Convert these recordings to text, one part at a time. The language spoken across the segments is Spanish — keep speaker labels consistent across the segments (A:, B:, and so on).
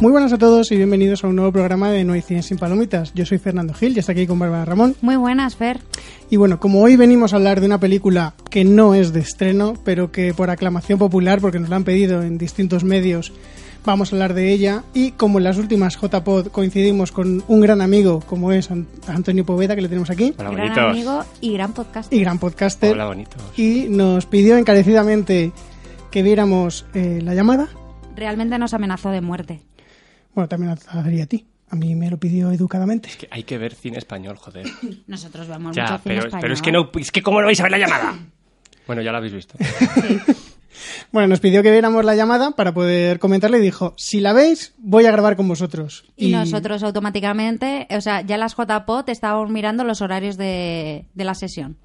A: Muy buenas a todos y bienvenidos a un nuevo programa de No hay cine sin palomitas. Yo soy Fernando Gil y estoy aquí con Bárbara Ramón.
B: Muy buenas, Fer.
A: Y bueno, como hoy venimos a hablar de una película que no es de estreno, pero que por aclamación popular, porque nos la han pedido en distintos medios, vamos a hablar de ella. Y como en las últimas JPod coincidimos con un gran amigo como es An- Antonio Poveda, que le tenemos aquí,
C: Hola,
B: gran
C: bonitos.
B: amigo y gran podcast.
A: y gran podcaster,
C: Hola, bonitos.
A: y nos pidió encarecidamente que viéramos eh, La llamada.
B: Realmente nos amenazó de muerte.
A: Bueno, también haría a ti. A mí me lo pidió educadamente.
C: Que hay que ver cine español, joder.
B: Nosotros vamos mucho
C: ya,
B: cine
C: pero,
B: español.
C: pero es que no, es que cómo no vais a ver la llamada. bueno, ya la habéis visto.
A: Bueno, nos pidió que viéramos la llamada para poder comentarle y dijo, si la veis, voy a grabar con vosotros.
B: Y, nosotros automáticamente, o sea, ya las JPOT estábamos mirando los horarios de, de la sesión.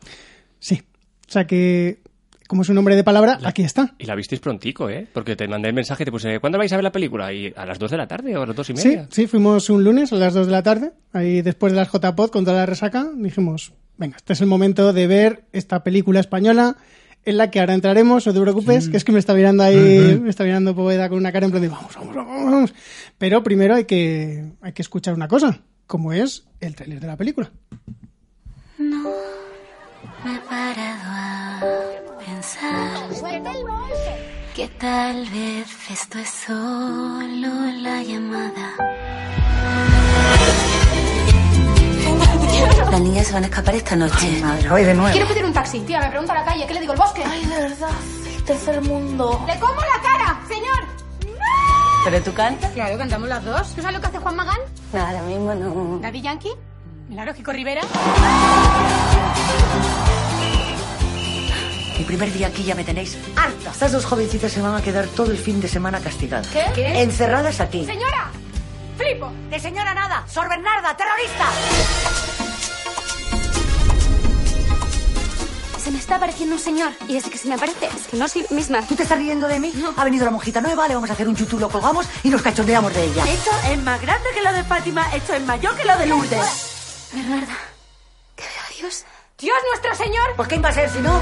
A: Sí. O sea que, como es un nombre de palabra, aquí está.
C: Y la visteis prontico, ¿eh? Porque te mandé el mensaje, te puse, ¿cuándo vais a ver la película? Y a las 2 de la tarde o a las 2 y
A: Sí,
C: media.
A: sí, fuimos un lunes a las 2 de la tarde, ahí después de las JPod con toda la resaca, dijimos, venga, este es el momento de ver esta película española en la que ahora entraremos, no te preocupes, que es que me está mirando ahí, me está mirando Poveda con una cara en plan de vamos, vamos, vamos, vamos. Pero primero hay que, hay que escuchar una cosa, como es el tráiler de la película.
D: Me he parado a pensar que tal vez esto es solo la llamada. Las niñas se van a escapar esta noche.
E: Quiero pedir un taxi. Tía, me pregunto a la calle. ¿Qué le digo? ¿El bosque?
F: Ay, de verdad, tercer mundo.
E: ¡Le como la cara, señor!
D: ¿Pero tú cantas?
E: Claro, cantamos las dos. ¿Tú sabes lo que hace Juan Magán?
D: No, ahora mismo no.
E: Daddy Yankee. Milagro Kiko Rivera.
G: Mi primer día aquí ya me tenéis harta. Estas dos jovencitas se van a quedar todo el fin de semana castigadas.
E: ¿Qué? ¿Qué?
G: Encerradas aquí.
E: ¡Señora! ¡Flipo!
G: De señora nada, Sor Bernarda, terrorista.
F: Se me está apareciendo un señor y desde que se me aparece es que no soy misma.
G: ¿Tú te estás riendo de mí? Ha venido la monjita nueva, le vamos a hacer un chutú, lo colgamos y nos cachondeamos de ella.
H: Esto es más grande que lo de Fátima, esto es mayor que lo de Lourdes.
F: Que vea Dios.
E: ¡Dios nuestro señor!
G: Pues ¿quién va a ser si no?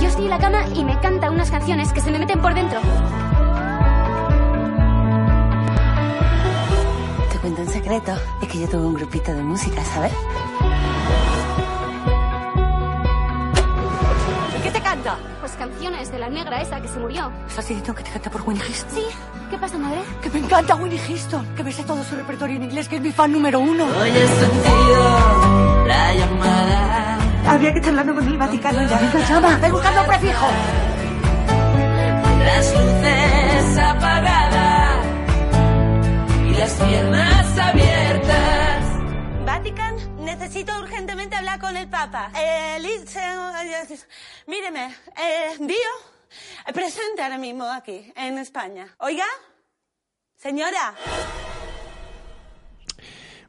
F: Yo estoy en la cama y me canta unas canciones que se me meten por dentro.
D: Te cuento un secreto. Es que yo tuve un grupito de música, ¿sabes?
H: ¿Qué te canta?
F: Pues canciones de la negra esa que se murió.
G: Estás diciendo que te canta por Winnie Houston.
F: Sí. ¿Qué pasa, madre?
G: Que me encanta Winnie Houston, que me sé todo su repertorio en inglés, que es mi fan número uno.
H: Habría que estar hablando con el Vaticano ya.
G: ¡Me llama! ¡Estoy buscando un prefijo!
H: Vatican, necesito urgentemente hablar con el Papa. Eh, Liz- eh, eh, míreme, eh, Dio, eh, presente ahora mismo aquí, en España. Oiga, señora.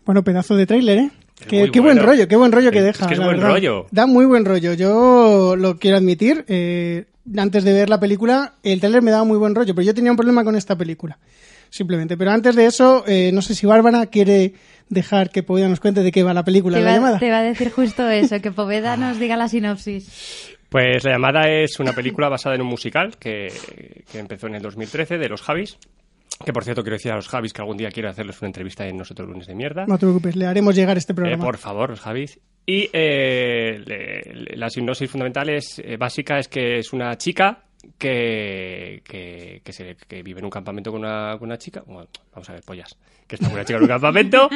A: Bueno, pedazo de tráiler, ¿eh?
C: Es
A: Qué,
C: muy
A: qué buen
C: bueno.
A: rollo, qué buen rollo que
C: Es-
A: deja.
C: es que es
A: la
C: buen
A: verdad.
C: rollo.
A: Da muy buen rollo. Yo lo quiero admitir. eh, antes de ver la película, el tráiler me daba muy buen rollo, pero yo tenía un problema con esta película. Simplemente. Pero antes de eso, eh, no sé si Bárbara quiere dejar que Poveda nos cuente de qué va la película,
B: Te
A: la
B: va,
A: llamada.
B: te va a decir justo eso, que Poveda nos diga la sinopsis.
C: Pues La llamada es una película basada en un musical que, que empezó en el 2013 de los Javis. Que por cierto, quiero decir a los Javis que algún día quiero hacerles una entrevista en Nosotros Lunes de Mierda.
A: No te preocupes, le haremos llegar este
C: Eh,
A: programa.
C: por favor, los Javis. Y eh, le- le- la sinopsis fundamental es eh, básica es que es una chica que, que, que se- que vive en un campamento con una, con una chica. Bueno, vamos a ver, pollas. Que está con una chica en un campamento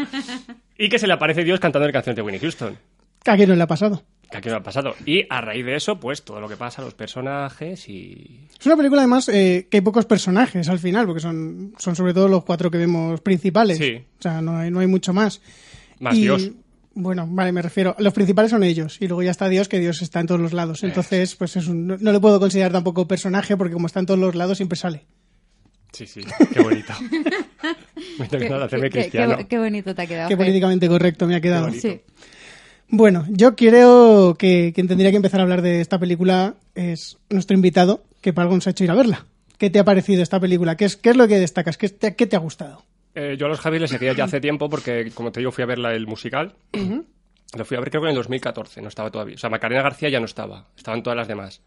C: y que se le aparece Dios cantando la canción de Winnie Houston.
A: ¿A quién no le ha pasado?
C: Que aquí no ha pasado. Y a raíz de eso, pues todo lo que pasa, los personajes y.
A: Es una película, además, eh, que hay pocos personajes al final, porque son, son sobre todo los cuatro que vemos principales.
C: Sí.
A: O sea, no hay, no hay mucho más.
C: Más
A: Y,
C: Dios.
A: Bueno, vale, me refiero. Los principales son ellos. Y luego ya está Dios, que Dios está en todos los lados. Entonces, pues es un- no, no le puedo considerar tampoco personaje, porque como está en todos los lados, siempre sale.
C: Sí, sí, qué bonito. Me he terminado de hacerme
B: qué- qué-
C: Pues cristiano.
B: qué bonito te ha quedado.
A: Qué
B: Fer.
A: políticamente correcto me ha quedado.
B: eh. Sí.
A: Bueno, yo creo que quien tendría que empezar a hablar de esta película es nuestro invitado, que para algo nos ha hecho ir a verla. ¿Qué te ha parecido esta película? ¿Qué es, qué es lo que destacas? ¿Qué te, qué te ha gustado?
C: Eh, yo a los Javis les seguía ya hace tiempo porque, como te digo, fui a ver la- el musical. Lo fui a ver creo que en el 2014, no estaba todavía. O sea, Macarena García ya no estaba, estaban todas las demás.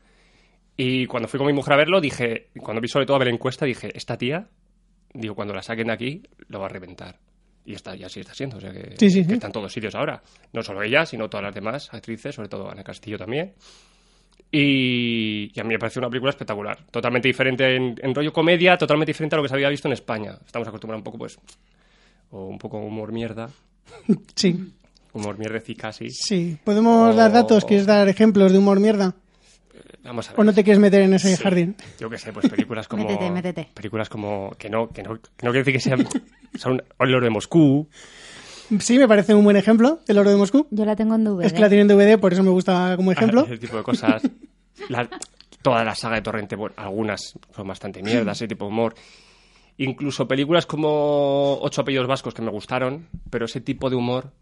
C: Y cuando fui con mi mujer a verlo, dije, cuando vi sobre todo a ver la encuesta, dije, esta tía digo, cuando la saquen de aquí, lo va a reventar. Y está, ya sí está siendo, o sea que,
A: Sí, sí,
C: que
A: sí.
C: está en todos sitios ahora. No solo ella, sino todas las demás actrices, sobre todo Ana Castillo también. Y, y a mí me parece una película espectacular. Totalmente diferente en, en rollo comedia, totalmente diferente a lo que se había visto en España. Estamos acostumbrados un poco, pues, o un poco humor mierda,
A: Sí,
C: humor mierdecica, sí.
A: sí. ¿Podemos dar datos?
C: O-
A: ¿Quieres dar ejemplos de humor mierda?
C: Vamos a ver.
A: ¿O no te quieres meter en ese
C: Sí.
A: jardín?
C: Yo qué sé, pues películas como.
B: Métete, métete.
C: Películas como. Que no, que no, que no quiere decir que sean. Son Olor de Moscú.
A: Sí, me parece un buen ejemplo del oro de Moscú.
B: Yo la tengo en DVD.
A: Es que la tienen en DVD, por eso me gusta
C: Ah,
A: como ejemplo.
C: Ese tipo de cosas. La- toda la saga de Torrente, bueno, algunas son bastante mierda, ese tipo de humor. Incluso películas como Ocho apellidos vascos que me gustaron, pero ese tipo de humor.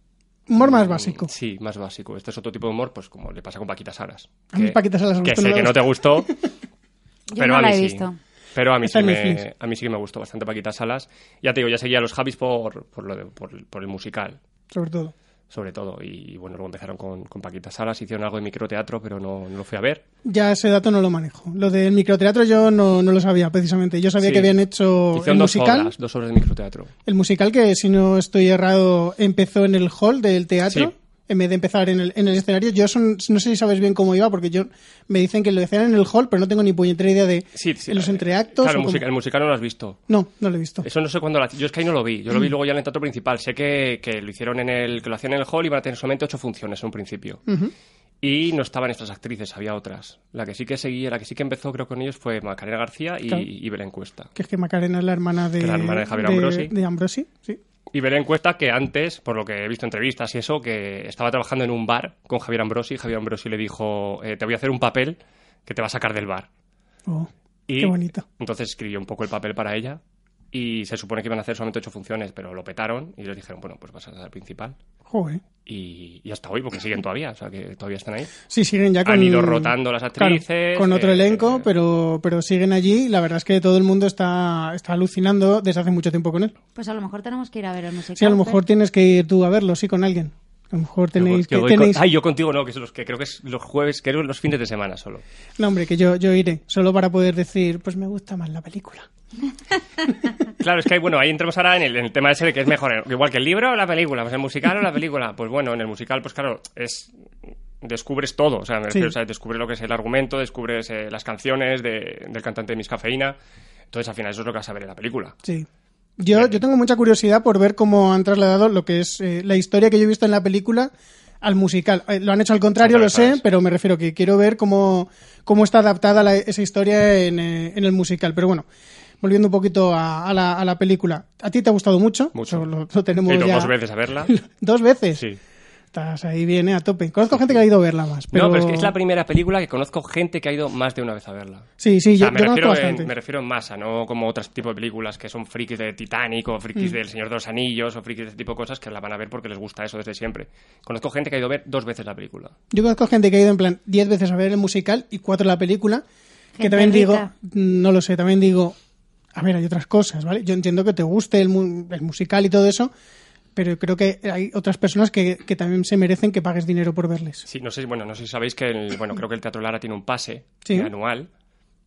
A: Humor más
C: mm,
A: básico.
C: Sí, más básico. Este es otro tipo de humor, pues como le pasa con Paquitas Saras.
A: A mí Paquita Salas me
C: Que
A: gustó,
C: sé
A: no me
C: que no te gustó,
B: Yo
C: pero
B: no
C: a mí
B: la he
C: sí.
B: visto.
C: Pero a mí,
A: Está
C: sí
A: en
C: me,
A: Netflix.
C: a mí sí que me gustó bastante Paquita Salas. Ya te digo, ya seguía a los Javis por, por, lo de- por, por el musical,
A: Sobre todo.
C: sobre todo. Y, bueno, luego empezaron con, con Paquita Salas, hicieron algo de microteatro, pero no, no lo fui a ver.
A: Ya ese dato no lo manejo. Lo del microteatro yo no, no lo sabía precisamente. Yo sabía
C: Sí.
A: que habían hecho el
C: Hicieron dos
A: musical.
C: obras, dos obras de microteatro.
A: El musical que, si no estoy errado, empezó en el hall del teatro.
C: Sí.
A: En vez de empezar en el, en el escenario, yo son- no sé si sabes bien cómo iba, porque yo me dicen que lo hacían en el hall, pero no tengo ni puñetera idea de
C: Sí, sí,
A: en los
C: eh,
A: entreactos. o
C: Claro, el, musica-
A: cómo.
C: el musical no lo has visto.
A: No, no lo he visto.
C: Eso no sé cuándo la... Yo es que ahí no lo vi. Yo lo vi luego ya en el teatro principal. Sé que, que lo hicieron en el... Que lo hacían en el hall y van a tener solamente ocho funciones en un principio. Y no estaban estas actrices, había otras. La que sí que seguía, la que sí que empezó creo con ellos fue Macarena García y,
A: Claro.
C: y Belén Cuesta.
A: Que es que Macarena es la hermana de,
C: Que la hermana de Javier Ambrosi.
A: de Ambrosi, sí.
C: Y Belén Cuesta que antes, por lo que he visto en entrevistas y eso, que estaba trabajando en un bar con Javier Ambrosi. Javier Ambrosi le dijo, eh, te voy a hacer un papel que te va a sacar del bar.
A: Oh,
C: Y
A: Qué bonito.
C: Entonces escribió un poco el papel para ella y se supone que iban a hacer solamente ocho funciones, pero lo petaron y les dijeron, bueno, pues vas a la principal.
A: Joder.
C: Y, y hasta hoy, porque siguen todavía, o sea, que todavía están ahí.
A: Sí, siguen ya con...
C: Han ido rotando las
A: Claro,
C: actrices.
A: con otro
C: eh,
A: elenco, pero, pero siguen allí. y La verdad es que todo el mundo está, está alucinando desde hace mucho tiempo con él.
B: Pues a lo mejor tenemos que ir a ver el musical.
A: Sí, a lo mejor tienes que ir tú a verlo, sí, con alguien. A lo mejor
C: yo-
A: tenéis
C: yo
A: que...
C: voy con-
A: Tenéis...
C: Ay, yo contigo no, que es los que creo que es los jueves, creo que los fines de semana solo.
A: No, hombre, que yo, yo iré, solo para poder decir, pues me gusta más la película.
C: Claro, es que ahí, bueno, ahí entramos ahora en el, en el tema ese de que es mejor, eh, igual que el libro o la película, pues el musical o la película. Pues bueno, en el musical, pues claro, es descubres todo, o sea, me refiero,
A: Sí.
C: o sea, descubres lo que es el argumento, descubres eh, las canciones de- del cantante de Miss Cafeína. Entonces, al final, eso es lo que vas a ver en la película.
A: Sí. Yo, yo tengo mucha curiosidad por ver cómo han trasladado lo que es eh, la historia que yo he visto en la película al musical. Eh, lo han hecho al contrario,
C: Otra
A: lo
C: vez,
A: sé,
C: ¿sabes?
A: pero me refiero que quiero ver cómo, cómo está adaptada la- esa historia en, eh, en el musical. Pero bueno, volviendo un poquito a, a la, a la película. ¿A ti te ha gustado mucho?
C: Mucho.
A: Eso Lo, lo tenemos
C: He ido
A: ya-
C: dos veces a verla.
A: ¿Dos veces?
C: Sí.
A: Estás ahí bien, eh, a tope. Conozco gente que ha ido a verla más, pero...
C: No, pero es que es la primera película que conozco gente que ha ido más de una vez a verla.
A: Sí, sí,
C: O sea,
A: yo,
C: me,
A: yo conozco
C: refiero en,
A: bastante.
C: me refiero en masa, no como otros tipos de películas que son frikis de Titanic o frikis
A: Mm.
C: del Señor de los Anillos o frikis de ese tipo de cosas que la van a ver porque les gusta eso desde siempre. Conozco gente que ha ido a ver dos veces la película.
A: Yo conozco gente que ha ido en plan 10 veces a ver el musical y cuatro la película. Que
B: Gente
A: también digo,
B: rica.
A: mm, no lo sé, también digo, a ver, hay otras cosas, ¿vale? Yo entiendo que te guste el, mu- el musical y todo eso, pero creo que hay otras personas que, que también se merecen que pagues dinero por verles.
C: Sí, no sé, si- bueno, no sé si sabéis que el, bueno, creo que el Teatro Lara tiene un pase
A: Sí.
C: anual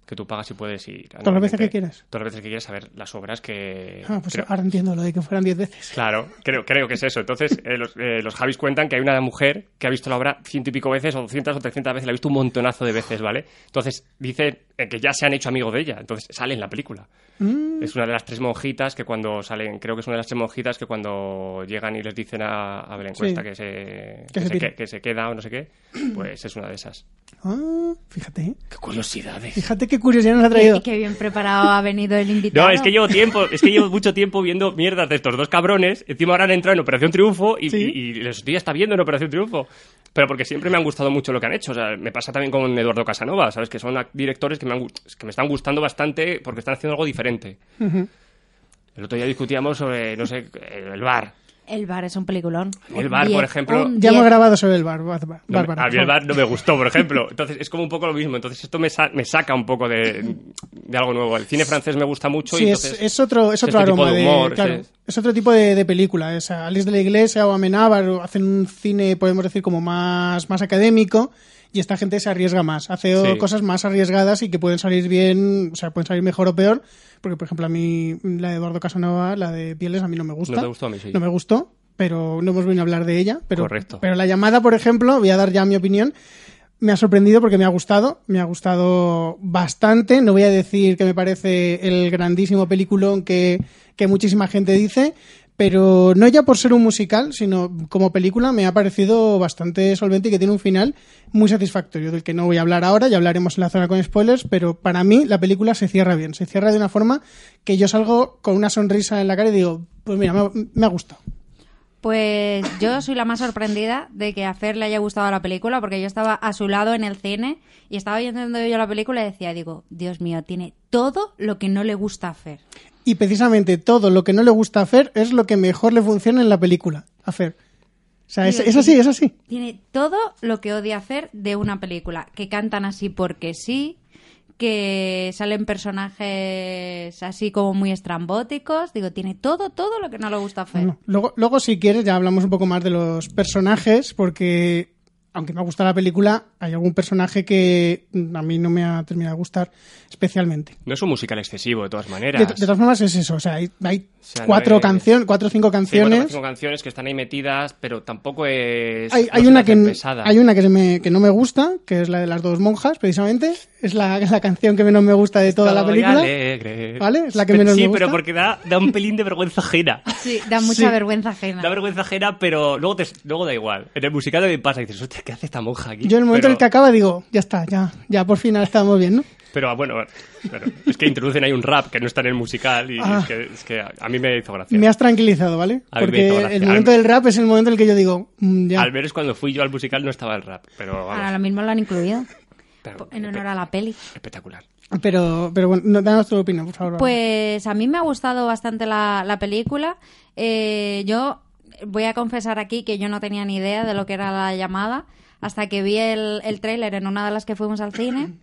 C: que tú pagas y puedes ir.
A: Todas las veces que
C: anualmente.
A: quieras.
C: Todas las veces que quieras a ver las obras que...
A: Ah, pues
C: creo-
A: ahora entiendo lo de que fueran 10 veces.
C: Claro, creo, creo que es eso. Entonces, eh, los, eh, los Javis cuentan que hay una mujer que ha visto la obra ciento y pico veces, o doscientas o trescientas veces, la ha visto un montonazo de veces, ¿vale? Entonces, dice eh, que ya se han hecho amigos de ella, entonces sale en la película.
A: Mm.
C: Es una de las tres monjitas que cuando salen, creo que es una de las tres monjitas que cuando llegan y les dicen a, a Belén
A: Sí.
C: Cuesta que, se,
A: Que
C: que,
A: se
C: se
A: pira.
C: que- que se queda o no sé qué, pues es una de esas.
A: Ah, fíjate, ¿eh?
C: ¡Qué curiosidades!
A: fíjate qué curiosidad nos ha traído.
B: Y qué bien preparado ha venido el invitado.
C: No, es que llevo tiempo, es que llevo mucho tiempo viendo mierdas de estos dos cabrones. Encima ahora han entrado en Operación Triunfo y,
A: Sí.
C: y- y les estoy hasta viendo en Operación Triunfo. Pero porque siempre me han gustado mucho lo que han hecho. O sea, me pasa también con Eduardo Casanova, ¿sabes? Que son ac- directores que me, han gu- que me están gustando bastante porque están haciendo algo diferente. El otro día discutíamos sobre, no sé, el bar.
B: El bar es un peliculón.
C: El bar, por
B: Diez,
C: ejemplo.
B: un
A: Ya hemos
B: diez.
A: grabado sobre el bar, bar- bar-
C: No me-
A: Bárbara,
C: a
A: por
C: mí el
A: favor.
C: bar no me gustó, por ejemplo. Entonces es como un poco lo mismo. Entonces esto me, sa- me saca un poco de, de algo nuevo. El cine francés me gusta mucho
A: Sí,
C: y
A: es,
C: entonces...
A: es otro, es
C: este
A: otro
C: tipo
A: aroma.
C: de
A: de-
C: humor,
A: claro,
C: es-
A: es otro tipo de, de película. ¿eh? Es Alice de la Iglesia o Amenábar o hacen un cine, podemos decir, como más, más académico. y esta gente se arriesga más, hace o-
C: Sí.
A: cosas más arriesgadas y que pueden salir bien, o sea, pueden salir mejor o peor, porque por ejemplo a mí la de Eduardo Casanova, la de Pieles, a mí no me gusta.
C: No te gustó a mí, sí.
A: No me gustó, pero no hemos venido a hablar de ella. Pero,
C: Correcto.
A: Pero la llamada, por ejemplo, voy a dar ya mi opinión. Me ha sorprendido porque me ha gustado, me ha gustado bastante. No voy a decir que me parece el grandísimo peliculón que, que muchísima gente dice, pero no ya por ser un musical, sino como película me ha parecido bastante solvente y que tiene un final muy satisfactorio, del que no voy a hablar ahora, ya hablaremos en la zona con spoilers, pero para mí la película se cierra bien, se cierra de una forma que yo salgo con una sonrisa en la cara y digo, pues mira, me ha, me ha gustado.
B: Pues yo soy la más sorprendida de que a Fer le haya gustado la película, porque yo estaba a su lado en el cine y estaba viendo yo la película y decía, digo, Dios mío, tiene todo lo que no le gusta a Fer.
A: Y precisamente todo lo que no le gusta a Fer es lo que mejor le funciona en la película, a Fer. O sea, es,
B: Tío,
A: es así,
B: tiene-
A: es así.
B: Tiene todo lo que odia hacer de una película. Que cantan así porque sí, que salen personajes así como muy estrambóticos. Digo, tiene todo, todo lo que no le gusta hacer.
A: No. Luego, luego, si quieres, ya hablamos un poco más de los personajes, porque aunque me ha gustado la película, hay algún personaje que mm, a mí no me ha terminado de gustar especialmente.
C: No es un musical excesivo, de todas
A: De,
C: maneras.
A: de todas formas, es eso. O sea, hay, hay
C: sea, no
A: cuatro
C: es-
A: canciones, cuatro o cinco
C: Sí, bueno,
A: canciones.
C: cinco canciones que están ahí metidas, pero tampoco es.
A: hay,
C: no
A: hay
C: es
A: una que,
C: canción
A: n-
C: pesada.
A: hay una que, se me- que no me gusta, que es la de las dos monjas, precisamente. Es la, la canción que menos me gusta de toda la
C: Estoy
A: película.
C: alegre.
A: ¿Vale? Es la que
C: Pero
A: menos
C: sí,
A: me gusta.
C: pero porque da, da un pelín de vergüenza ajena.
B: Sí, da mucha
A: Sí.
B: vergüenza ajena.
C: Da vergüenza ajena, pero luego, te, luego da igual. En el musical también pasa. y Dices, hostia, ¿qué hace esta monja aquí?
A: Yo en el momento
C: Pero-
A: en el que acaba digo, ya está, ya, ya por fin ahora estamos bien, ¿no?
C: Pero ah, bueno, bueno, es que introducen ahí un rap que no está en el musical y
A: Ah.
C: es, que, es que a, a mí me hizo gracia.
A: Me has tranquilizado, ¿vale?
C: A mí me
A: Porque
C: hizo gracia.
A: el momento
C: Al-
A: del rap es el momento en el que yo digo, mm, ya.
C: Al menos cuando fui yo al musical no estaba el rap, pero vamos,
B: Ahora lo mismo lo han incluido.
C: Pero-
B: po- Ah, En honor a la peli.
C: espectacular.
A: Pero, pero bueno, no, danos tu opinión, por favor.
B: Pues a mí me ha gustado bastante la, la película. Eh, yo voy a confesar aquí que yo no tenía ni idea de lo que era la llamada hasta que vi el, el tráiler en una de las que fuimos al cine.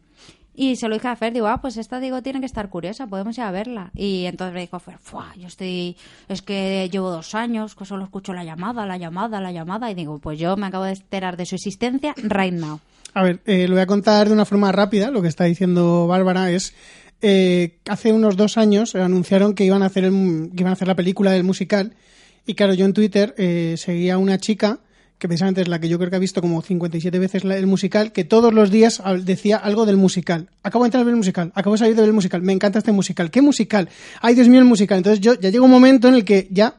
B: Y se lo dije a Fer, digo, ah, pues esta, digo, tiene que estar curiosa, podemos ir a verla. Y entonces me dijo Fer, "Fua, yo estoy, es que llevo dos años, que solo escucho la llamada, la llamada, la llamada. Y digo, pues yo me acabo de enterar de su existencia right now.
A: A ver, eh, lo voy a contar de una forma rápida. Lo que está diciendo Bárbara es eh, hace unos dos años eh, anunciaron que iban a hacer el- que iban a hacer la película del musical y claro, yo en Twitter eh, seguía a una chica que precisamente es la que yo creo que ha visto como 57 veces la- el musical, que todos los días al- decía algo del musical. Acabo de entrar a ver el musical, acabo de salir de ver el musical, me encanta este musical. ¿Qué musical? ¡Ay, Dios mío, el musical! Entonces yo ya llega un momento en el que ya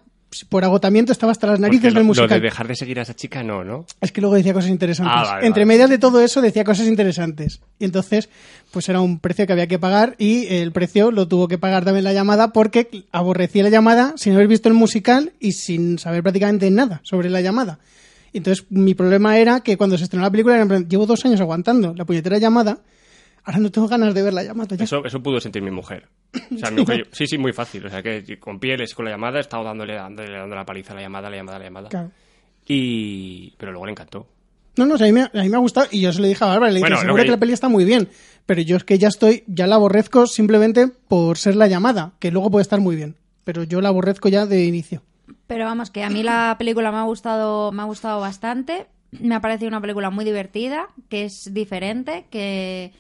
A: por agotamiento estaba hasta las
C: Porque
A: narices
C: lo,
A: del
C: lo
A: musical.
C: de dejar de seguir a esa chica, no, ¿no?
A: Es que luego decía cosas interesantes.
C: Ah, vale,
A: Entre
C: vale.
A: medias de todo eso decía cosas interesantes. Y entonces, pues era un precio que había que pagar y el precio lo tuvo que pagar también la llamada porque aborrecía la llamada sin haber visto el musical y sin saber prácticamente nada sobre la llamada. Y Entonces, mi problema era que cuando se estrenó la película, era en plan, llevo dos años aguantando la puñetera llamada, ahora no tengo ganas de ver la llamada. ya.
C: Eso, eso pudo sentir mi mujer. O sea, mi mujer- sí, sí, muy fácil. O sea, que con pieles, con la llamada, he estado dándole, dándole, dándole la paliza a la llamada, la llamada, la llamada.
A: Claro.
C: Y... Pero luego le encantó.
A: No, no, o sea, a, mí me, a mí me ha gustado y yo se lo dije a Bárbara, le dije,
C: Bueno, lo
A: seguro que...
C: que-
A: la peli está muy bien, pero yo es que ya estoy, ya la aborrezco simplemente por ser la llamada, que luego puede estar muy bien, pero yo la aborrezco ya de inicio.
B: Pero vamos, que a mí la película me ha gustado, me ha gustado bastante. Me ha parecido una película muy divertida, que es diferente, que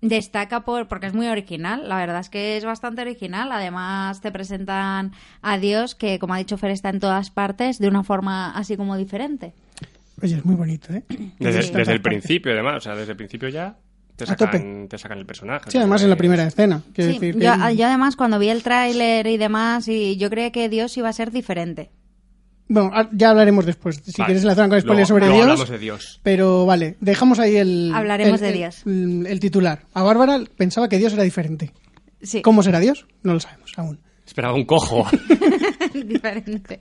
B: destaca por porque es muy original. La verdad es que es bastante original. Además te presentan a Dios, que como ha dicho Fer está en todas partes de una forma así como diferente.
A: Oye, es muy bonito, ¿eh?
C: Desde,
A: Está en
C: desde
A: todas partes.
C: el principio, además. O sea, desde el principio ya te
A: A
C: sacan,
A: tope.
C: te sacan el personaje.
A: Sí, además en la primera escena. Quiero
B: Sí,
A: decir que-
B: yo, yo además cuando vi el tráiler y demás y yo creía que Dios iba a ser diferente.
A: Bueno, ah, ya hablaremos después, si
C: Vale.
A: quieres en la zona con spoilers
C: Luego-
A: sobre
C: luego
A: Dios.
C: hablamos de Dios.
A: Pero vale, dejamos ahí el... el-
B: Hablaremos de
A: el-
B: Dios.
A: El, el titular. A Bárbara pensaba que Dios era diferente.
B: Sí,
A: ¿Cómo será Dios? No lo sabemos aún.
C: Esperaba un cojo.
B: diferente.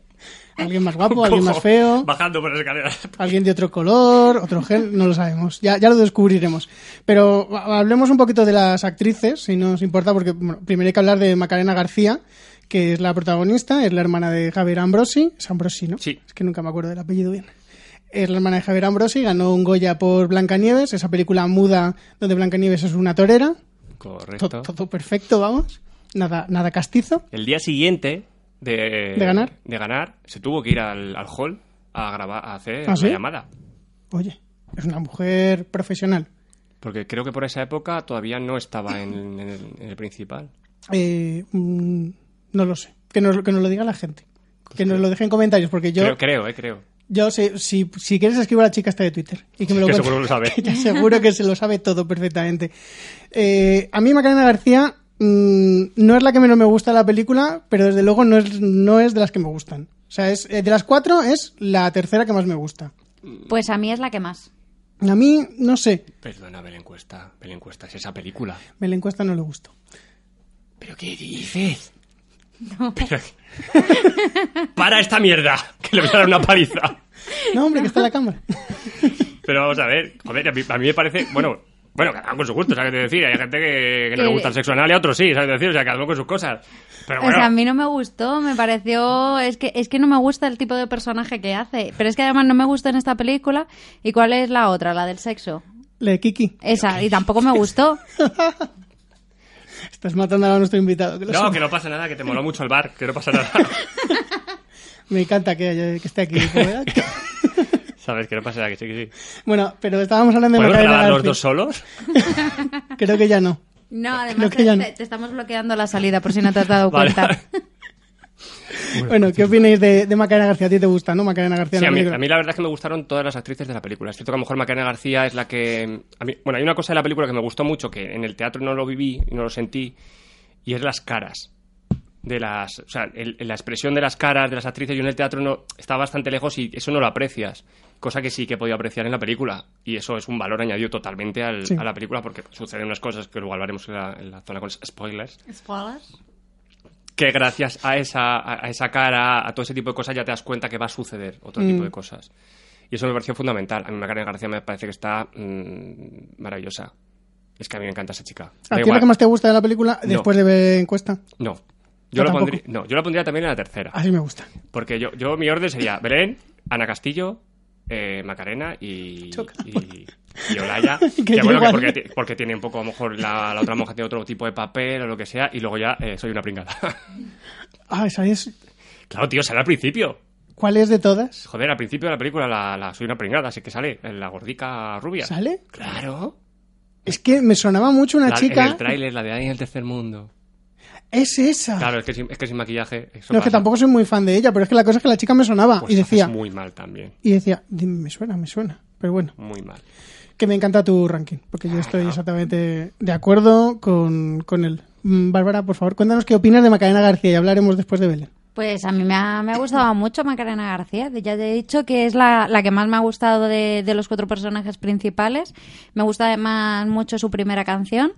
A: Alguien más guapo,
C: Un
A: alguien
C: cojo
A: más feo.
C: Bajando por las escaleras.
A: Alguien de otro color, otro gen, no lo sabemos. Ya, ya lo descubriremos. Pero ha- hablemos un poquito de las actrices, si no os importa, porque bueno, primero hay que hablar de Macarena García, que es la protagonista, es la hermana de Javier Ambrosi. Es Ambrosi, ¿no?
C: Sí.
A: Es que nunca me acuerdo del apellido bien. Es la hermana de Javier Ambrosi, ganó un Goya por Blancanieves, esa película muda donde Blancanieves es una torera. To-
C: Correcto.
A: Todo, perfecto, vamos. Nada, nada castizo.
C: El día siguiente de,
A: ¿De ganar?
C: de ganar, se tuvo que ir al, al hall a grabar, a hacer
A: ¿Ah,
C: la
A: sí?
C: llamada.
A: Oye, Es una mujer profesional.
C: Porque creo que por esa época todavía no estaba en, en el, en el principal.
A: Eh, mm, no lo sé. Que nos, que nos lo diga la gente. Que nos lo deje en comentarios, porque yo,
C: Creo, creo, eh, creo.
A: yo sé, si, si quieres escribo a la chica esta de Twitter. Y que me lo
C: Que
A: cuente.
C: seguro lo sabe.
A: Que ya seguro que se lo sabe todo perfectamente. Eh, a mí Macarena García mm, no es la que menos me gusta de la película, pero desde luego no es, no es de las que me gustan. O sea, es, eh, de las cuatro es la tercera que más me gusta.
B: Pues a mí es la que más.
A: A mí, no sé,
C: Perdona, Belencuesta. Belencuesta es esa película.
A: me la encuesta no le gustó.
C: ¿Pero qué dices? Pero- Para esta mierda, que le voy a dar una paliza.
A: No, hombre, que está la cámara.
C: Pero vamos a ver, joder, a mí, a mí me parece, bueno, bueno, cada uno con su gusto, ¿sabes qué te decir? Hay gente que, que no le
B: Que-
C: gusta el sexo anal y a otros sí, ¿sabes qué decir? O sea, cada uno con sus cosas. Pero
B: Eh, O
C: bueno,
B: sea, a mí no me gustó, me pareció... Es que, es que no me gusta el tipo de personaje que hace. Pero es que además no me gusta en esta película. ¿Y cuál es la otra? La del sexo.
A: La de Kiki.
B: Esa, y tampoco me gustó.
A: Estás matando a nuestro invitado. que lo
C: no,
A: sepa.
C: que no pasa nada, que te moló mucho el bar, que no pasa nada.
A: Me encanta que, haya- que esté aquí. ¿verdad?
C: ¿Sabes? Que no pasa nada, que sí, que sí.
A: bueno, pero estábamos hablando de
C: ¿Podemos
A: Macarena
C: grabar los
A: García.
C: dos solos?
A: Creo que ya no.
B: No,
A: Creo
B: además
A: que ya
B: te,
A: no.
B: te- te estamos bloqueando la salida por si no te has dado
C: Vale.
B: cuenta.
A: Bueno, ¿qué opináis de, de Macarena García? ¿A ti te gusta, no? Macarena García. la
C: pues Sí, a mí,
A: película?
C: a mí la verdad es que me gustaron todas las actrices de la película. Es cierto que a lo mejor Macarena García es la que... a mí- bueno, hay una cosa de la película que me gustó mucho, que en el teatro no lo viví, no lo sentí, y es las caras. De las, o sea, el- la expresión de las caras de las actrices, yo en el teatro no estaba bastante lejos y eso no lo aprecias, cosa que sí que he podido apreciar en la película. Y eso es un valor añadido totalmente al-
A: Sí.
C: a la película porque suceden unas cosas que luego hablaremos en la, en la zona con spoilers que gracias a esa, a a esa cara, a todo ese tipo de cosas, ya te das cuenta que va a suceder otro tipo
A: Mm.
C: de cosas. Y eso me pareció fundamental. A mí Macarena García me parece que está mm, maravillosa. Es que a mí me encanta esa chica.
A: ¿A
C: Da
A: ti es
C: igual.
A: la que más te gusta de la película
C: No.
A: después de ver encuesta?
C: No.
A: Yo
C: Yo, la
A: tampoco. Ah.
C: pondría, no, yo la pondría también en la tercera.
A: Así me gusta.
C: Porque yo, yo mi orden sería Belén, Ana Castillo, eh, Macarena y, y, y Olaya.
A: Que
C: que
A: yo
C: bueno, que
A: igual.
C: porque, ti- porque tiene un poco, a lo mejor, la, la otra monja tiene otro tipo de papel o lo que sea. Y luego ya eh, soy una pringada.
A: Ah, esa es.
C: claro, tío, sale al principio.
A: ¿Cuál es de todas?
C: Joder, al principio de la película la, la soy una pringada, así que sale la gordica rubia.
A: ¿Sale?
C: Claro.
A: Es que me sonaba mucho una
C: La- En
A: chica.
C: el tráiler, la de ahí en el tercer mundo.
A: Es esa.
C: Claro, es que sin, es que sin maquillaje. Eso
A: no, es que
C: pasa.
A: tampoco soy muy fan de ella, pero es que la cosa es que la chica me sonaba
C: Pues
A: y
C: haces
A: decía.
C: muy mal también.
A: Y decía, dime, me suena, me suena. Pero bueno,
C: Muy mal.
A: que me encanta tu ranking, porque yo estoy exactamente de acuerdo con, con él. Mm, Bárbara, por favor, cuéntanos qué opinas de Macarena García y hablaremos después de Belén.
B: Pues a mí me ha, me ha gustado mucho Macarena García. Ya te he dicho que es la, la que más me ha gustado de, de los cuatro personajes principales. Me gusta además mucho su primera canción.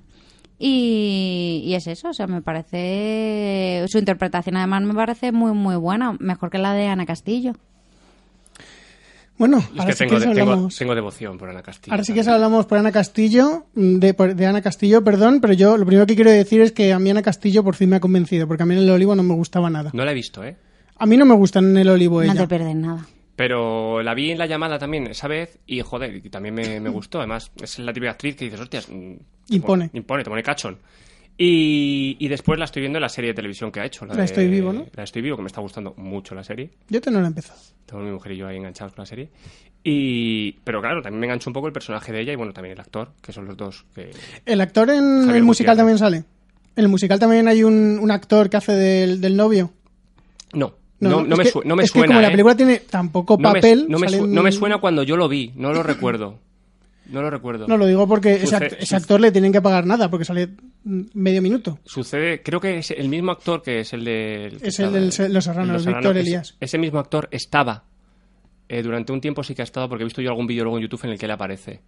B: Y, y es eso, o sea, me parece. Su interpretación además me parece muy, muy buena. Mejor que la de Ana Castillo.
A: Bueno,
C: Es
A: ahora
C: que
A: sí
C: tengo,
A: que
C: de- tengo,
A: hablamos.
C: tengo devoción por Ana Castillo.
A: Ahora sí que
C: también.
A: hablamos por Ana Castillo, mm, de, por- de Ana Castillo, perdón, pero yo lo primero que quiero decir es que a mí Ana Castillo por fin me ha convencido, porque a mí en el olivo no me gustaba nada.
C: No la he visto, ¿eh?
A: A mí no me gustan en el olivo
B: No
A: ella.
B: te pierdes nada.
C: Pero la vi en la llamada también esa vez y, joder, y también me, me gustó. Además, es la típica actriz que dices, hostias... mm,
A: Impone.
C: impone, te pone cachón. Y, y después la estoy viendo en la serie de televisión que ha hecho.
A: La
C: de-
A: Estoy Vivo, ¿no?
C: La Estoy Vivo, que me está gustando mucho la serie.
A: Yo te no la he empezado.
C: Estamos mi mujer y yo ahí enganchados con la serie. Y, pero claro, también me enganchó un poco el personaje de ella y bueno, también el actor, que son los dos que...
A: El actor en
C: Javier
A: el musical también
C: Gutiérrez.
A: sale. En el musical también hay un, un actor que hace del, del novio.
C: No, no, no,
A: es
C: me,
A: que-
C: su- no me
A: es
C: suena.
A: que como la
C: ¿eh?
A: película tiene tampoco
C: No me-
A: papel.
C: no me, su-
A: salen-
C: no me suena cuando yo lo vi, no lo recuerdo. No lo recuerdo.
A: No lo digo porque ese,
C: Suce-
A: act- ese actor le tienen que pagar nada, porque sale mm, medio minuto.
C: Sucede, creo que es el mismo actor que es el de... que
A: Es el
C: estaba
A: del
C: en-
A: Se- Los Serranos,
C: en
A: Víctor
C: es-
A: Elías.
C: Ese mismo actor estaba. eh, durante un tiempo sí que ha estado, porque he visto yo algún vídeo luego en YouTube en el que él aparece.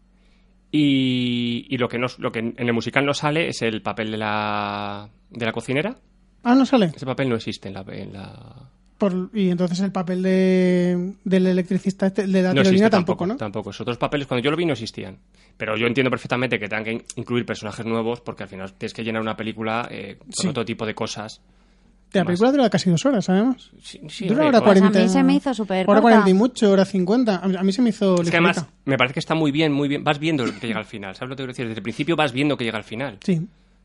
C: Y, y lo, que no, lo que en en el musical no sale es el papel de la, de la cocinera.
A: Ah, no sale.
C: Ese papel no existe en la... en la-
A: Por- y entonces el papel de, del electricista, este- de la
C: No
A: tirolina,
C: existe
A: tampoco,
C: tampoco,
A: ¿no?
C: Tampoco. Esos otros papeles cuando yo lo vi no existían. Pero yo entiendo perfectamente que tengan que in- incluir personajes nuevos porque al final tienes que llenar una película eh, con
A: Sí.
C: otro tipo de cosas.
A: La película dura casi dos horas, además.
C: Sí, sí,
A: Dura
C: eh,
A: hora
C: con-
B: Pues a
A: 40.
B: mí se me hizo súper
A: Hora
B: corta.
A: 40 y mucho, hora 50. A mí, a mí se me hizo
C: Es que
A: ligerita.
C: además me parece que está muy bien, muy bien. Vas viendo lo que llega al final. ¿Sabes lo que te quiero decir? Desde el principio vas viendo que llega al final.
A: Sí.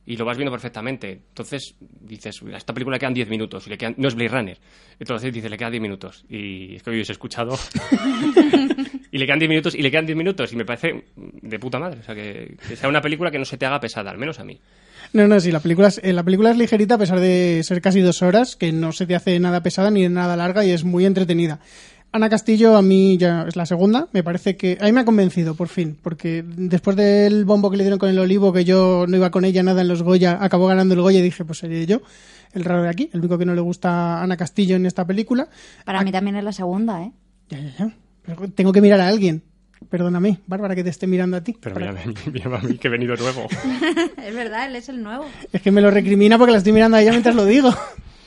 C: Y lo vas viendo perfectamente. Entonces dices, "Uy, a esta película le quedan 10 minutos. Y le quedan... No es Blade Runner. Entonces dices, le quedan 10 minutos. Y es que lo hubiese escuchado. Y le quedan 10 minutos y le quedan 10 minutos y me parece de puta madre. O sea, que, que sea una película que no se te haga pesada, al menos a mí.
A: No, no, sí, la película, es, eh, la película es ligerita a pesar de ser casi dos horas, que no se te hace nada pesada ni nada larga y es muy entretenida. Ana Castillo a mí ya es la segunda, me parece que... A mí me ha convencido, por fin, porque después del bombo que le dieron con el olivo, que yo no iba con ella nada en los Goya, acabó ganando el Goya y dije, pues seré yo el raro de aquí, el único que no le gusta a Ana Castillo en esta película.
B: Para mí también es la segunda, ¿eh?
A: Ya, ya, ya. Pero tengo que mirar a alguien. Perdóname, Bárbara, que te esté mirando a ti.
C: Pero
A: Para-
C: mira, mira a mí que he venido nuevo.
B: es verdad, él es el nuevo.
A: Es que me lo recrimina porque la estoy mirando a ella mientras lo digo.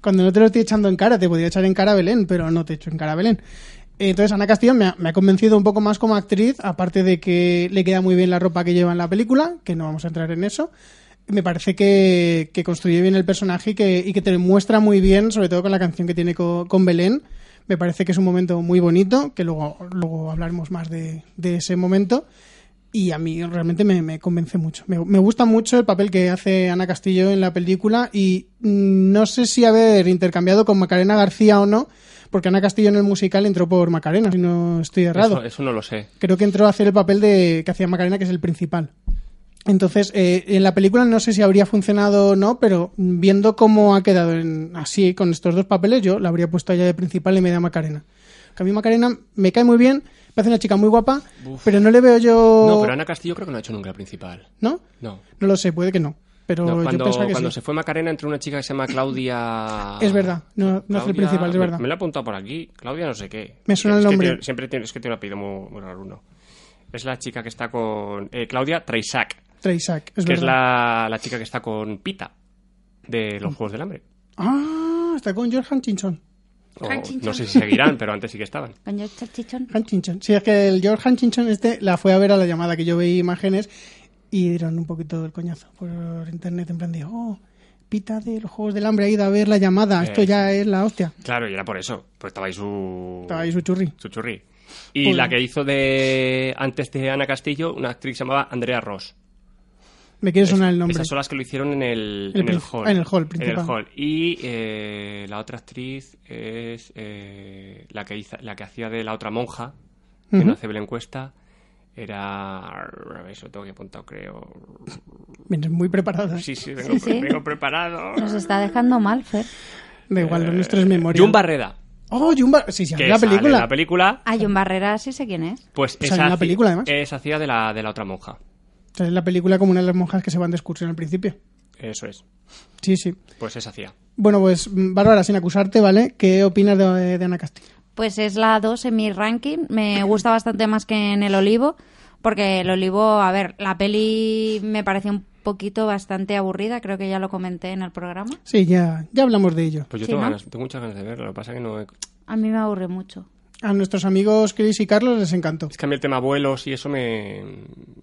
A: Cuando no te lo estoy echando en cara, te podría echar en cara a Belén, pero no te echo en cara a Belén. Entonces Ana Castillo me ha, me ha convencido un poco más como actriz, aparte de que le queda muy bien la ropa que lleva en la película, que no vamos a entrar en eso. Me parece que, que construye bien el personaje y que, y que te muestra muy bien, sobre todo con la canción que tiene co- con, Belén. Me parece que es un momento muy bonito, que luego, luego hablaremos más de, de ese momento y a mí realmente me, me convence mucho. Me, me gusta mucho el papel que hace Ana Castillo en la película y mm, no sé si haber intercambiado con Macarena García o no, porque Ana Castillo en el musical entró por Macarena, si no estoy errado
C: Eso, eso no lo sé.
A: creo que entró a hacer el papel de que hacía Macarena, que es el principal. Entonces, eh, en la película no sé si habría funcionado o no, pero viendo cómo ha quedado en- así con estos dos papeles, yo la habría puesto allá de principal y media a Macarena. Que a mí Macarena me cae muy bien, me parece una chica muy guapa,
C: Uf.
A: pero no le veo yo...
C: No, pero Ana Castillo creo que no ha hecho nunca la principal.
A: ¿No?
C: No.
A: No lo sé, puede que no. Pero
C: No,
A: yo
C: cuando
A: pensaba que
C: cuando
A: sí.
C: se fue Macarena entró una chica que se llama Claudia.
A: Es verdad, no, no hace el
C: Claudia-
A: principal, es
C: me-
A: verdad.
C: Me, lo he apuntado por aquí. Claudia no sé qué.
A: Me suena
C: Es
A: el
C: que
A: nombre.
C: tiene- siempre tiene, es que tiene un apellido muy, muy raro uno. Es la chica que está con... eh, Claudia Treisac,
A: Treysac, es
C: que es
A: verdad.
C: la, la chica que está con Pita, de
A: Mm.
C: los Juegos del Hambre.
A: Ah, está con George Hutchinson.
C: O-
B: Hutchinson.
C: no sé si seguirán, pero antes sí que estaban.
B: Con George este Chichón.
A: Hutchinson. Sí, es que el George Hutchinson este la fue a ver a la llamada que yo veía imágenes y dieron un poquito del coñazo por internet. En plan de, oh, pita de los Juegos del Hambre ha ido a ver la llamada. Esto
C: Eh.
A: ya es la hostia.
C: Claro, y era por eso. Pues estaba ahí su...
A: Estaba ahí su churri.
C: su churri. Y
A: Pues-
C: la que hizo de antes de Ana Castillo, una actriz que se llamaba Andrea Ross.
A: Me quiere sonar el nombre.
C: Esas son las que lo hicieron en el,
A: El
C: en el
A: prin-
C: hall.
A: en el hall principal.
C: En el hall. Y eh, la otra actriz es eh, la, que hizo, la que hacía de la otra monja, que
A: Ujú.
C: no hace Belén Cuesta. Era... A ver, eso lo tengo que apuntar, creo.
A: Vienes muy preparado. ¿eh?
C: Sí, sí, vengo,
B: Sí, sí.
C: vengo preparado.
B: Nos está dejando mal, Fer.
A: Da igual, los nuestros memorias.
C: Jun Barreda.
A: Oh, Jumba. Sí, sí,
C: Eh, Que
A: la
C: sale en
A: película.
C: la película.
B: Hay un Barrera, sí sé quién es.
C: Pues
A: Sale
C: esa,
A: en la
C: haci-
A: película, además.
C: esa hacía de la, de la otra monja.
A: Sale en la película como una de las monjas que se van de excursión al principio.
C: Eso es.
A: Sí, sí.
C: Pues esa hacía.
A: Bueno, pues, mm, Bárbara, sin acusarte, ¿vale? ¿Qué opinas de, de Ana Castillo?
B: Pues es la 2 en mi ranking. Me gusta bastante más que en El Olivo. Porque El Olivo, a ver, la peli me parece un poquito bastante aburrida. Creo que ya lo comenté en el programa.
A: Sí, ya, ya hablamos de ello.
C: Pues yo
B: Sí,
C: tengo,
B: ¿no?
C: ganas- tengo muchas ganas de verlo. Lo que pasa es que no... he-
B: A mí me aburre mucho.
A: A nuestros amigos Chris y Carlos les encantó.
C: Es que a mí el tema vuelos y eso me,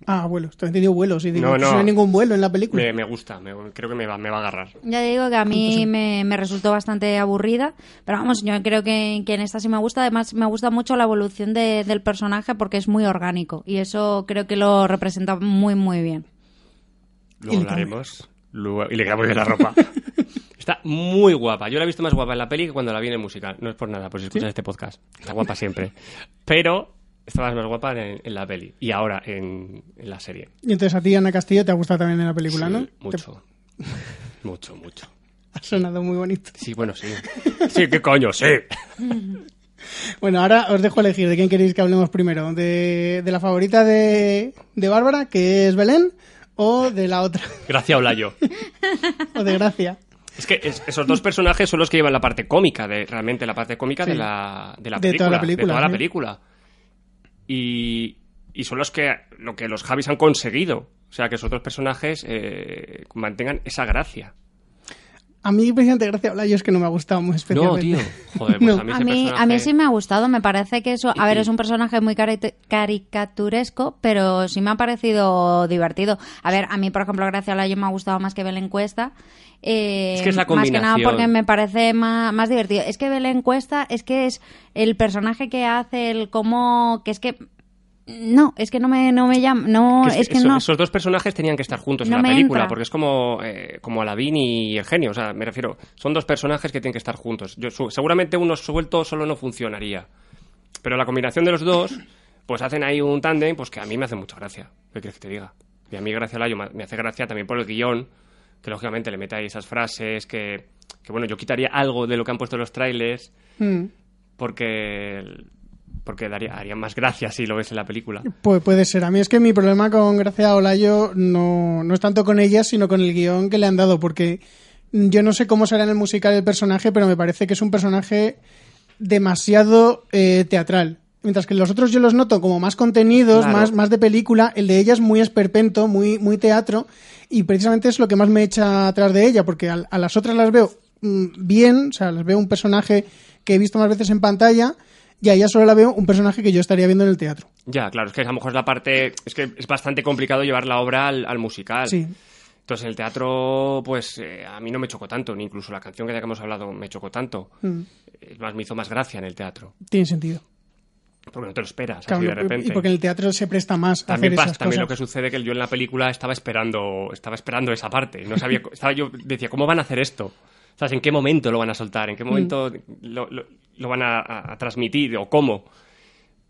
A: Ah, vuelos. Te he entendido vuelos. Y digo,
C: No,
A: no,
C: no.
A: hay ningún vuelo en la película.
C: me, me gusta. me- creo que me va, me va a agarrar.
B: Ya digo que a mí me, me resultó bastante aburrida, pero vamos, yo creo que, que en esta sí me gusta. Además, me gusta mucho la evolución de- del personaje porque es muy orgánico y eso creo que lo representa muy, muy bien.
C: Luego
A: Y le
C: hablaremos. Luego- y le queda muy bien la ropa. Está muy guapa. Yo la he visto más guapa en la peli que cuando la vi en el musical. No es por nada, por si escuchas este podcast. Está guapa siempre. Pero estaba más guapa en, en la peli. Y ahora en, en la serie.
A: Y entonces a ti, Ana Castillo, te ha gustado también en la película,
C: Sí,
A: ¿no?
C: Mucho. Mucho, mucho.
A: Te ha sonado muy bonito.
C: Sí, bueno, sí. Sí, qué coño, sí.
A: Bueno, ahora os dejo elegir de quién queréis que hablemos primero. ¿De, de la favorita de, de Bárbara, que es Belén, o de la otra,
C: Gracias, Olayo.
A: o de Gracia?
C: Es que es- esos dos personajes son los que llevan la parte cómica, de, realmente la parte cómica de,
A: Sí.
C: la, de la
A: De
C: película.
A: toda la película,
C: de toda la
A: sí.
C: película. Y, y son los que, lo que los Javis han conseguido. O sea, que esos dos personajes eh, mantengan esa gracia.
A: A mí, presidente, Gracia Olayo es que no me ha gustado muy
C: No,
A: especialmente.
C: tío. Joder, pues
A: No.
C: a mí
B: A
C: ese
B: mí,
C: personaje-
B: a mí sí me ha gustado, me parece que eso, a ver,
C: y-
B: es un personaje muy cari- caricaturesco, pero sí me ha parecido divertido. A ver, a mí, por ejemplo, Gracia Olayo me ha gustado más que Belén Cuesta. eh,
C: Es que es la
B: Más que
C: combinación.
B: nada porque me parece más, más divertido. Es que Belén Cuesta es que es el personaje que hace, el cómo, que es que... No, es que no me, no me llama, no,
C: que
B: es,
C: es-
B: que
C: eso-
B: no.
C: Esos dos personajes tenían que estar juntos
B: No
C: en la
B: me
C: película,
B: entra.
C: porque es como, eh, como Aladdin y el genio. O sea, me refiero, son dos personajes que tienen que estar juntos. Yo, su- seguramente uno suelto solo no funcionaría. Pero la combinación de los dos pues hacen ahí un tándem pues que a mí me hace mucha gracia. ¿Qué quieres que te diga? Y a mí Gracia Layo me me hace gracia también por el guión, que lógicamente le mete ahí esas frases, que, que bueno, yo quitaría algo de lo que han puesto en los trailers,
A: Mm.
C: porque, porque daría, haría más gracia si lo ves en la película.
A: Pues puede ser. A mí es que mi problema con Gracia Olayo no, no es tanto con ella, sino con el guión que le han dado, porque yo no sé cómo será en el musical el personaje, pero me parece que es un personaje demasiado eh, teatral. Mientras que los otros yo los noto como más contenidos,
C: Claro.
A: más, más de película, el de ella es muy esperpento, muy, muy teatro, y precisamente es lo que más me echa atrás de ella, porque al- a, las otras las veo mm, bien, o sea, las veo un personaje que he visto más veces en pantalla, y a ella solo la veo un personaje que yo estaría viendo en el teatro.
C: Ya, claro, es que a lo mejor es la parte. Es que es bastante complicado llevar la obra al, al musical.
A: Sí.
C: Entonces, en el teatro, pues eh, a mí no me chocó tanto, ni incluso la canción que ya que hemos hablado me chocó tanto.
A: Mm.
C: Es más, me hizo más gracia en el teatro.
A: Tiene sentido.
C: Porque no te lo esperas,
A: Claro,
C: así de
A: no,
C: repente.
A: Y porque en el teatro se presta más a
C: También,
A: hacer
C: pasa,
A: esas
C: también lo que
A: cosas.
C: sucede que yo en la película estaba esperando, estaba esperando esa parte. No sabía, co- estaba, yo decía, ¿cómo van a hacer esto? ¿Sabes? ¿En qué momento lo van a soltar? ¿En
A: Mm.
C: qué momento lo, lo- lo van a, a- a transmitir? ¿O cómo?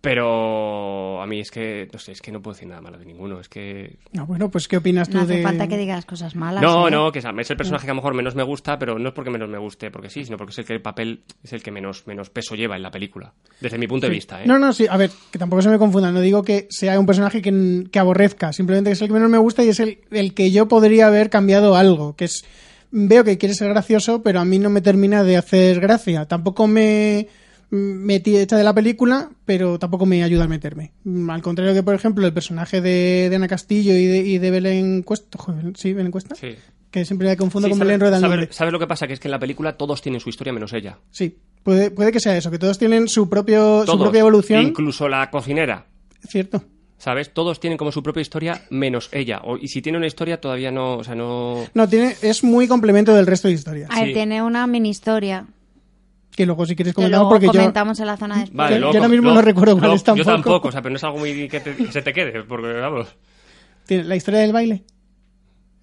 C: Pero a mí es que, no sé, es que no puedo decir nada malo de ninguno. Es que
A: No, bueno, pues ¿qué opinas tú
B: No hace
A: de...?
B: falta que digas cosas malas.
C: No,
B: ¿eh?
C: no, que es es el
A: Mm.
C: personaje que a lo mejor menos me gusta, pero no es porque menos me guste, porque sí, sino porque es el que el papel es el que menos, menos peso lleva en la película, desde mi punto de vista. ¿eh?
A: No, no, sí, a ver, que tampoco se me confunda, no digo que sea un personaje que, que aborrezca, simplemente es el que menos me gusta y es el, el que yo podría haber cambiado algo, que es... Veo que quiere ser gracioso, pero a mí no me termina de hacer gracia. Tampoco me, me echa de la película, pero tampoco me ayuda a meterme. Mm, Al contrario que, por ejemplo, el personaje de, de Ana Castillo y de, y de Belén Cuesta, joder, ¿sí, Belén Cuesta?
C: Sí.
A: Que siempre me confundo
C: Sí,
A: con
C: sabe-
A: Belén Rueda. el
C: sabe-
A: nombre.
C: ¿Sabes lo que pasa? Que es que en la película todos tienen su historia menos ella.
A: Sí, puede, puede que sea eso, que todos tienen su propio su
C: Todos.
A: propia evolución,
C: Incluso la cocinera.
A: cierto.
C: ¿Sabes? Todos tienen como su propia historia menos ella. O- y si tiene una historia todavía no, o sea, no...
A: No tiene es muy complemento del resto de historias,
B: A ver,
C: Sí.
B: tiene una mini historia.
A: que luego si quieres
B: Que
A: comentar
B: luego
A: porque
B: comentamos en la zona de spoilers.
C: Vale,
A: Yo-
C: luego-
A: yo ahora mismo
C: luego-
A: no recuerdo cuál
C: luego-
A: es tampoco.
C: Yo tampoco, o sea, pero no es algo muy que, te- que se te quede, porque vamos...
A: yo tiene la historia del baile.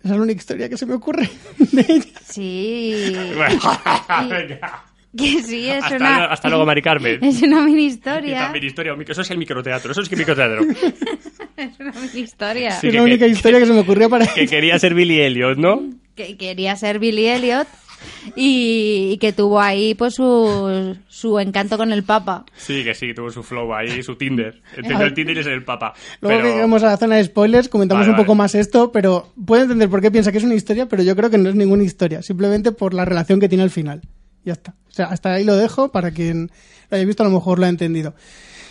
A: Esa es la única historia que se me ocurre de ella.
B: Sí.
C: Venga.
B: que sí, es
C: Hasta
B: una.
C: lu- hasta luego, Mari Carmen.
B: Es una mini
C: Y
B: historia.
C: también historia, o micro- eso es el microteatro, eso es que microteatro.
B: es una mini historia.
C: Sí,
A: es
C: que-
A: la única
C: que-
A: historia que se me ocurrió para
C: que quería ser Billy Elliot, ¿no?
B: que quería ser Billy Elliot y, y que tuvo ahí pues su, su encanto con el Papa.
C: Sí, que sí, tuvo su flow ahí, su Tinder. Entendió el Tinder y es el papa.
A: Luego
C: Pero-
A: que llegamos a la zona de spoilers, comentamos
C: Vale,
A: un poco
C: vale.
A: más esto, pero puedo entender por qué piensa que es una historia, pero yo creo que no es ninguna historia, simplemente por la relación que tiene al final. Ya está. O sea, hasta ahí lo dejo para quien lo haya visto, a lo mejor lo ha entendido.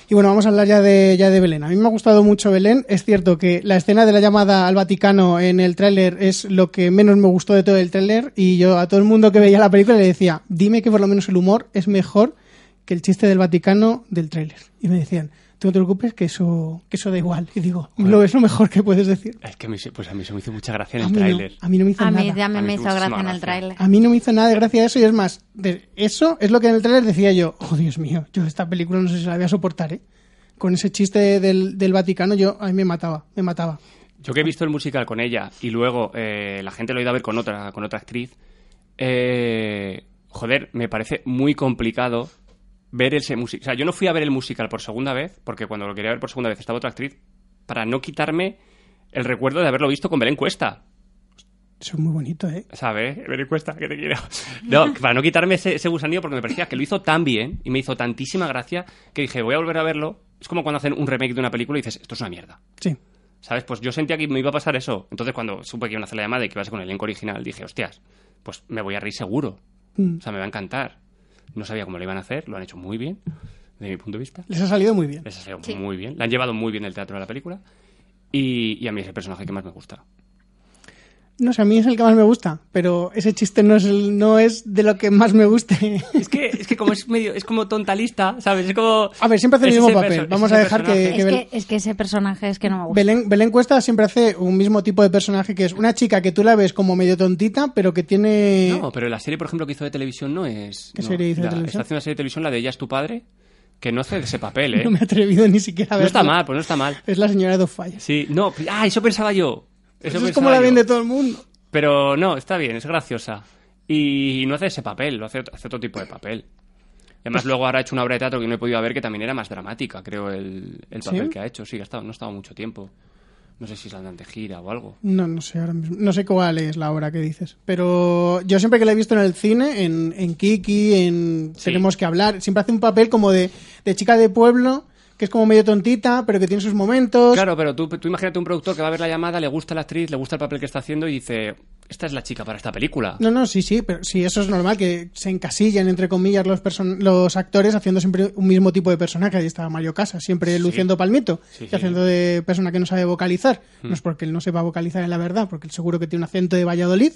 A: Y bueno, vamos a hablar ya de, ya de Belén. A mí me ha gustado mucho Belén. Es cierto que la escena de la llamada al Vaticano en el tráiler es lo que menos me gustó de todo el tráiler. Y yo a todo el mundo que veía la película le decía, dime que por lo menos el humor es mejor que el chiste del Vaticano del tráiler. Y me decían, tú no te preocupes que eso, que eso da igual. Y digo, lo es lo mejor que puedes decir.
C: Es que a mí se- pues a mí se me hizo mucha gracia en
A: A
C: el
A: mí, no,
C: tráiler.
A: a mí no me hizo
B: A mí
A: nada. Ah,
B: también
C: A mí
B: me hizo
C: muchísima
B: gracia en el
C: gracia.
B: tráiler.
A: A mí no me hizo nada de gracia eso y es más, de eso es lo que en el tráiler decía yo, oh Dios mío, yo esta película no sé si la voy a soportar, ¿eh? Con ese chiste del, del Vaticano yo, a mí me mataba, me mataba.
C: Yo que he visto el musical con ella y luego eh, la gente lo ha ido a ver con otra, con otra actriz, eh, joder, me parece muy complicado ver ese musical. O sea, yo no fui a ver el musical por segunda vez, porque cuando lo quería ver por segunda vez estaba otra actriz, para no quitarme el recuerdo de haberlo visto con Belén Cuesta.
A: Eso es muy bonito, ¿eh?
C: ¿Sabes? Me cuesta, que te quiero. No, para no quitarme ese, ese gusanillo porque me parecía que lo hizo tan bien y me hizo tantísima gracia que dije, voy a volver a verlo. Es como cuando hacen un remake de una película y dices, esto es una mierda.
A: Sí.
C: ¿Sabes? Pues yo sentía que me iba a pasar eso. Entonces cuando supe que iban a hacer la llamada y que iba a ser con el elenco original, dije, hostias, pues me voy a reír seguro.
A: Mm.
C: O sea, me va a encantar. No sabía cómo lo iban a hacer, lo han hecho muy bien, desde mi punto de vista.
A: Les ha salido muy bien.
C: Les ha salido muy bien. La han llevado muy bien del teatro a la película. Y, y a mí es el personaje que más me gusta.
A: No sé, a mí es el que más me gusta, pero ese chiste no es, el- no es de lo que más me guste.
C: Es que, es que como es medio, es como tontalista, ¿sabes? Es como.
A: A ver, siempre hace el
C: es
A: mismo
C: ese
A: papel.
C: perso- es
A: Vamos
C: ese
A: a dejar que-
C: personaje.
B: Es
A: Belén-
B: que, es que ese personaje es que no me gusta.
A: Belén, Belén Cuesta siempre hace un mismo tipo de personaje, que es una chica que tú la ves como medio tontita, pero que tiene...
C: No, pero la serie, por ejemplo, que hizo de televisión no es.
A: ¿Qué
C: no.
A: serie hizo de
C: La-
A: televisión?
C: Está haciendo una serie de televisión, la de Ella es tu padre, que no hace de ese papel, ¿eh?
A: No me he atrevido ni siquiera a
C: No
A: verla.
C: está mal, pues no está mal.
A: Es la señora de fallas
C: Sí, no, ah, eso pensaba yo.
A: Eso,
C: Eso,
A: es
C: pensaba
A: como la
C: yo.
A: vende todo el mundo.
C: Pero no, está bien, es graciosa. Y no hace ese papel, lo hace, hace otro tipo de papel. además luego ahora ha hecho una obra de teatro que no he podido ver que también era más dramática, creo, el, el papel
A: ¿Sí?
C: que ha hecho. Sí, ha estado, no ha estado mucho tiempo. No sé si es la de Antejira o algo.
A: No, no sé ahora mismo. No sé cuál es la obra que dices. Pero yo siempre que la he visto en el cine, en, en Kiki, en
C: Sí.
A: Tenemos que hablar, siempre hace un papel como de, de chica de pueblo, que es como medio tontita, pero que tiene sus momentos.
C: Claro, pero tú, tú imagínate un productor que va a ver la llamada, le gusta la actriz, le gusta el papel que está haciendo y dice, esta es la chica para esta película.
A: No, no, sí, sí, pero sí, eso es normal, que se encasillan, entre comillas, los, person- los actores haciendo siempre un mismo tipo de personaje. Ahí estaba Mario Casas, siempre luciendo palmito
C: Sí,
A: y
C: sí. Mm.
A: haciendo de persona que no sabe vocalizar. No es porque él no sepa vocalizar en la verdad, porque él seguro que tiene un acento de Valladolid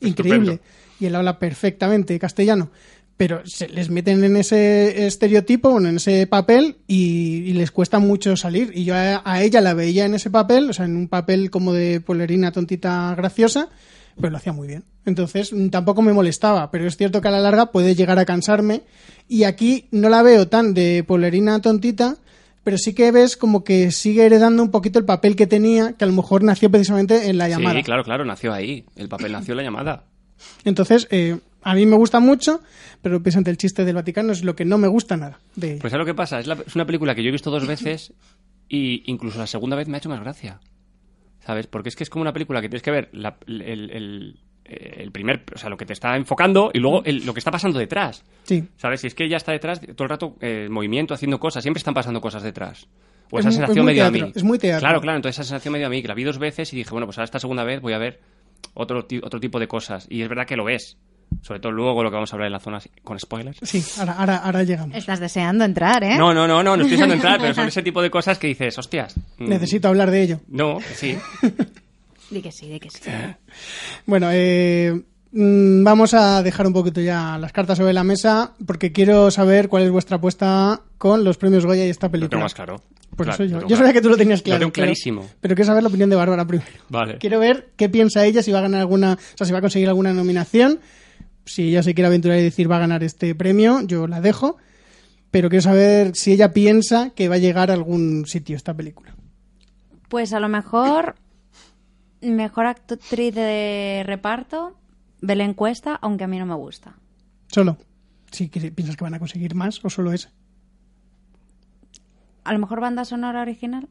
A: increíble
C: Estupendo.
A: y él habla perfectamente castellano. Pero se les meten en ese estereotipo, bueno, en ese papel y, y les cuesta mucho salir. Y yo a, a ella la veía en ese papel, o sea, en un papel como de polerina tontita graciosa, pero lo hacía muy bien. Entonces mm, tampoco me molestaba, pero es cierto que a la larga puede llegar a cansarme. Y aquí no la veo tan de polerina tontita, pero sí que ves como que sigue heredando un poquito el papel que tenía, que a lo mejor nació precisamente en la llamada.
C: Sí, claro, claro, nació ahí. El papel nació en la llamada.
A: Entonces, eh, a mí me gusta mucho, pero piensa ante el chiste del Vaticano es lo que no me gusta nada de ella.
C: Pues ¿sabes lo que pasa? Es, la- es una película que yo he visto dos veces y incluso la segunda vez me ha hecho más gracia. ¿Sabes? Porque es que es como una película que tienes que ver la- el, el- eh, el primer, o sea, lo que te está enfocando y luego el- lo que está pasando detrás.
A: Sí.
C: ¿Sabes? Si es que ella está detrás todo el rato eh, movimiento, haciendo cosas, siempre están pasando cosas detrás. O
A: Es
C: esa
A: mu-
C: sensación
A: es muy
C: medio a
A: teatro,
C: mí.
A: es muy teatro.
C: Claro, claro, entonces esa sensación medio a mí, que la vi dos veces y dije, bueno, pues ahora esta segunda vez voy a ver otro, ti- otro tipo de cosas. Y es verdad que lo es. Sobre todo luego lo que vamos a hablar en la zona con spoilers.
A: Sí, ahora, ahora, ahora llegamos.
B: Estás deseando entrar, ¿eh?
C: No, no, no, no, no estoy dejando entrar, pero son ese tipo de cosas que dices, hostias. mm,
A: Necesito hablar de ello.
C: No, sí.
B: Di que sí, di que sí.
A: Bueno, eh, mm, vamos a dejar un poquito ya las cartas sobre la mesa, porque quiero saber cuál es vuestra apuesta con los premios Goya y esta
C: Lo
A: película.
C: tengo más claro.
A: Por
C: Claro,
A: eso yo.
C: lo tengo
A: Yo
C: claro.
A: sabía que tú lo tenías
C: Lo
A: claro.
C: tengo
A: pero-
C: claro.
A: Pero, quiero saber la opinión de Bárbara primero.
C: Vale.
A: Quiero ver qué piensa ella, si va a ganar alguna, o sea, si va a conseguir alguna nominación. Si ella se quiere aventurar y decir va a ganar este premio, yo la dejo. Pero quiero saber si ella piensa que va a llegar a algún sitio esta película.
B: Pues a lo mejor, mejor actriz de reparto, Belén Cuesta, aunque a mí no me gusta.
A: Solo. Si que- piensas que van a conseguir más o solo ese.
B: A lo mejor banda sonora original.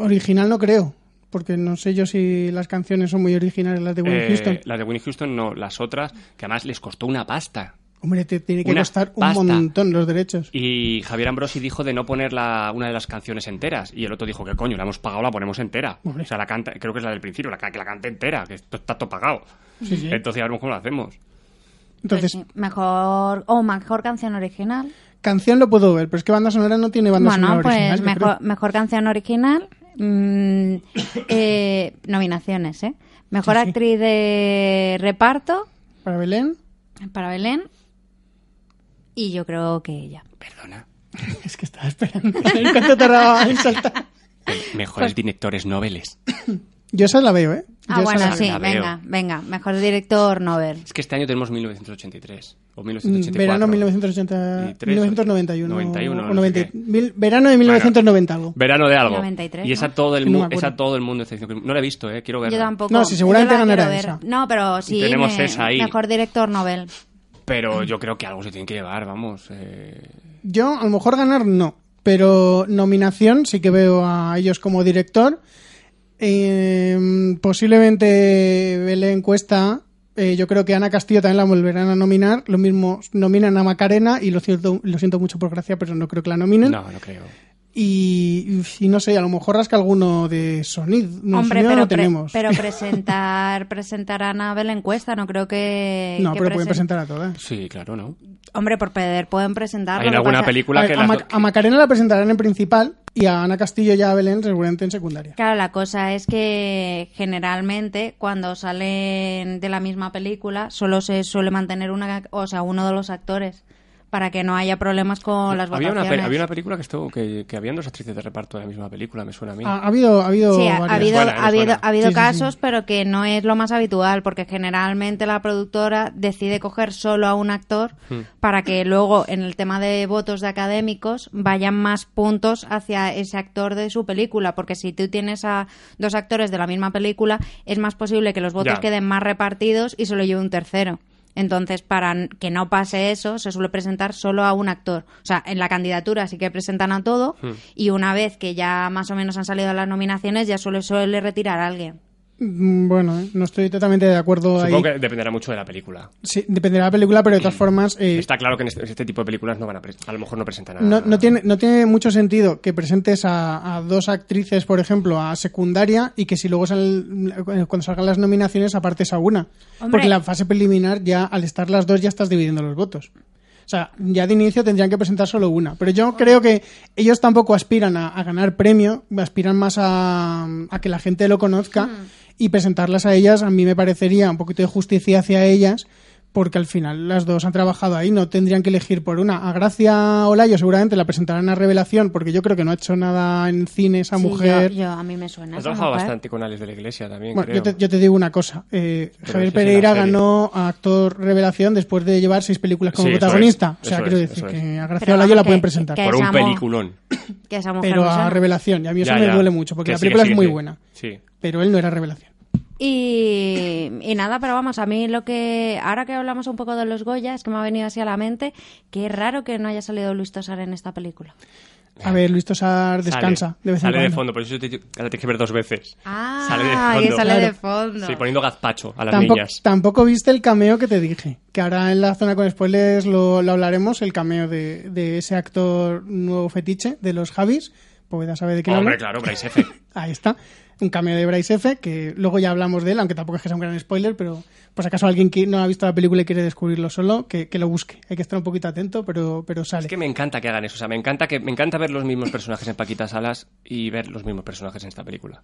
A: Original no creo, porque no sé yo si las canciones son muy originales las de Whitney
C: Eh,
A: Houston.
C: la de Winnie Houston, no, las otras, que además les costó una pasta.
A: Hombre, te tiene que
C: una
A: costar un
C: pasta.
A: montón los derechos.
C: Y Javier Ambrosi dijo de no poner la- una de las canciones enteras. Y el otro dijo, que coño, la hemos pagado, la ponemos entera.
A: Hombre.
C: O sea, la canta, creo que es la del principio, la, ca- que la cante entera, que esto está todo pagado.
A: Sí, sí.
C: Entonces, a ver cómo lo hacemos.
A: Entonces,
B: Pues sí, mejor o mejor canción original.
A: canción lo puedo ver, pero es que banda sonora no tiene banda
B: bueno,
A: sonora
B: pues
A: original. yo creo.
B: mejor, mejor canción original. mm, eh, nominaciones, ¿eh? Mejor
A: Sí, sí.
B: actriz de reparto
A: Para Belén.
B: para Belén. Y yo creo que ella.
C: Perdona.
A: Es que estaba esperando. a ver ¿Cuánto tardaba en saltar? Pues
C: Mejores directores noveles.
A: Yo esa la veo, ¿eh? Yo
B: Ah,
A: esa
B: bueno,
A: la
B: sí,
C: La veo.
B: venga, venga. Mejor director Nobel.
C: Es que este año tenemos 1983
A: veo.
C: o 1984.
A: Mm, Verano 1980,
C: Y tres,
A: 1991.
C: 91,
A: o
C: no sé
A: 90
C: qué.
A: mil- verano de 1990 algo.
C: Verano de algo.
B: 93,
C: y es a
B: ¿no?
C: todo
A: Sí,
C: el
A: no me
C: mundo,
A: acuerdo.
C: es a todo el mundo excepción que- No la he visto, eh, quiero verla.
B: Yo tampoco.
A: No, sí, seguramente
B: Yo la
A: ganará
B: quiero
A: esa.
B: ver. No, pero sí.
C: Tenemos
B: me-
C: esa ahí.
B: Mejor director Nobel.
C: Pero yo creo que algo se tiene que llevar, vamos. eh.
A: Yo, a lo mejor ganar no, pero nominación sí que veo a ellos como director. Eh, posiblemente Belén Cuesta, eh, yo creo que Ana Castillo también la volverán a nominar. Lo mismo nominan a Macarena y lo siento, lo siento mucho por gracia, pero no creo que la nominen.
C: No, no creo.
A: Y, y no sé, a lo mejor rasca alguno de sonido. No,
B: Hombre,
A: sonido
B: pero,
A: no
B: pre-
A: tenemos.
B: pero presentar, presentar a Anabel encuesta, no creo que.
A: no,
B: que
A: pero pueden
B: presen-
A: presentar a todas.
C: Sí, claro, ¿no?
B: Hombre, por poder pueden presentar.
C: Hay
B: lo
C: en
B: que
C: alguna
B: pasa-
C: película
A: A,
C: que
A: ver, a
C: las
A: Ma-
C: do-
A: a Macarena la presentarán en principal y a Ana Castillo y a Belén seguramente en secundaria.
B: Claro, la cosa es que generalmente cuando salen de la misma película solo se suele mantener una, o sea, uno de los actores para que no haya problemas con las
C: había, una,
B: votaciones.
C: pe- había una película que estuvo que, que habían dos actrices de reparto de la misma película, me suena a mí.
A: Ha, ha habido, ha habido,
B: Sí, ha, ha
A: varias.
B: habido,
C: Buena, es
B: ha habido,
C: buena.
B: ha habido
A: Sí, sí,
B: casos,
A: sí.
B: pero que no es lo más habitual, porque generalmente la productora decide coger solo a un actor para que luego en el tema de votos de académicos vayan más puntos hacia ese actor de su película, porque si tú tienes a dos actores de la misma película, es más posible que los votos
C: Ya.
B: queden más repartidos y se lo lleve un tercero. Entonces, para n- que no pase eso, se suele presentar solo a un actor. O sea, en la candidatura sí que presentan a todo y una vez que ya más o menos han salido las nominaciones, ya suele, suele retirar a alguien.
A: Mm, Bueno, eh, no estoy totalmente de acuerdo ahí.
C: Supongo que dependerá mucho de la película.
A: Sí, dependerá de la película, pero de todas formas. eh,
C: Está claro que en este, este tipo de películas no van a, pres- a lo mejor no presentan nada.
A: No, no tiene, no tiene mucho sentido que presentes a, a dos actrices, por ejemplo, a secundaria y que si luego sal- cuando salgan las nominaciones apartes a una.
B: Hombre.
A: Porque la fase preliminar ya, al estar las dos, ya estás dividiendo los votos. O sea, ya de inicio tendrían que presentar solo una. Pero yo creo que ellos tampoco aspiran a, a ganar premio, aspiran más a, a que la gente lo conozca y presentarlas a ellas a mí me parecería un poquito de justicia hacia ellas porque al final las dos han trabajado ahí, no tendrían que elegir por una. A Gracia Olayo seguramente la presentarán a Revelación porque yo creo que no ha hecho nada en cine esa
B: Sí,
A: mujer.
B: yo- yo- a mí me suena.
C: Ha
B: esa
C: trabajado
B: mujer.
C: bastante con Alex de la Iglesia también,
A: Bueno, yo
C: creo.
A: te, yo te digo una cosa. eh, Javier
C: Pero eso es una
A: Pereira
C: serie.
A: ganó a actor revelación después de llevar seis películas como
C: Sí, eso
A: protagonista.
C: es,
A: o sea,
C: eso
A: quiero
C: es,
A: decir
C: eso es.
A: que a Gracia
B: Pero
A: Olayo la
B: vamos,
A: pueden
B: que-
A: presentar.
B: que-
C: Por
B: esa
C: un
B: mo-
C: peliculón.
B: Que esa mujer
A: pero
B: me
A: a
B: suena.
A: revelación. Y a mí eso
C: Ya,
A: me
C: ya.
A: duele mucho porque
C: Que
A: la
C: sí,
A: película
C: que sí,
A: es
C: que
A: muy
C: sí.
A: buena.
C: Sí.
A: Pero él no era revelación.
B: Y, y nada, pero vamos, a mí lo que. Ahora que hablamos un poco de los Goya, es que me ha venido así a la mente que es raro que no haya salido Luis Tosar en esta película.
A: A ver, Luis Tosar descansa
C: Sale,
A: de vez en
C: sale
A: cuando.
C: de fondo, por eso te, la tienes que ver dos veces.
B: Ah,
C: sale de
B: y
C: fondo.
B: sale de
A: Claro.
B: fondo.
C: Sí, poniendo gazpacho a las
A: Tampoco,
C: niñas.
A: tampoco viste el cameo que te dije, que ahora en la zona con spoilers lo, lo hablaremos, el cameo de, de ese actor nuevo fetiche de los Javis, Pues Poveda sabe de qué
C: Hombre,
A: hablo.
C: claro, Bryce F.
A: Ahí está, un cameo de Bryce F, que luego ya hablamos de él, aunque tampoco es que sea un gran spoiler, pero pues acaso alguien que no ha visto la película y quiere descubrirlo solo, que, que lo busque. Hay que estar un poquito atento, pero, pero sale.
C: Es que me encanta que hagan eso. O sea, me encanta, que, me encanta ver los mismos personajes en Paquita Salas y ver los mismos personajes en esta película.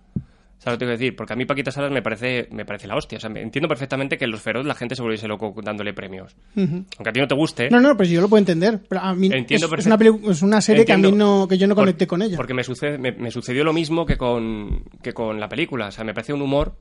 C: ¿Sabes lo que tengo que decir? Porque a mí Paquita Salas me parece, me parece la hostia. O sea, me- entiendo perfectamente que en Los Feroz la gente se volviese loco dándole premios. Aunque a ti no te guste.
A: No, no, pues yo lo puedo entender, pero a mí
C: Entiendo
A: es- es,
C: perfect-
A: una pelicu- es una serie que a mí
C: entiendo.
A: no, que yo no
C: Por-
A: conecté con ella.
C: Porque me, sucede, me, me sucedió lo mismo que con, que con la película. O sea, me parece un humor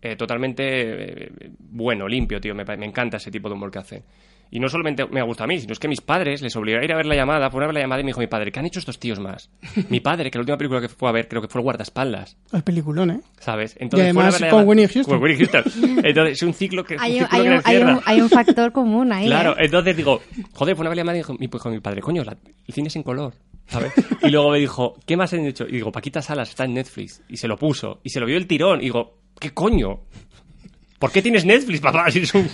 C: eh, totalmente eh, bueno, limpio, tío. Me, pa- me encanta ese tipo de humor que hace. Y no solamente me gusta a mí, sino es que mis padres les obligó a ir a ver la llamada, fueron a ver la llamada y me dijo mi padre, ¿qué han hecho estos tíos más? Mi padre, que la última película que fue a ver creo que fue el guardaespaldas,
A: El peliculón, ¿eh?
C: ¿sabes?
A: además
C: fueron a ver la
A: con
C: llamada-
A: Whitney Houston.
C: Con Whitney Houston. Entonces, es un ciclo que...
B: Hay
C: un
B: un,
C: círculo
B: hay un- hay
C: que no
B: un-
C: cierra.
B: hay un factor común ahí.
C: Claro,
B: ¿eh?
C: entonces digo, joder, fue una película y dijo mi, dijo mi padre, coño, la- el cine es en color, ¿sabes? Y luego me dijo, ¿qué más han hecho? Y digo, Paquita Salas está en Netflix. Y se lo puso. Y se lo vio el tirón. Y digo, ¿qué coño? ¿Por qué tienes Netflix, papá? Si es un...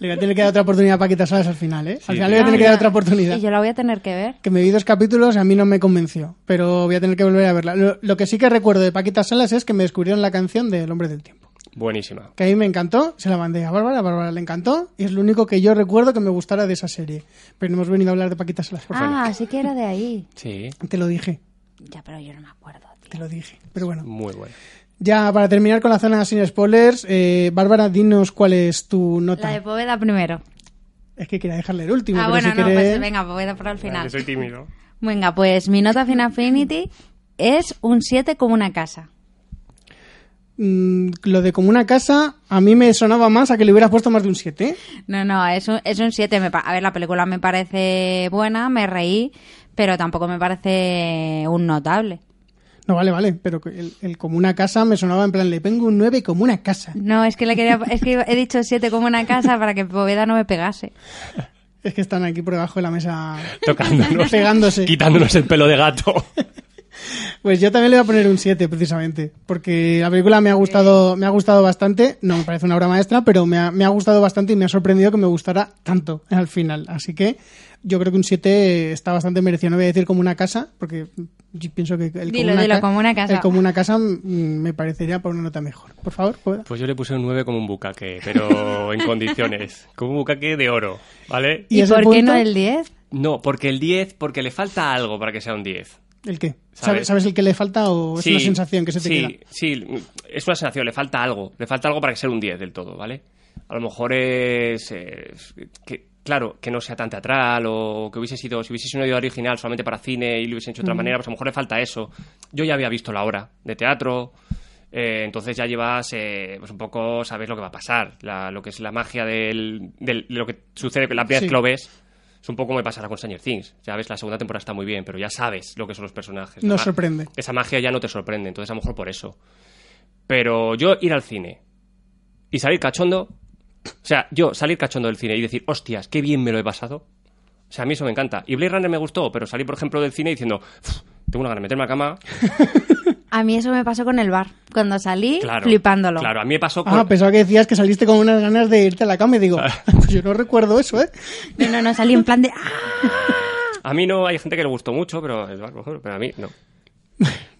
A: Le voy a tener que dar otra oportunidad a Paquita Salas al final, ¿eh?
C: Sí,
A: Al final
C: sí.
A: le voy a tener que
B: Ah,
A: dar otra oportunidad.
B: Y yo la voy a tener que ver.
A: Que me vi dos capítulos y a mí no me convenció, pero voy a tener que volver a verla. Lo, lo que sí que recuerdo de Paquita Salas es que me descubrieron la canción del Hombre del Tiempo.
C: Buenísima.
A: Que a mí me encantó, se la mandé a Bárbara, a Bárbara le encantó y es lo único que yo recuerdo que me gustara de esa serie. Pero no hemos venido a hablar de Paquita Salas,
C: Pues
A: por
B: Ah, sí que era de ahí.
C: Sí,
A: favor. Te lo dije,
B: Ya, pero yo no me acuerdo, tío.
A: te lo dije. Pero bueno,
C: muy buena.
A: ya para terminar con la zona sin spoilers, eh, Bárbara, dinos cuál es tu
B: La de
A: nota.
B: Poveda primero.
A: Es que quería dejarle el último.
B: Ah,
A: pero
B: bueno,
A: si
B: no,
A: quieres-
B: pues venga, Poveda para el final.
C: Que soy tímido.
B: Venga, pues mi nota Final Affinity es un 7 como una casa.
A: Mm, lo de como una casa, a mí me sonaba más a que le hubieras puesto más de un 7. ¿eh?
B: No, no, es un, es un 7. Me pa- A ver, la película me parece buena, me reí, pero tampoco me parece un notable.
A: No, vale, vale, pero que el, el como una casa me sonaba en plan, le pongo un 9 como una casa.
B: No, es que le quería, es que he dicho 7 como una casa para que Poveda no me pegase.
A: Es que están aquí por debajo de la mesa.
C: Tocándonos.
A: Pegándose.
C: Quitándonos el pelo de gato.
A: Pues yo también le voy a poner un 7, precisamente, porque la película me ha gustado, me ha gustado bastante, no me parece una obra maestra, pero me ha, me ha gustado bastante y me ha sorprendido que me gustara tanto al final. Así que yo creo que un 7 está bastante merecido. No voy a decir como una casa, porque yo pienso que el como,
B: Dilo,
A: una,
B: dilo, como una casa.
A: el como una casa mm, me parecería para una nota mejor. Por favor, Poveda.
C: Pues yo le puse un 9 como un bucaque, pero en condiciones. Como un bucaque de oro, ¿vale?
A: ¿Y
B: ¿Y,
A: ese
B: por qué
A: punto?
B: no el 10?
C: No, porque el 10, porque le falta algo para que sea un 10.
A: ¿El qué? ¿Sabes?
C: ¿Sabes?
A: ¿Sabes el que le falta o es
C: Sí,
A: una sensación que se te
C: sí,
A: queda?
C: Sí, es una sensación, le falta algo. Le falta algo para que sea un 10 del todo, ¿vale? A lo mejor es. es- que, claro, que no sea tan teatral o que hubiese sido. Si hubiese sido una idea original solamente para cine y lo hubiesen hecho de otra manera, pues a lo mejor le falta eso. Yo ya había visto la obra de teatro. eh, entonces ya llevas eh, pues un poco, sabes lo que va a pasar, la- lo que es la magia del, del- de lo que sucede la primera
A: Sí.
C: vez que lo ves. Es un poco como me pasará con Stranger Things. Ya ves, la segunda temporada está muy bien, pero ya sabes lo que son los personajes.
A: No
C: La ma-
A: sorprende.
C: Esa magia ya no te sorprende, entonces a lo mejor por eso. Pero yo ir al cine y salir cachondo, O sea, yo salir cachondo del cine y decir, hostias, qué bien me lo he pasado. O sea, a mí eso me encanta. Y Blade Runner me gustó, pero salí, por ejemplo, del cine diciendo, "Uf, tengo una gana de meterme a la cama.
B: A mí eso me pasó con el bar. Cuando salí,
C: Claro.
B: flipándolo.
C: Claro, a mí me pasó con...
A: Ah, pensaba que decías que saliste con unas ganas de irte a la cama y
C: Ah.
A: digo, pues yo no recuerdo eso, ¿eh?
B: No, no, no, salí en plan de... "Ah".
C: A mí no, hay gente que le gustó mucho, pero, pero a mí no.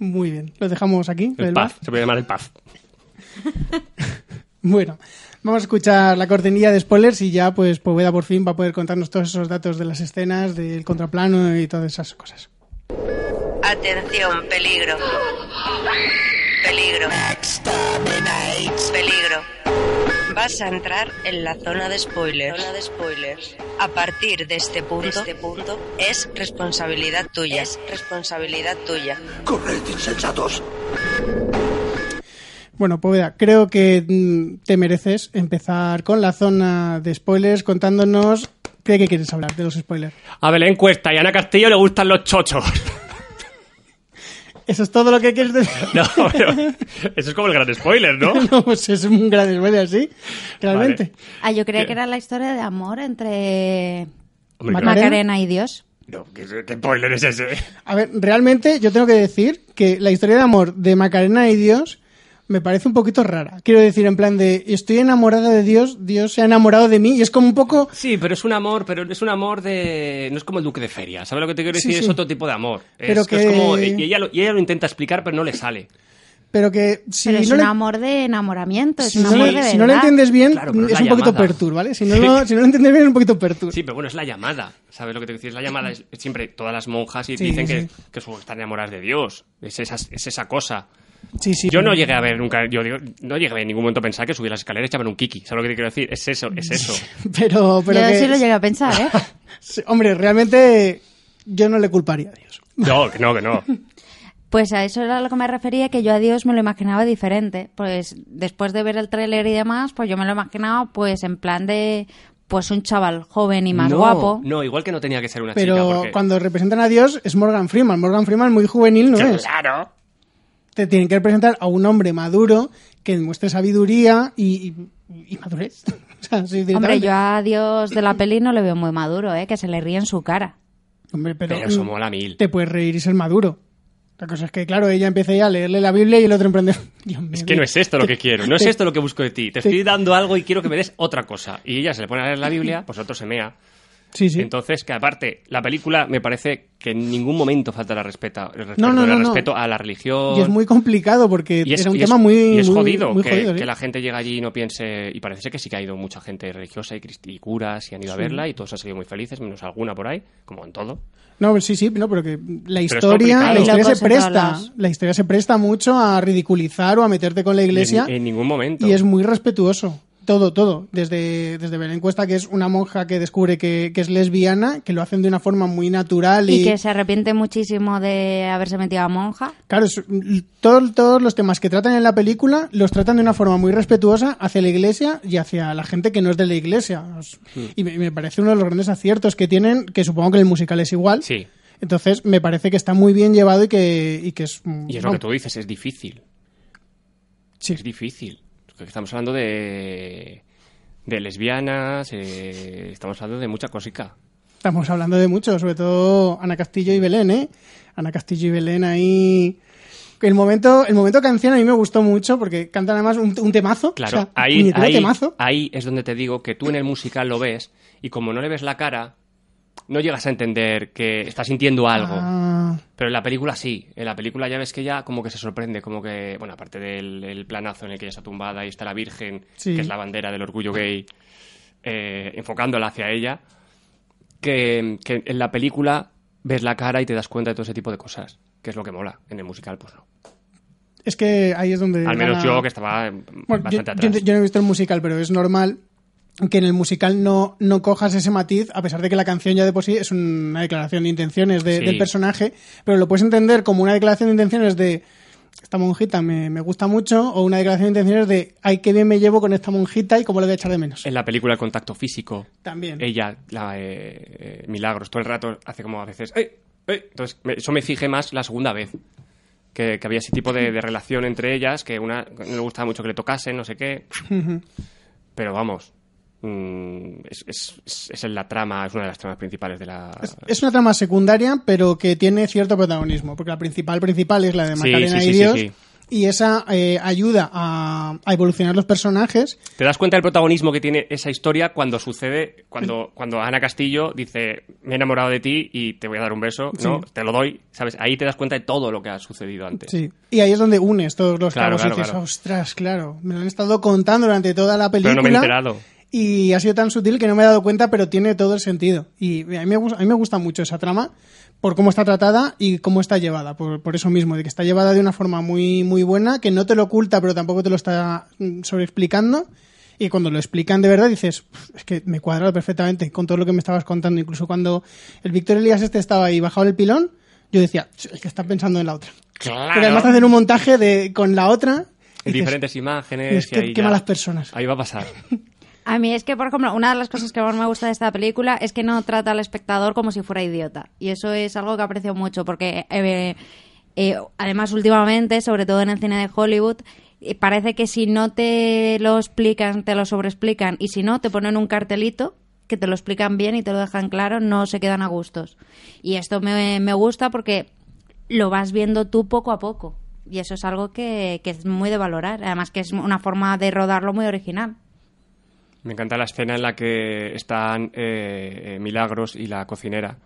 A: Muy bien, lo dejamos aquí. lo
C: El
A: del
C: paz,
A: bar.
C: se puede llamar el paz.
A: Bueno, vamos a escuchar la cortinilla de spoilers y ya pues Poveda por fin va a poder contarnos todos esos datos de las escenas, del contraplano y todas esas cosas.
I: Atención, peligro. Peligro. Peligro. Vas a entrar en la zona de spoilers. Zona de spoilers. A partir de este punto, este punto es responsabilidad tuya. Es responsabilidad tuya.
A: Bueno, Poveda, creo que mm, te mereces empezar con la zona de spoilers contándonos de qué quieres hablar, de los spoilers.
C: A Belén Cuesta y a Ana Castillo le gustan los chochos.
A: ¿Eso es todo lo que quieres decir?
C: No, pero eso es como el gran spoiler, ¿no?
A: No, pues es un gran spoiler, así, realmente.
B: Ah, yo creía que era la historia de amor entre
C: Hombre,
A: Macarena.
B: Macarena y Dios.
C: No, ¿qué, qué spoiler es ese?
A: A ver, realmente yo tengo que decir que la historia de amor de Macarena y Dios me parece un poquito rara. Quiero decir, en plan de estoy enamorada de Dios, Dios se ha enamorado de mí y es como un poco...
C: Sí, pero es un amor, pero es un amor de... No es como el duque de feria, ¿sabes lo que te quiero
A: Sí,
C: decir? Es
A: sí.
C: otro tipo de amor. Es,
A: Pero
C: es como...
A: que-
C: Y ella, lo, y ella lo intenta explicar, pero no le sale.
A: Pero que si
B: Pero es
A: no
B: un
A: le...
B: amor de enamoramiento, es
A: Si
B: un
A: no,
B: amor
A: le,
B: de
A: si no le
B: verdad.
A: entiendes bien,
C: Claro, pero es
A: es
C: la
A: un poquito
C: llamada.
A: pertur, ¿vale? Si no, lo, si no lo entiendes bien, es un poquito pertur.
C: Sí, pero bueno, es la llamada, ¿sabes lo que te quiero decir? Es la llamada, es es siempre todas las monjas y
A: Sí,
C: dicen
A: sí.
C: que, que su- están enamoradas de Dios. Es esa, es esa cosa.
A: sí, sí.
C: Yo no llegué a ver nunca, yo digo, no llegué en ningún momento a pensar que subir las escaleras y echaban un kiki. ¿Sabes lo que te quiero decir? Es eso, es eso.
A: Pero, pero
B: yo
A: que-
B: sí lo llegué a pensar, ¿eh?
A: sí, Hombre, realmente yo no le culparía a Dios.
C: No, que no, que no.
B: Pues a eso era a lo que me refería, que yo a Dios me lo imaginaba diferente. Pues después de ver el tráiler y demás, pues yo me lo imaginaba pues en plan de pues un chaval joven y más
C: no,
B: guapo.
C: No, igual que no tenía que ser una
A: Pero
C: chica. Porque...
A: cuando representan a Dios es Morgan Freeman. Morgan Freeman muy juvenil no es.
C: Claro.
A: te tienen que representar a un hombre maduro que demuestre sabiduría y, y- y madurez. o sea, sí,
B: Hombre,
A: directamente.
B: yo a Dios de la peli no le veo muy maduro, ¿eh? Que se le ríe en su cara.
A: Hombre, pero,
C: Pero eso
A: mm,
C: mola mil.
A: te puedes reír y ser maduro. La cosa es que, claro, ella empieza ya a leerle la Biblia y el otro emprende. Dios mío,
C: Es que no es esto lo que quiero, no es esto lo que busco de ti. Te estoy dando algo y quiero que me des otra cosa. Y ella se le pone a leer la Biblia, pues otro se mea.
A: Sí, sí.
C: Entonces, que aparte, la película me parece que en ningún momento falta la respeto, el respeto,
A: No, no,
C: el
A: no, no.
C: respeto a la religión.
A: Y es muy complicado porque
C: Y es-
A: era un
C: y es-
A: tema muy,
C: y es
A: muy-
C: jodido,
A: muy
C: que,
A: jodido, ¿eh?
C: que la gente llega allí y no piense. Y parece ser que sí que ha ido mucha gente religiosa y, crist- y curas y han ido a verla y todos han salido muy felices, menos alguna por ahí, como en todo.
A: No, sí, sí, no, pero que la
C: es
A: historia, la historia
C: complicado.
B: Hay
A: se
B: locos en todos
A: presta.
B: lados.
A: La historia se presta mucho a ridiculizar o a meterte con la iglesia.
C: En, en ningún momento.
A: Y es muy respetuoso. Todo, todo. Desde, desde Belén Cuesta, que es una monja que descubre que, que es lesbiana, que lo hacen de una forma muy natural y...
B: Y que se arrepiente muchísimo de haberse metido a monja.
A: Claro, es- l- todo- todos los temas que tratan en la película los tratan de una forma muy respetuosa hacia la iglesia y hacia la gente que no es de la iglesia. Es-
C: Hmm.
A: Y me, me parece uno de los grandes aciertos que tienen, que supongo que en el musical es igual.
C: Sí.
A: Entonces, me parece que está muy bien llevado y que, y que es... mm,
C: Y es lo
A: vamos,
C: que tú dices, es difícil.
A: Sí.
C: Es difícil. Porque Estamos hablando de, de lesbianas, eh, estamos hablando de mucha cosica.
A: Estamos hablando de mucho, sobre todo Ana Castillo y Belén, ¿eh? Ana Castillo y Belén ahí... El momento, el momento canción a mí me gustó mucho porque cantan además un, un temazo.
C: Claro,
A: o sea,
C: ahí,
A: puñetero
C: ahí,
A: temazo.
C: ahí es donde te digo que tú en el musical lo ves y como no le ves la cara, no llegas a entender que está sintiendo algo.
A: Ah,
C: Pero en la película sí, en la película ya ves que ya como que se sorprende, como que, bueno, aparte del el planazo en el que ella está tumbada y está la Virgen,
A: Sí.
C: que es la bandera del orgullo gay, eh, enfocándola hacia ella, que, que en la película ves la cara y te das cuenta de todo ese tipo de cosas, que es lo que mola. En el musical, pues no.
A: es que ahí es donde...
C: Al menos
A: gana-
C: yo que estaba eh,
A: Bueno, yo,
C: bastante
A: yo-
C: atrás.
A: yo no he visto el musical, pero es normal que en el musical no, no cojas ese matiz, a pesar de que la canción ya de por sí es una declaración de intenciones de-
C: Sí.
A: del personaje, pero lo puedes entender como una declaración de intenciones de esta monjita me, me gusta mucho, o una declaración de intenciones de ay, qué bien me llevo con esta monjita y cómo le voy a echar de menos.
C: En la película el contacto físico,
A: También.
C: ella, la, eh, eh, Milagros, todo el rato hace como a veces... "Ey, ey". Entonces, me- eso me fijé más la segunda vez, que, que había ese tipo de, de relación entre ellas, que una no le gustaba mucho que le tocasen, no sé qué. Pero vamos, mm, es, es- es- es en la trama, es una de las tramas principales de la...
A: Es, es una trama secundaria, pero que tiene cierto protagonismo, porque la principal principal es la de
C: Sí,
A: Macarena
C: sí, sí,
A: y
C: sí,
A: Dios,
C: sí.
A: y esa eh, ayuda a, a evolucionar los personajes.
C: Te das cuenta del protagonismo que tiene esa historia cuando sucede, cuando, cuando Ana Castillo dice, me he enamorado de ti y te voy a dar un beso, ¿no? Te lo doy, ¿sabes? Ahí te das cuenta de todo lo que ha sucedido antes.
A: Sí. Y ahí es donde unes todos los
C: Claro,
A: cabos
C: claro,
A: y dices,
C: claro.
A: ostras, claro, me lo han estado contando durante toda la película.
C: Pero no me he enterado.
A: Y ha sido tan sutil que no me he dado cuenta, pero tiene todo el sentido. Y a mí me, gus- a mí me gusta mucho esa trama por cómo está tratada y cómo está llevada, por, por eso mismo, de que está llevada de una forma muy, muy buena, que no te lo oculta, pero tampoco te lo está mm, sobreexplicando. Y cuando lo explican de verdad dices, "Uf, es que me cuadra perfectamente con todo lo que me estabas contando. Incluso cuando el Víctor Elías este estaba ahí bajado del pilón, yo decía, "Ch, es que está pensando en la otra.
C: Claro.
A: Porque además te hacen un montaje de, con la otra. y
C: En
A: dices,
C: diferentes imágenes.
A: es
C: y
A: que
C: ahí
A: qué
C: ya-
A: malas personas.
C: Ahí va a pasar.
B: A mí es que, por ejemplo, una de las cosas que más me gusta de esta película es que no trata al espectador como si fuera idiota. Y eso es algo que aprecio mucho, porque eh, eh, además últimamente, sobre todo en el cine de Hollywood, eh, parece que si no te lo explican, te lo sobreexplican, y si no, te ponen un cartelito que te lo explican bien y te lo dejan claro, no se quedan a gustos. Y esto me, me gusta porque lo vas viendo tú poco a poco. Y eso es algo que, que es muy de valorar. Además que es una forma de rodarlo muy original.
C: Me encanta la escena en la que están eh, eh, Milagros y la cocinera.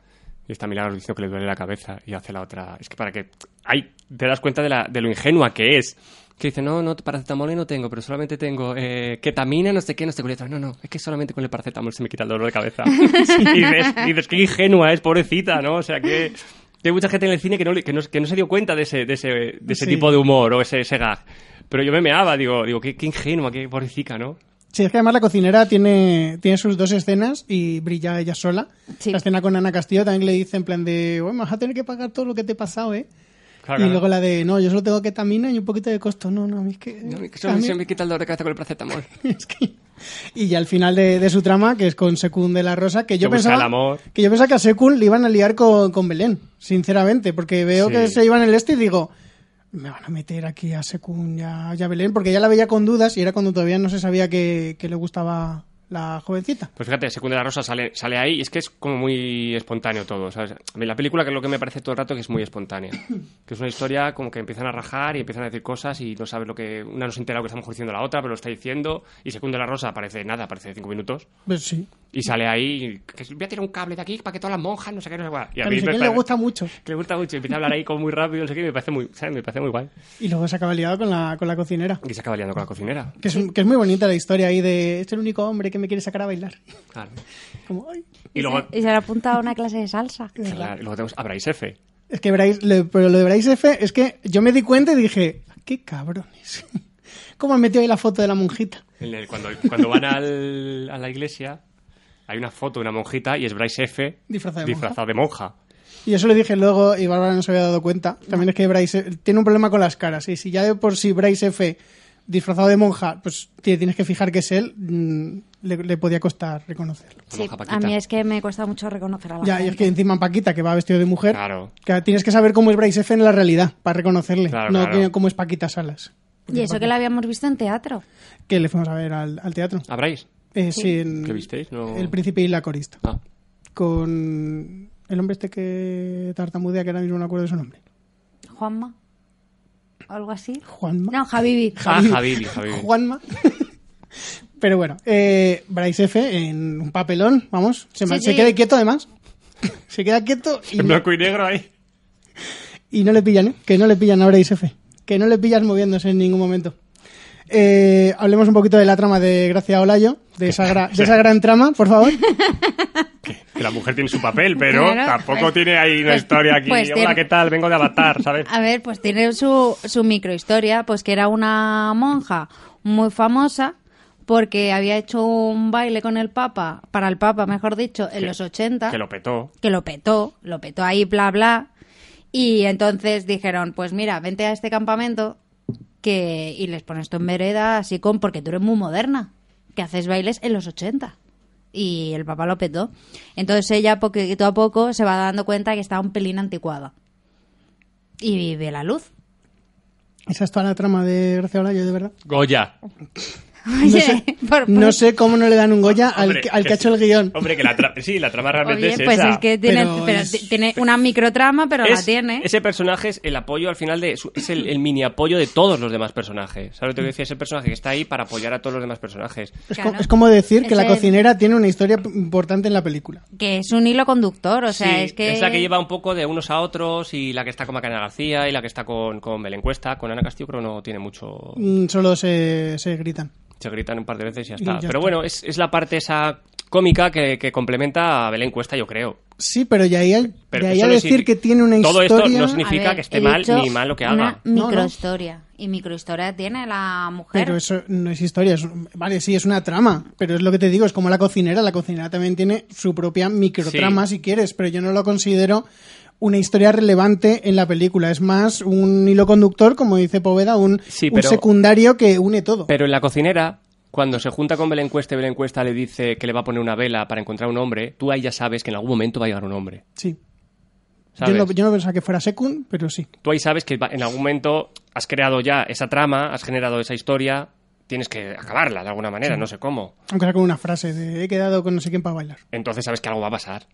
C: Y está Milagros diciendo que le duele la cabeza y hace la otra. Es que para que. Ahí te das cuenta de, la- de lo ingenua que es. Que dice, no, no, paracetamol no tengo, pero solamente tengo eh, ketamina, no sé qué, no sé qué. No, no, es que solamente con el paracetamol se me quita el dolor de cabeza. Y dices, dices, qué ingenua es, pobrecita, ¿no? O sea, que, que hay mucha gente en el cine que no, le- que no, que no se dio cuenta de ese, de ese, de ese
A: Sí.
C: tipo de humor o ese, ese gag. Pero yo me meaba, digo, digo qué, qué ingenua, qué pobrecita, ¿no?
A: Sí, es que además la cocinera tiene, tiene sus dos escenas y brilla ella sola.
B: Sí.
A: La escena con Ana Castillo también le dice en plan de, bueno, vas a tener que pagar todo lo que te he pasado, ¿eh? y
C: Claro, claro.
A: luego la de, no, yo solo tengo ketamina y un poquito de costo. No, no, a mí es que...
C: No, que
A: Mm. a
C: se,
A: mí-
C: se me quita el dolor de cabeza con el paracetamol.
A: es que- Y ya al final de, de su trama, que es con Secún de la Rosa, que yo,
C: Que busca
A: pensaba,
C: el amor.
A: que yo pensaba que a Secún le iban a liar con, con Belén, sinceramente, porque veo
C: Sí.
A: que se iban el este y digo, me van a meter aquí a Secún y a, y a Belén, porque ya la veía con dudas y era cuando todavía no se sabía que, que le gustaba la jovencita.
C: Pues fíjate, Segunda de la Rosa sale, sale ahí y es que es como muy espontáneo todo, ¿sabes? A mí la película que es lo que me parece todo el rato que es muy espontánea. Que es una historia como que empiezan a rajar y empiezan a decir cosas y no sabes lo que... Una no se entera lo que está a lo mejor diciendo la otra, pero lo está diciendo. Y Segunda de la Rosa aparece nada, aparece cinco minutos.
A: Pues sí.
C: Y sale ahí y... que voy a tirar un cable de aquí para que todas las monjas, no sé qué, no sé cuál. Y a
A: A
C: mí
A: no sé quién
C: me
A: le
C: parece-
A: gusta mucho.
C: Que le gusta mucho. Y empieza a hablar ahí como muy rápido, no sé qué, y me parece muy, ¿sabes? Me parece muy guay.
A: Y luego se acaba liado con la, con la cocinera.
C: Y se acaba liando con la cocinera.
A: Que es, un- que es muy bonita la historia ahí de, es el único hombre que me quiere sacar a bailar.
C: Claro.
A: Como, "Ay".
C: Y luego...
B: se, y se le apunta a una clase de salsa.
C: Claro, y luego tenemos a Bryce F.
A: Es que Bryce, lo- pero lo de Bryce F es que yo me di cuenta y dije, "Ah, qué cabrones. ¿Cómo han metido ahí la foto de la monjita?
C: En el- cuando, cuando van al- a la iglesia, hay una foto de una monjita y es Bryce F.
A: Disfrazada de
C: disfrazada de monja.
A: Y eso lo dije luego y Bárbara no se había dado cuenta. También es que Bryce eh, tiene un problema con las caras. Y si ya de por sí Bryce F disfrazado de monja, pues te tienes que fijar que es él, mm, le, le podía costar reconocerlo.
C: La
B: Sí,
C: monja Paquita.
B: a mí es que me cuesta mucho reconocer a la
A: Ya, y
B: gente.
A: es que encima Paquita, que va vestido de mujer,
C: Claro.
A: que tienes que saber cómo es Bryce F en la realidad para reconocerle,
C: Claro,
A: no
C: claro.
A: que- cómo es Paquita Salas,
B: Y eso que la habíamos visto en teatro.
A: que le fuimos a ver al, al teatro.
C: ¿A Bryce?
A: Eh, sí, en-
C: ¿Qué visteis? No-
A: El príncipe y la corista.
C: Ah,
A: con el hombre este que tartamudea, que ahora mismo no acuerdo de su nombre.
B: Juanma. O algo así.
A: Juanma.
B: No, Javivi.
C: Ah, Javier, Javier.
A: Juanma. Pero bueno, eh, Bryce F. en un papelón, vamos. Se, ma-
B: Sí,
A: se
B: sí.
A: queda quieto además. Se queda quieto y,
C: En blanco y negro ahí.
A: y no le pillan, ¿eh? Que no le pillan a Bryce F. Que no le pillas moviéndose en ningún momento. Eh, hablemos un poquito de la trama de Gracia Olayo, de esa, gra- de esa gran trama, por favor.
C: Que la mujer tiene su papel, pero
B: Claro,
C: tampoco
B: pues-
C: tiene ahí una
B: pues-
C: historia aquí.
B: pues
C: Hola,
B: tiene-
C: ¿qué tal? Vengo de Avatar, ¿sabes?
B: A ver, pues tiene su, su microhistoria, pues que era una monja muy famosa porque había hecho un baile con el Papa, para el Papa, mejor dicho, en
C: Que-
B: los 80.
C: Que lo petó.
B: que lo petó, lo petó ahí, bla, bla. Y entonces dijeron, pues mira, vente a este campamento que y les pones tú en vereda, así con, porque tú eres muy moderna, que haces bailes en los 80. Y el papá lo petó. Entonces ella, poquito a poco, se va dando cuenta que está un pelín anticuada. Y vive la luz.
A: Esa es toda la trama de Gracia Olayo, de verdad.
C: Goya.
B: Oye,
A: no sé,
B: por- por-
A: no sé cómo no le dan un Goya al,
C: Hombre,
A: que- al que ha
C: sí.
A: hecho el guión.
C: Hombre, que la trama... Sí, la trama realmente
B: Oye,
C: es
B: pues
C: esa.
B: es que tiene,
A: Pero
B: pero
A: es-
B: ti- tiene una microtrama, pero la
C: Es-
B: tiene.
C: Ese personaje es el apoyo al final de. su- Es el, el mini apoyo de todos los demás personajes. ¿Sabes lo que te decía? Ese personaje que está ahí para apoyar a todos los demás personajes.
A: Es,
B: Claro.
A: co- es como decir que la
B: Ese-
A: cocinera tiene una historia p- importante en la película.
B: Que es un hilo conductor, o sea,
C: Sí,
B: es que...
C: es la que lleva un poco de unos a otros y la que está con Macarena García y la que está con, con Belén Cuesta. Con Ana Castillo creo que no tiene mucho...
A: Mm, Solo se, se gritan.
C: Se gritan un par de veces y ya
A: Y
C: está.
A: ya
C: Pero
A: está.
C: bueno, es, es la parte esa cómica que, que complementa a Belén Cuesta, yo creo.
A: Sí, pero ya ahí, al-
C: Pero
A: de ahí
C: eso
A: a
C: no
A: decir
C: significa-
A: que tiene una
C: todo
A: historia.
C: esto no significa-
B: A
C: que esté
B: he
C: mal
B: dicho
C: ni mal lo que haga.
B: Una
A: No, no.
B: microhistoria. Y microhistoria tiene la mujer.
A: Pero eso no es historia. es un- vale, sí, es una trama. Pero es lo que te digo, es como la cocinera. La cocinera también tiene su propia microtrama, si quieres. Pero yo no lo considero una historia relevante en la película. Es más un hilo conductor, como dice Poveda, un,
C: Sí,
A: un
C: pero-
A: secundario que une todo.
C: Pero en la cocinera, cuando se junta con Belén Cuesta y Belén Cuesta le dice que le va a poner una vela para encontrar un hombre, tú ahí ya sabes que en algún momento va a llegar un hombre.
A: sí. Yo
C: ¿sabes?
A: no, yo no pensaba que fuera secund, pero sí.
C: tú ahí sabes que va- en algún momento has creado ya esa trama, has generado esa historia, tienes que acabarla de alguna manera, no sé cómo.
A: Aunque sea con una frase de he quedado con no sé quién para bailar.
C: Entonces sabes que algo va a pasar.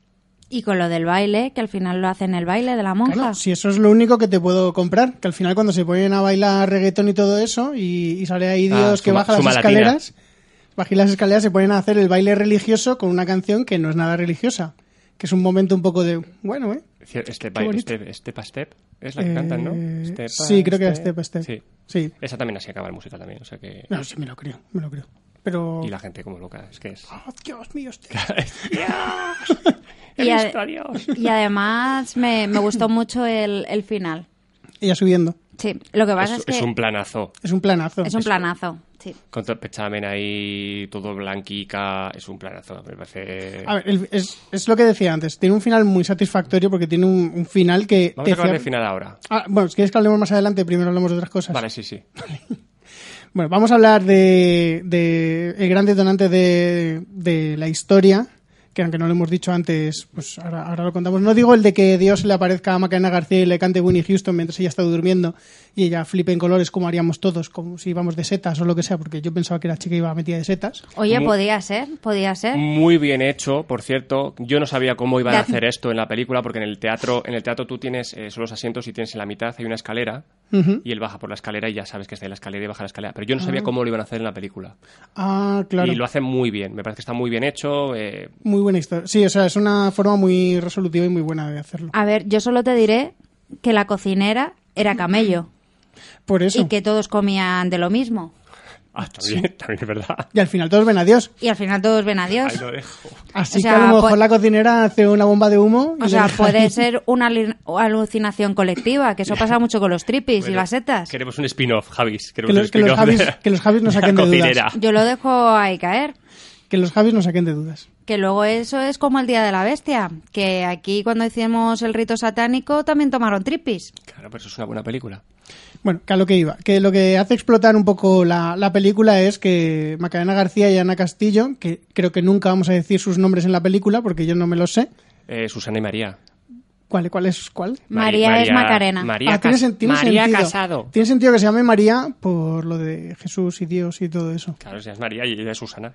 B: Y con lo del baile, que al final lo hacen el baile de la monja.
A: Claro, si eso es lo único que te puedo comprar, que al final cuando se ponen a bailar reggaetón y todo eso, y, y sale ahí
C: Ah,
A: Dios que
C: suma-
A: baja las
C: suma latina.
A: escaleras, baja las escaleras, se ponen a hacer el baile religioso con una canción que no es nada religiosa, que es un momento un poco de, bueno, ¿eh?
C: Este
A: bonito.
C: step, step a step es la que cantan, ¿no?
A: Eh,
C: Step a
A: sí, creo que Step a Step.
C: Sí.
A: Sí,
C: Esa también así acaba el musical también, o sea que...
A: no, sí, me lo creo, me lo creo. Pero...
C: Y la gente como loca, es que es...
A: ¡Oh, Dios mío, este-
C: ¡He
B: Y a-
C: visto a Dios!
B: Y además me, me gustó mucho el, el final.
A: Ella subiendo.
B: Sí, lo que
C: Es,
B: pasa es,
C: es
B: que
C: un planazo.
A: Es un planazo.
B: es un planazo. Sí.
C: Con todo el pechamen ahí, todo blanquica, es un planazo. Me parece...
A: A ver, el- es, es lo que decía antes. Tiene un final muy satisfactorio porque tiene un, un final que...
C: Vamos
A: te
C: a acabar
A: cierra-
C: de final ahora.
A: Ah, bueno, si quieres que hablemos más adelante, primero hablamos de otras cosas.
C: Vale, sí, sí.
B: ¿Eh?
A: Bueno, vamos a hablar de, de el gran detonante de, de la historia, que aunque no lo hemos dicho antes, pues ahora, ahora lo contamos. No digo el de que Dios le aparezca a Macarena García y le cante Winnie Houston mientras ella está durmiendo y ella flipe en colores como haríamos todos, como si íbamos de setas o lo que sea, porque yo pensaba que la chica iba metida de setas.
B: Oye,
C: Mu-
B: podía ser, podía ser.
C: Muy bien hecho, por cierto. Yo no sabía cómo iban a
B: Ya.
C: hacer esto en la película, porque en el teatro, en el teatro tú tienes eh, solo los asientos y tienes en la mitad hay una escalera
A: Ujú.
C: y él baja por la escalera y ya sabes que está en la escalera y baja la escalera. Pero yo no
B: Ah.
C: sabía cómo lo iban a hacer en la película.
A: Ah, claro.
C: Y lo hacen muy bien. Me parece que está muy bien hecho. eh,
A: Muy buena historia. Sí, o sea, es una forma muy resolutiva y muy buena de hacerlo.
B: A ver, yo solo te diré que la cocinera era camello
A: Por eso.
B: y que todos comían de lo mismo.
C: Ah, también, también es verdad.
A: Y al final todos ven a Dios.
B: Y al final todos ven a Dios.
C: Ahí lo dejo.
A: Así
B: O sea,
A: que a lo mejor
B: pues-
A: la cocinera hace una bomba de humo. y
B: O
A: le
B: sea,
A: deja ahí.
B: puede ser una alin- alucinación colectiva, que eso pasa mucho con los tripis y
C: Bueno,
B: las setas.
C: Queremos un spin-off, Javis. Queremos
A: Que los-
C: un
A: que los
C: spin-off de
A: Javis-
C: la-
A: que los Javis nos
C: de la
A: saquen de dudas.
C: cocinera.
B: Yo lo dejo ahí caer.
A: Que los Javis no saquen de dudas.
B: Que luego eso es como el Día de la Bestia, que aquí cuando hicimos el rito satánico también tomaron tripis.
C: Claro, pero eso es una buena película.
A: Bueno, que a lo que iba. Que lo que hace explotar un poco la, la película es que Macarena García y Ana Castillo, que creo que nunca vamos a decir sus nombres en la película porque yo no me los sé.
C: Eh, Susana y María.
A: ¿Cuál, cuál es cuál?
C: Mari-
B: María, es Macarena.
C: María,
A: Ah, tiene,
C: Cas-
A: sen- tiene
C: María
A: sentido.
C: Casado.
A: Tiene sentido que se llame María por lo de Jesús y Dios y todo eso.
C: Claro, ella es María y ella es Susana.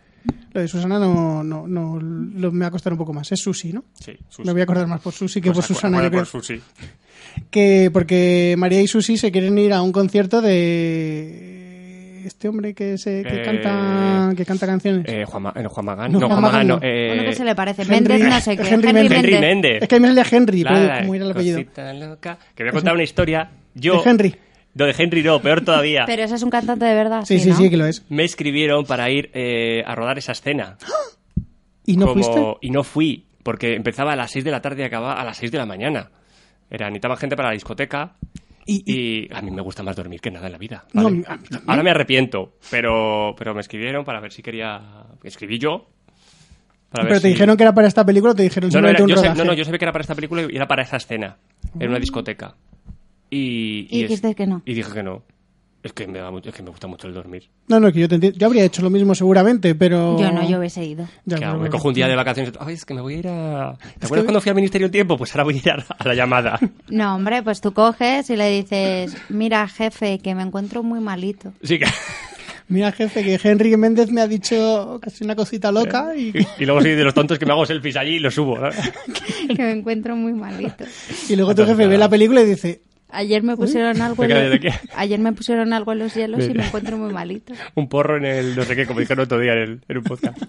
A: Lo de Susana no, no, no lo- me va a costar un poco más. Es Susi, ¿no?
C: Sí, Susi.
A: Me voy a acordar más por Susi que por
C: Pues acu-
A: Susana, yo
C: acuérdate
A: creo.
C: por Susi.
A: que porque María y Susi se quieren ir a un concierto de este hombre que se que
C: Eh,
A: canta que canta canciones.
C: Eh, Juan, Ma- eh, no, Juan Magán.
A: No,
C: No,
A: Juan
C: Juan
A: Magán
C: Magán. no,
A: no.
C: eh,
B: Uno que se le parece.
A: Henry-
B: Méndez, no sé qué.
A: Henry
B: Henry,
A: Méndez.
C: Henry
B: Méndez.
C: Méndez.
A: es que a mí me salía Henry,
C: La-
A: pero
C: la
A: ¿cómo era el apellido?
C: cosita loca. Que voy a contar una historia. Yo,
A: De Henry.
C: Lo de Henry no, peor todavía.
B: Pero ese es un cantante de verdad.
A: Sí, sí,
B: ¿no?
A: sí, que lo es.
C: Me escribieron para ir eh, a rodar esa escena.
A: ¿Y no
C: Como-
A: fuiste?
C: Y no fui, porque empezaba a las 6 de la tarde y acababa a las 6 de la mañana. Era, necesitaba gente para la discoteca.
A: Y-
C: Y, a mí me gusta más dormir que nada en la vida.
A: No,
C: ¿vale?
A: a mí también.
C: Ahora me arrepiento, pero, pero me escribieron para ver si quería... Escribí yo. para ver
A: Pero te
C: si-
A: dijeron que era para esta película, o te dijeron
C: no, no,
A: simplemente
C: era-
A: un
C: yo sé-
A: rodaje. Mm.
C: no, no, yo sabía que era para esta película y era para esa escena. En una discoteca. Y,
B: Y dijiste que no.
C: Y dije que no. Es que me, da mucho- es que me gusta mucho el dormir.
A: No, no, que yo te entiendo. Yo habría hecho lo mismo seguramente, pero
B: Yo no, yo hubiese ido.
A: Ya,
C: Que
A: pero
C: me
A: bueno.
C: cojo un día de vacaciones. Ay, es que me voy a ir a. ¿Te acuerdas
A: que-
C: cuando fui al Ministerio del Tiempo? Pues ahora voy a ir a, a la llamada.
B: No, hombre, pues tú coges y le dices, mira, jefe, que me encuentro muy malito.
C: Sí que.
A: Mira, jefe, que Henry Méndez me ha dicho casi una cosita loca y,
C: Y luego soy de los tontos que me hago selfies allí y los subo. ¿no?
B: que me encuentro muy malito.
A: y luego tu jefe ve la película y dice,
B: Ayer me pusieron algo, en
C: Me quedo
B: los-
C: yo de aquí.
B: ayer me pusieron algo en los hielos y
C: Mira.
B: me encuentro muy malito.
C: Un porro en el no sé qué, como dijeron otro día en, el- en un podcast.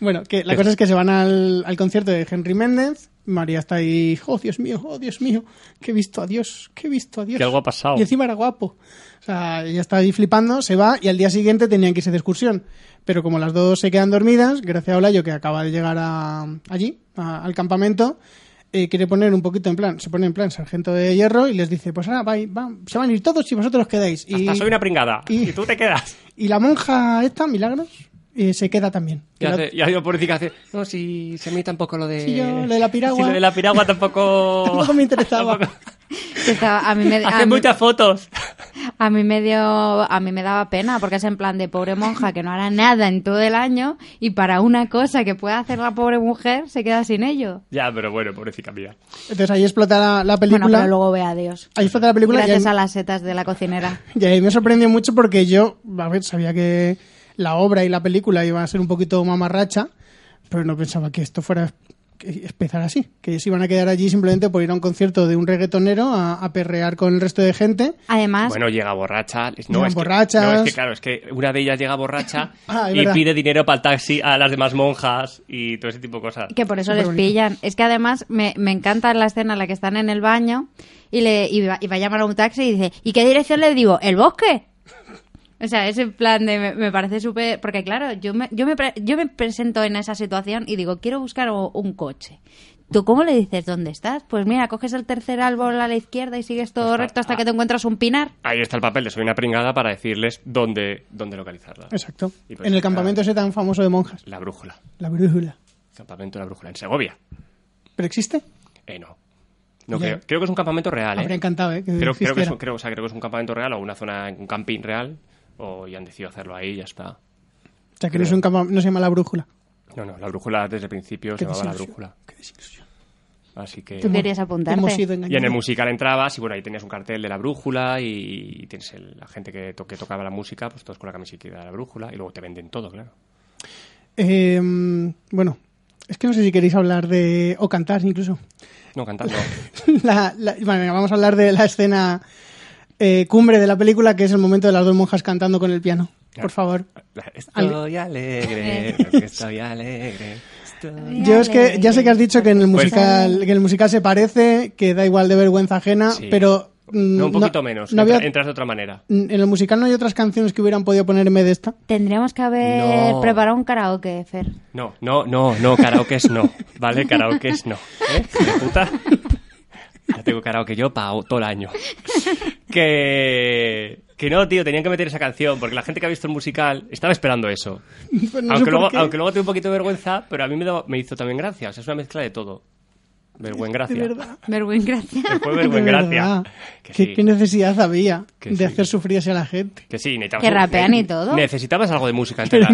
A: Bueno, que la cosa es que se van al, al concierto de Henry Méndez. María está ahí, oh Dios mío, oh Dios mío, que he visto a Dios, que he visto a Dios.
C: Que algo ha pasado.
A: Y encima era guapo. O sea, ella está ahí flipando, se va y al día siguiente tenían que irse de excursión. Pero como las dos se quedan dormidas, Gracia Olayo, que acaba de llegar a, allí, a- al campamento, eh, quiere poner un poquito en plan, se pone en plan sargento de hierro y les dice, pues ahora va, va, se van a ir todos y vosotros os quedáis. Y,
C: Hasta soy una pringada.
A: y-
C: Y, tú te quedas.
A: y la monja esta, Milagros, eh, se queda también.
C: Y,
A: Y la-
C: hace, y hay una pobrecita que hace, no, si, si a mí tampoco lo de...
A: Si yo, lo de la piragua.
C: Si lo de la piragua tampoco...
A: Tampoco me ah, interesaba.
C: Oh. Tampoco-
B: Que estaba- a mí me, a
C: Hacen
B: mí-
C: muchas fotos.
B: A mí me dio, a mí me daba pena porque es en plan de pobre monja que no hará nada en todo el año y para una cosa que pueda hacer la pobre mujer se queda sin ello.
C: Ya, pero bueno, pobrecita mía.
A: Entonces ahí explota la, la película.
B: Bueno, pero luego ve a Dios.
A: Ahí explota la película y ahí,
B: Gracias a las setas de la cocinera.
A: y ahí me sorprendió mucho porque yo, a ver, sabía que la obra y la película iban a ser un poquito mamarracha, pero no pensaba que esto fuera que empezar así, que se iban a quedar allí simplemente por ir a un concierto de un reggaetonero a, a perrear con el resto de gente.
B: Además,
C: Bueno, llega borracha. No,
A: Llegan
C: es que,
A: borrachas.
C: no, es que claro, es que una de ellas llega borracha
A: Ah, es
C: y
A: verdad.
C: pide dinero para el taxi a las demás monjas y todo ese tipo de cosas.
B: que por eso les
A: Superbonito.
B: pillan. Es que además me, me encanta la escena en la que están en el baño y le y va, y va a llamar a un taxi y dice, ¿y qué dirección le digo? ¿El bosque? O sea, ese plan de me, me parece súper... Porque claro, yo me, yo, me pre- yo me presento en esa situación y digo, quiero buscar o- un coche. ¿Tú cómo le dices dónde estás? Pues mira, coges el tercer árbol a la izquierda y sigues todo
C: Pues a-
B: recto
A: ah,
B: hasta
C: a-
B: que te encuentras un pinar.
C: Ahí está el papel de soy una pringada para decirles dónde, dónde localizarla.
A: Exacto.
C: Y pues,
A: en el
C: claro.
A: campamento ese tan famoso de monjas,
C: La brújula.
A: la brújula.
C: Campamento de la brújula en Segovia.
A: ¿Pero existe?
C: Eh, no. No
A: Ya.
C: creo. Creo que es un campamento real, ¿eh?
A: Habría encantado, ¿eh? Que
C: creo, creo, que es,
A: existiera.
C: un- creo, o sea, creo que es un campamento real o una zona, un camping real. O y han decidido hacerlo ahí y ya está.
A: O sea, que no, es un campa- no se llama la brújula.
C: No, no, la brújula desde el principio
A: Qué
C: se llamaba la
A: desilusión.
C: brújula.
A: Qué desilusión.
C: Así que...
B: Tú deberías
A: eh,
B: apuntarte.
A: Hemos sido
C: Y en el
A: engañados.
C: musical entrabas y bueno, ahí tenías un cartel de la brújula y, y tienes el- la gente que, to- que tocaba la música, pues todos con la camiseta de la brújula y luego te venden todo, claro.
A: Eh, bueno, es que no sé si queréis hablar de. o cantar incluso.
C: No, cantando.
A: La- la- bueno, venga, vamos a hablar de la escena eh, cumbre de la película, que es el momento de las dos monjas cantando con el piano. Por favor.
C: Estoy alegre, estoy alegre. estoy-
A: Yo es que ya sé que has dicho que en el musical, que en el musical se parece, que da igual de vergüenza ajena,
C: Sí.
A: pero. mm,
C: No, un poquito menos.
A: no
C: entra-
A: había-
C: Entras de otra manera.
A: mm, en el musical no hay otras canciones que hubieran podido ponerme de esta.
B: Tendríamos que haber
C: No.
B: preparado un karaoke, Fer.
C: No, no, no, no, karaokes no. ¿Vale? Karaokes no. ¿Eh? ¿Me puta? Ya tengo karaoke yo para todo el año. Que... Que no, tío, tenían que meter esa canción, porque la gente que ha visto el musical estaba esperando eso.
A: Pues no sé
C: aunque,
A: por
C: luego,
A: qué.
C: aunque luego te dé un poquito de vergüenza, pero a mí me, daba- me hizo también gracia. O sea, es una mezcla de todo. Vergüenza, gracia.
A: De verdad.
B: Vergüenza, gracias.
C: Después
A: de
C: vergüenza, gracia.
A: verdad.
C: Pues Que
A: ¿Qué,
C: sí.
A: qué necesidad había
C: Que
A: de
C: sí.
A: hacer sufrir así a la gente?
C: Que sí, necesitabas...
B: Que rapean y todo.
C: Necesitabas algo de música entera.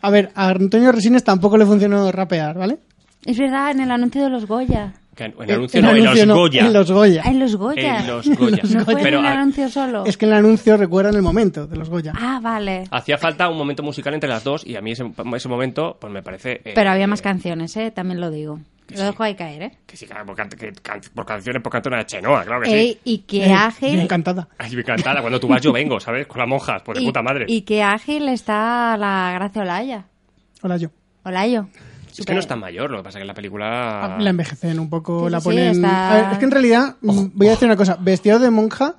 A: A ver, a Antonio Resines tampoco le funcionó rapear, ¿vale?
B: Es verdad, en el anuncio de los Goya.
C: Que en el
A: Eh,
C: anuncio
A: el
C: no, en
A: anuncio
C: los
A: no,
C: Goya.
A: en los Goya.
B: Ah, en los Goya.
C: En los Goya.
B: No fue
C: Pero
B: en un
C: a-
B: anuncio solo.
A: Es que en el anuncio recuerdan el momento de los Goya.
B: Ah, vale.
C: Hacía falta un momento musical entre las dos y a mí ese, ese momento pues me parece... eh,
B: Pero había más
C: eh,
B: canciones, ¿eh? También lo digo. Lo dejo ahí caer, ¿eh?
C: Que sí, claro, por, can- que can- por canciones, por cantona de Chenoa, claro que
B: Ey,
C: Pues sí.
B: y qué
A: Eh,
B: ágil.
A: yo encantada.
C: Ay, me encantaba. Cuando tú vas yo vengo, ¿sabes? Con las monjas, por Pues de
B: y,
C: puta madre.
B: y qué ágil está la Gracia Olaya.
A: Hola, yo.
B: Olayo.
C: Es que no es tan mayor, lo que pasa es que en la película...
A: La envejecen un poco,
B: Sí, sí,
A: la
B: sí,
A: ponen...
B: está-
A: A ver, es que en realidad, mm, voy a decir una cosa. Vestido de monja,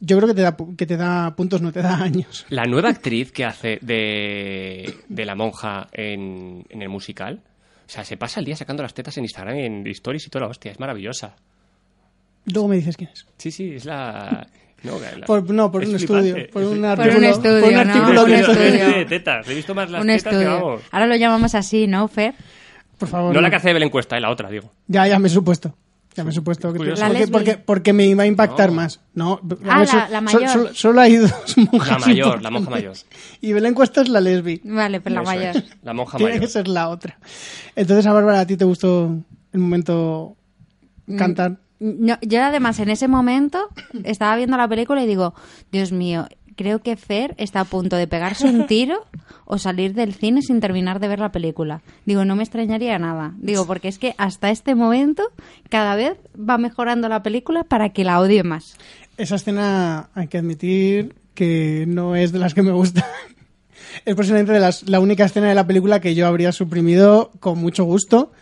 A: yo creo que te da, pu- que te da puntos, no te da años.
C: La nueva actriz que hace de, de la monja en, en el musical, o sea, se pasa el día sacando las tetas en Instagram, en stories y toda la hostia, es maravillosa.
A: Luego me dices quién es.
C: Sí, sí, es la... No, la-
A: Por- no, por
C: es
A: un
C: flipante.
A: estudio. Por
C: Es
A: un
C: flipante.
A: artículo.
B: estudio,
A: por un
B: ¿no?
A: artículo
B: Un
A: de
B: estudio.
A: estudio.
C: de tetas. He visto más las
B: Un
C: tetas que
B: estudio.
C: vamos.
B: Ahora lo llamamos así, ¿no, Fer?
A: Por favor.
C: No la
A: no.
C: que hace de Belén Cuesta, eh, la otra, digo.
A: Ya, ya me he supuesto. Ya me he supuesto. Que
C: Curioso.
B: La
A: porque,
B: lesbi.
A: porque, porque me iba a impactar
C: No.
A: más. No, a
B: Ah,
A: ver,
B: la- la mayor.
A: Solo, solo hay dos monjas.
C: La mayor,
A: importantes.
C: la monja mayor.
A: Y Belén Cuesta es la lesbi.
B: Vale, pero la
C: Eso
B: mayor.
C: es, La monja
A: Tiene
C: mayor.
A: que ser la otra. Entonces, a Bárbara, ¿a ti te gustó el momento cantar?
B: Mm. No, yo además en ese momento estaba viendo la película y digo, Dios mío, creo que Fer está a punto de pegarse un tiro o salir del cine sin terminar de ver la película. Digo, no me extrañaría nada. Digo, porque es que hasta este momento cada vez va mejorando la película para que la odie más.
A: Esa escena hay que admitir que no es de las que me gusta. Es posiblemente de las- la única escena de la película que yo habría suprimido con mucho gusto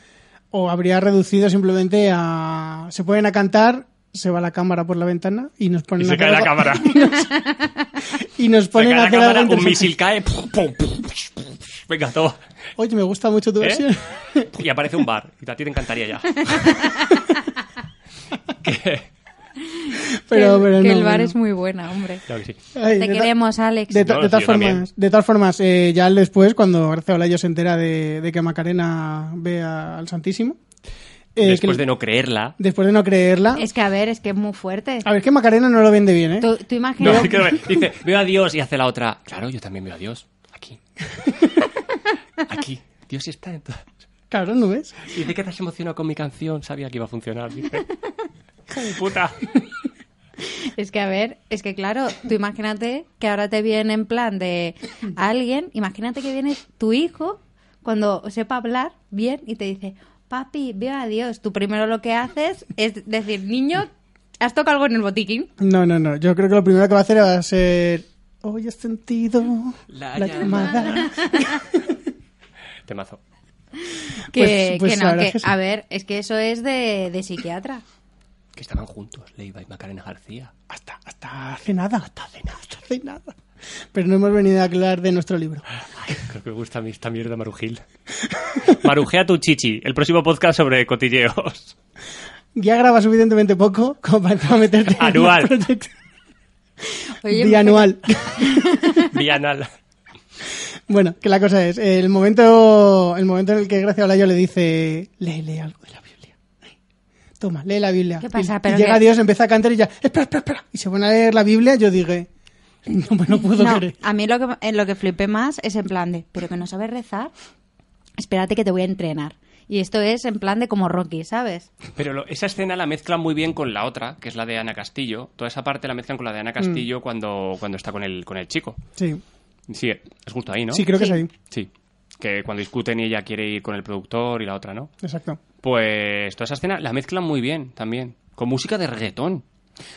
A: o habría reducido simplemente a... Se pueden a cantar, se va la cámara por la ventana y nos ponen
C: Y
A: a
C: se
A: hacer
C: cae la
A: algo-
C: cámara.
A: Y nos
C: Se cae
A: ponen a
C: la
A: hacer algo
C: cámara, un
A: interesante.
C: misil cae. pum, pum, pum, pum, pum. Venga, todo.
A: Oye, me gusta mucho tu
C: ¿Eh?
A: versión.
C: Y aparece un bar. Y a ti te encantaría ya. Que-
A: Pero,
B: que,
A: pero
B: que
A: no,
B: el bar
A: no.
B: es muy buena, hombre.
C: claro que sí.
A: Ay, de
B: Te
A: ta-
B: queremos, Alex.
A: De, ta-
C: No,
A: de todas
C: sí, yo también.
A: formas, de todas formas eh, ya después, cuando García ya se entera de, de que Macarena ve a- al Santísimo, eh, que
C: Después
A: le-
C: de no creerla.
A: después de no creerla...
B: Es que a ver, es que es muy fuerte.
A: A ver, es que Macarena no lo vende bien, ¿eh?
B: Tú, tú
C: No,
B: imaginas-
C: que no ve- dice, veo a Dios y hace la otra. Claro, yo también veo a Dios. Aquí. Aquí. Dios está en todo.
A: Claro, ¿no ves?
C: Y dice que te has emocionado con mi canción. Sabía que iba a funcionar. Dice. Hija de puta.
B: Es que, a ver, es que claro, tú imagínate que ahora te viene en plan de alguien, imagínate que viene tu hijo cuando sepa hablar bien y te dice, papi, veo a Dios. Tú primero lo que haces es decir, niño, has tocado algo en el botiquín.
A: No, no, no. Yo creo que lo primero que va a hacer va a ser... Hoy has sentido
C: La
A: la, llamada.
C: Temazo.
A: Pues-
B: Que,
A: pues
B: que
A: la
B: no,
A: verdad
B: que,
A: es que sí.
B: a ver, es que eso es de, de psiquiatra.
C: Que estaban juntos, Leiva y Macarena García.
A: Hasta, hasta hace nada. Hasta hace nada. Hasta hace nada. Pero no hemos venido a hablar de nuestro libro.
C: Ay, creo que me gusta a mí esta mierda, Marujil. Marujea tu chichi. El próximo podcast sobre cotilleos.
A: Ya graba suficientemente poco como para meterte en
C: Anual.
A: el proyecto.
B: Oye, pues,
A: Bianual.
C: Bianal.
A: Bueno, que la cosa es, el momento, el momento en el que Gracia Olayo le dice, lee, lee algo de la Biblia. Toma, lee la Biblia.
B: ¿Qué pasa?
A: Y- Y,
B: ¿Pero
A: llega
B: qué?
A: Dios, empieza a cantar y ya, espera, espera, espera. Y se pone a leer la Biblia, yo dije, no me lo puedo
B: No,
A: creer.
B: a mí lo que, en lo que flipé más es en plan de, pero que no sabes rezar, espérate que te voy a entrenar. Y esto es en plan de como Rocky, ¿sabes?
C: Pero lo- esa escena la mezclan muy bien con la otra, que es la de Ana Castillo. Toda esa parte la mezclan con la de
A: Mm.
C: Ana Castillo cuando, cuando está con el, con el chico.
A: Sí,
C: Sí, es justo ahí, ¿no?
A: sí, creo que
B: Sí.
A: es ahí.
C: Sí. Que cuando discuten y ella quiere ir con el productor y la otra, ¿no?
A: Exacto.
C: Pues toda esa escena la mezclan muy bien también. Con música de reggaetón.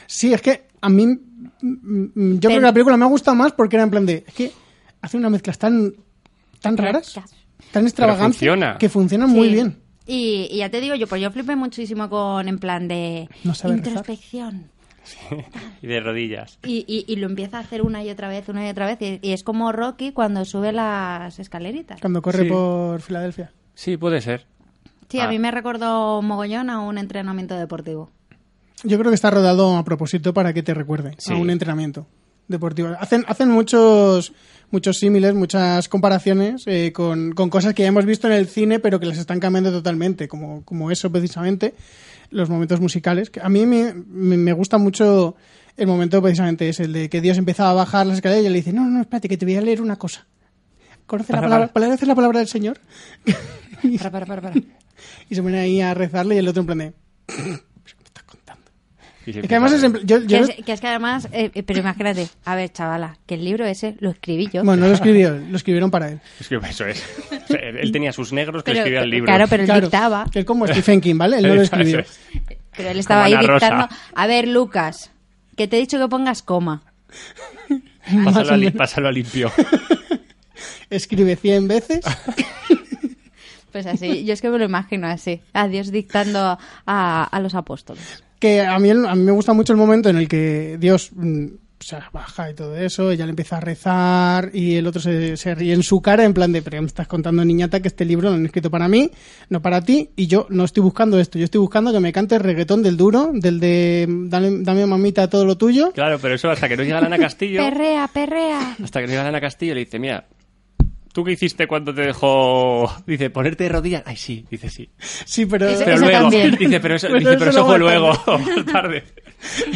A: Sí, es que a mí, mm, mm, yo creo que la película me ha gustado más porque era en plan de, es que hace unas mezclas tan, tan raras, tan extravagantes,
C: funciona.
A: que funcionan muy
B: Sí.
A: bien.
B: Y, y ya te digo yo, pues yo flipé muchísimo con en plan de
A: No sabe rezar.
B: introspección.
C: Y de rodillas.
B: Y, y- y lo empieza a hacer una y otra vez, una y otra vez. Y, y es como Rocky cuando sube las escaleritas.
A: Cuando corre
C: Sí.
A: por Filadelfia.
C: Sí, puede ser.
B: Sí,
C: Ah.
B: a mí me recordó mogollón a un entrenamiento deportivo.
A: Yo creo que está rodado a propósito para que te recuerde
C: Sí.
A: a un entrenamiento deportivo. Hacen, hacen muchos muchos símiles, muchas comparaciones eh, con, con cosas que ya hemos visto en el cine, pero que las están cambiando totalmente, como, como eso precisamente, los momentos musicales. que A mí me, me- me gusta mucho el momento precisamente es el de que Dios empezaba a bajar las escaleras y le dice, no, no, espérate, que te voy a leer una cosa. ¿Conoces la
C: Para,
A: palabra,
C: para.
A: ¿conoces la palabra del Señor?
C: Para, para, para, para.
A: Y se pone ahí a rezarle y el otro en plan de... "Pero, ¿qué me estás contando?".
C: Y se
A: Es que además es en plan- yo- yo
B: Que
A: no-
B: es, que es que además, eh, eh, pero imagínate, a ver, chavala, que el libro ese lo escribí yo.
A: Bueno, no lo escribió, él, lo escribieron para él.
C: Es que eso es. O sea, él él tenía sus negros que
B: Pero-
C: le escribía el libro.
B: Claro, pero él dictaba.
A: Él como Stephen King, ¿vale? Él no lo
C: Eso
A: escribió.
C: es.
B: Pero él estaba ahí
C: Como Ana Rosa.
B: dictando. A ver, Lucas, que te he dicho que pongas coma.
C: Pásalo,
A: o
C: a li-
A: menos.
C: pásalo a limpio.
A: Escribe 100 veces.
B: Pues así, yo es que me lo imagino así. A Dios dictando a, a los apóstoles.
A: Que a mí, el- a mí me gusta mucho el momento en el que Dios mm, se baja y todo eso, ella le empieza a rezar y el otro se, se ríe en su cara en plan de, pero ¿qué me estás contando niñata que este libro lo han escrito para mí, no para ti, y yo no estoy buscando esto, yo estoy buscando que me cantes reggaetón del duro, del de dale- dame mamita todo lo tuyo.
C: Claro, pero eso hasta que no llega Lana Castillo.
B: Perrea, perrea.
C: Hasta que no llega Lana Castillo le dice, mira, ¿tú qué hiciste cuando te dejó? Dice, ponerte de rodillas. Ay, sí, dice sí.
A: Sí, pero...
B: Eso-
C: Pero
B: eso
C: luego,
B: también.
C: dice, pero eso,
A: Pero
C: dice,
A: eso
C: pero eso fue luego,
A: luego
C: más tarde.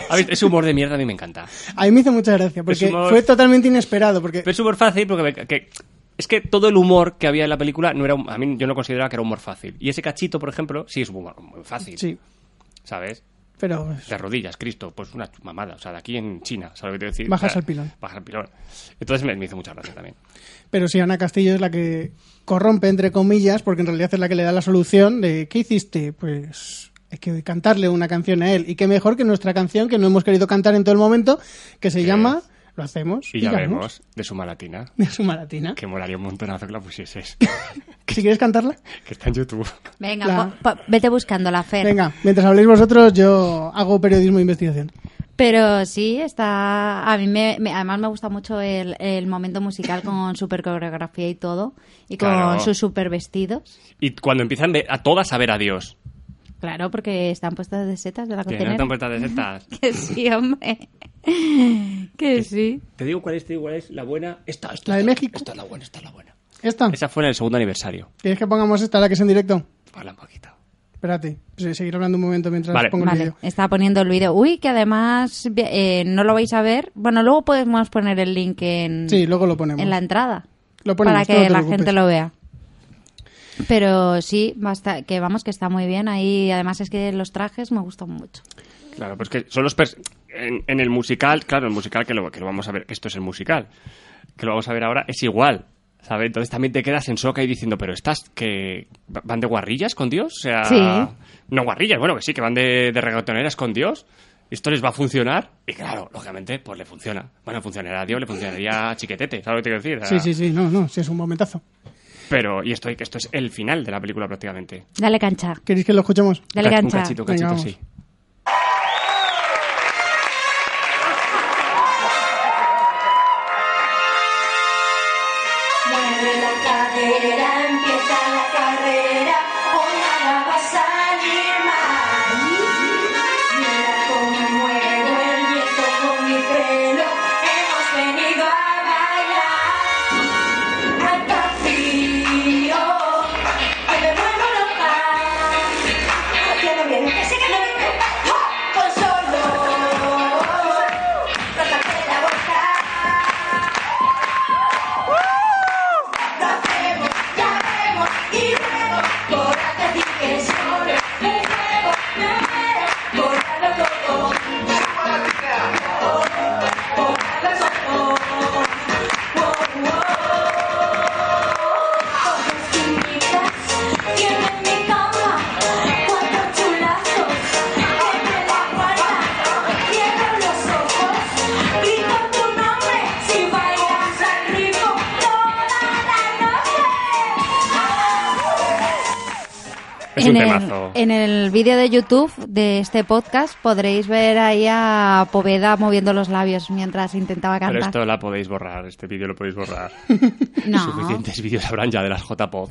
C: A ver, ese humor de mierda a mí me encanta.
A: A mí me hizo mucha gracia porque
C: Es humor-
A: fue totalmente inesperado porque...
C: Pero es súper fácil porque me- que- es que todo el humor que había en la película no era hum- a mí yo no consideraba que era humor fácil. Y ese cachito, por ejemplo, sí es humor muy fácil,
A: sí.
C: ¿sabes?
A: Pero pues,
C: de rodillas, Cristo, pues una mamada, o sea, de aquí en China, ¿sabes lo que te decir?
A: Bajas
C: O sea,
A: al pilón.
C: Bajas al pilón. Entonces me, me hizo mucha gracia también.
A: Pero si Ana Castillo es la que corrompe, entre comillas, porque en realidad es la que le da la solución de ¿qué hiciste? Pues hay que cantarle una canción a él. Y qué mejor que nuestra canción que no hemos querido cantar en todo el momento, que se
C: Que
A: llama
C: es-
A: Lo hacemos.
C: Y ya
A: ganamos".
C: vemos, de su malatina,
A: De su malatina.
C: que molaría un montonazo que la pusieses,
A: Si quieres cantarla.
C: que está en YouTube.
B: Venga,
A: La-
B: po- po- vete buscando la Fer.
A: Venga, mientras habléis vosotros, yo hago periodismo e investigación.
B: Pero sí, está. A mí me, me- además me gusta mucho el, el momento musical con super coreografía y todo. Y con
C: Claro.
B: sus super vestidos.
C: Y cuando empiezan ve- a todas a ver a Dios,
B: Claro, porque están puestas de setas de la
C: que no
B: cocinera.
C: están puertas de setas.
B: Que sí, hombre. Que sí.
C: Te digo cuál es, te digo cuál es la buena. Esta, esta,
A: ¿La de
C: esta,
A: México?
C: Esta es la buena, esta es la buena.
A: Esta.
C: Esa fue en el segundo aniversario.
A: ¿Quieres que pongamos esta, la que es en directo?
C: Hola, Paquita.
A: Espérate, pues, seguir hablando un momento mientras
C: Vale.
A: pongo el
B: Vale,
A: vídeo.
B: estaba poniendo el vídeo. Uy, que además eh, no lo vais a ver. Bueno, luego podemos poner el link en,
A: Sí, luego lo ponemos.
B: en la entrada.
A: Lo ponemos,
B: para
A: tú no
B: que
A: te
B: la
A: preocupes.
B: gente lo vea. Pero sí, basta, que vamos, que está muy bien ahí. Además es que los trajes me gustan mucho.
C: Claro, pues que son los pers- en, en el musical, claro, el musical que lo, que lo vamos a ver, que esto es el musical, que lo vamos a ver ahora, es igual, ¿sabes? Entonces también te quedas en soca y diciendo, pero estas que va- van de guarrillas con Dios, o sea,
B: Sí.
C: no guarrillas, bueno, que sí, que van de, de reggaetoneras con Dios. ¿Esto les va a funcionar? Y claro, lógicamente, pues le funciona. Bueno, funcionaría a Dios, le funcionaría a Chiquetete, ¿sabes lo que te quiero decir?
A: Sí, sí, sí, no, no, sí, es un momentazo.
C: Pero, y esto, esto es el final de la película prácticamente.
B: Dale cancha,
A: ¿Queréis que lo escuchemos?
B: dale
C: Un
B: cancha.
C: cachito, un
A: Venga,
C: cachito,
A: vamos.
C: sí.
H: Mueve la cadera, empieza la carrera, hoy nada va a salir mal. Mira cómo muevo el viento con mi pelo, hemos venido a bailar al vacío. Que me vuelvo loca, haciendo bien, que sí que no me ¡Oh! con solo. Rosa de la boca. Nacemos, ya vemos y vemos por decir que sobre me juego, me muero, por darlo todo. Por darlo todo. Wow, wow. Cosas infinitas tiene mi cama, cuatro chulazos, tiene la guarda, cierro los ojos, grito tu nombre, si bailas al ritmo toda la noche.
C: Es un
B: en,
C: temazo.
B: El, en el vídeo de YouTube de este podcast podréis ver ahí a Poveda moviendo los labios mientras intentaba
C: Pero
B: cantar.
C: esto la podéis borrar, este vídeo lo podéis borrar.
B: No.
C: Suficientes vídeos habrán ya de las JPod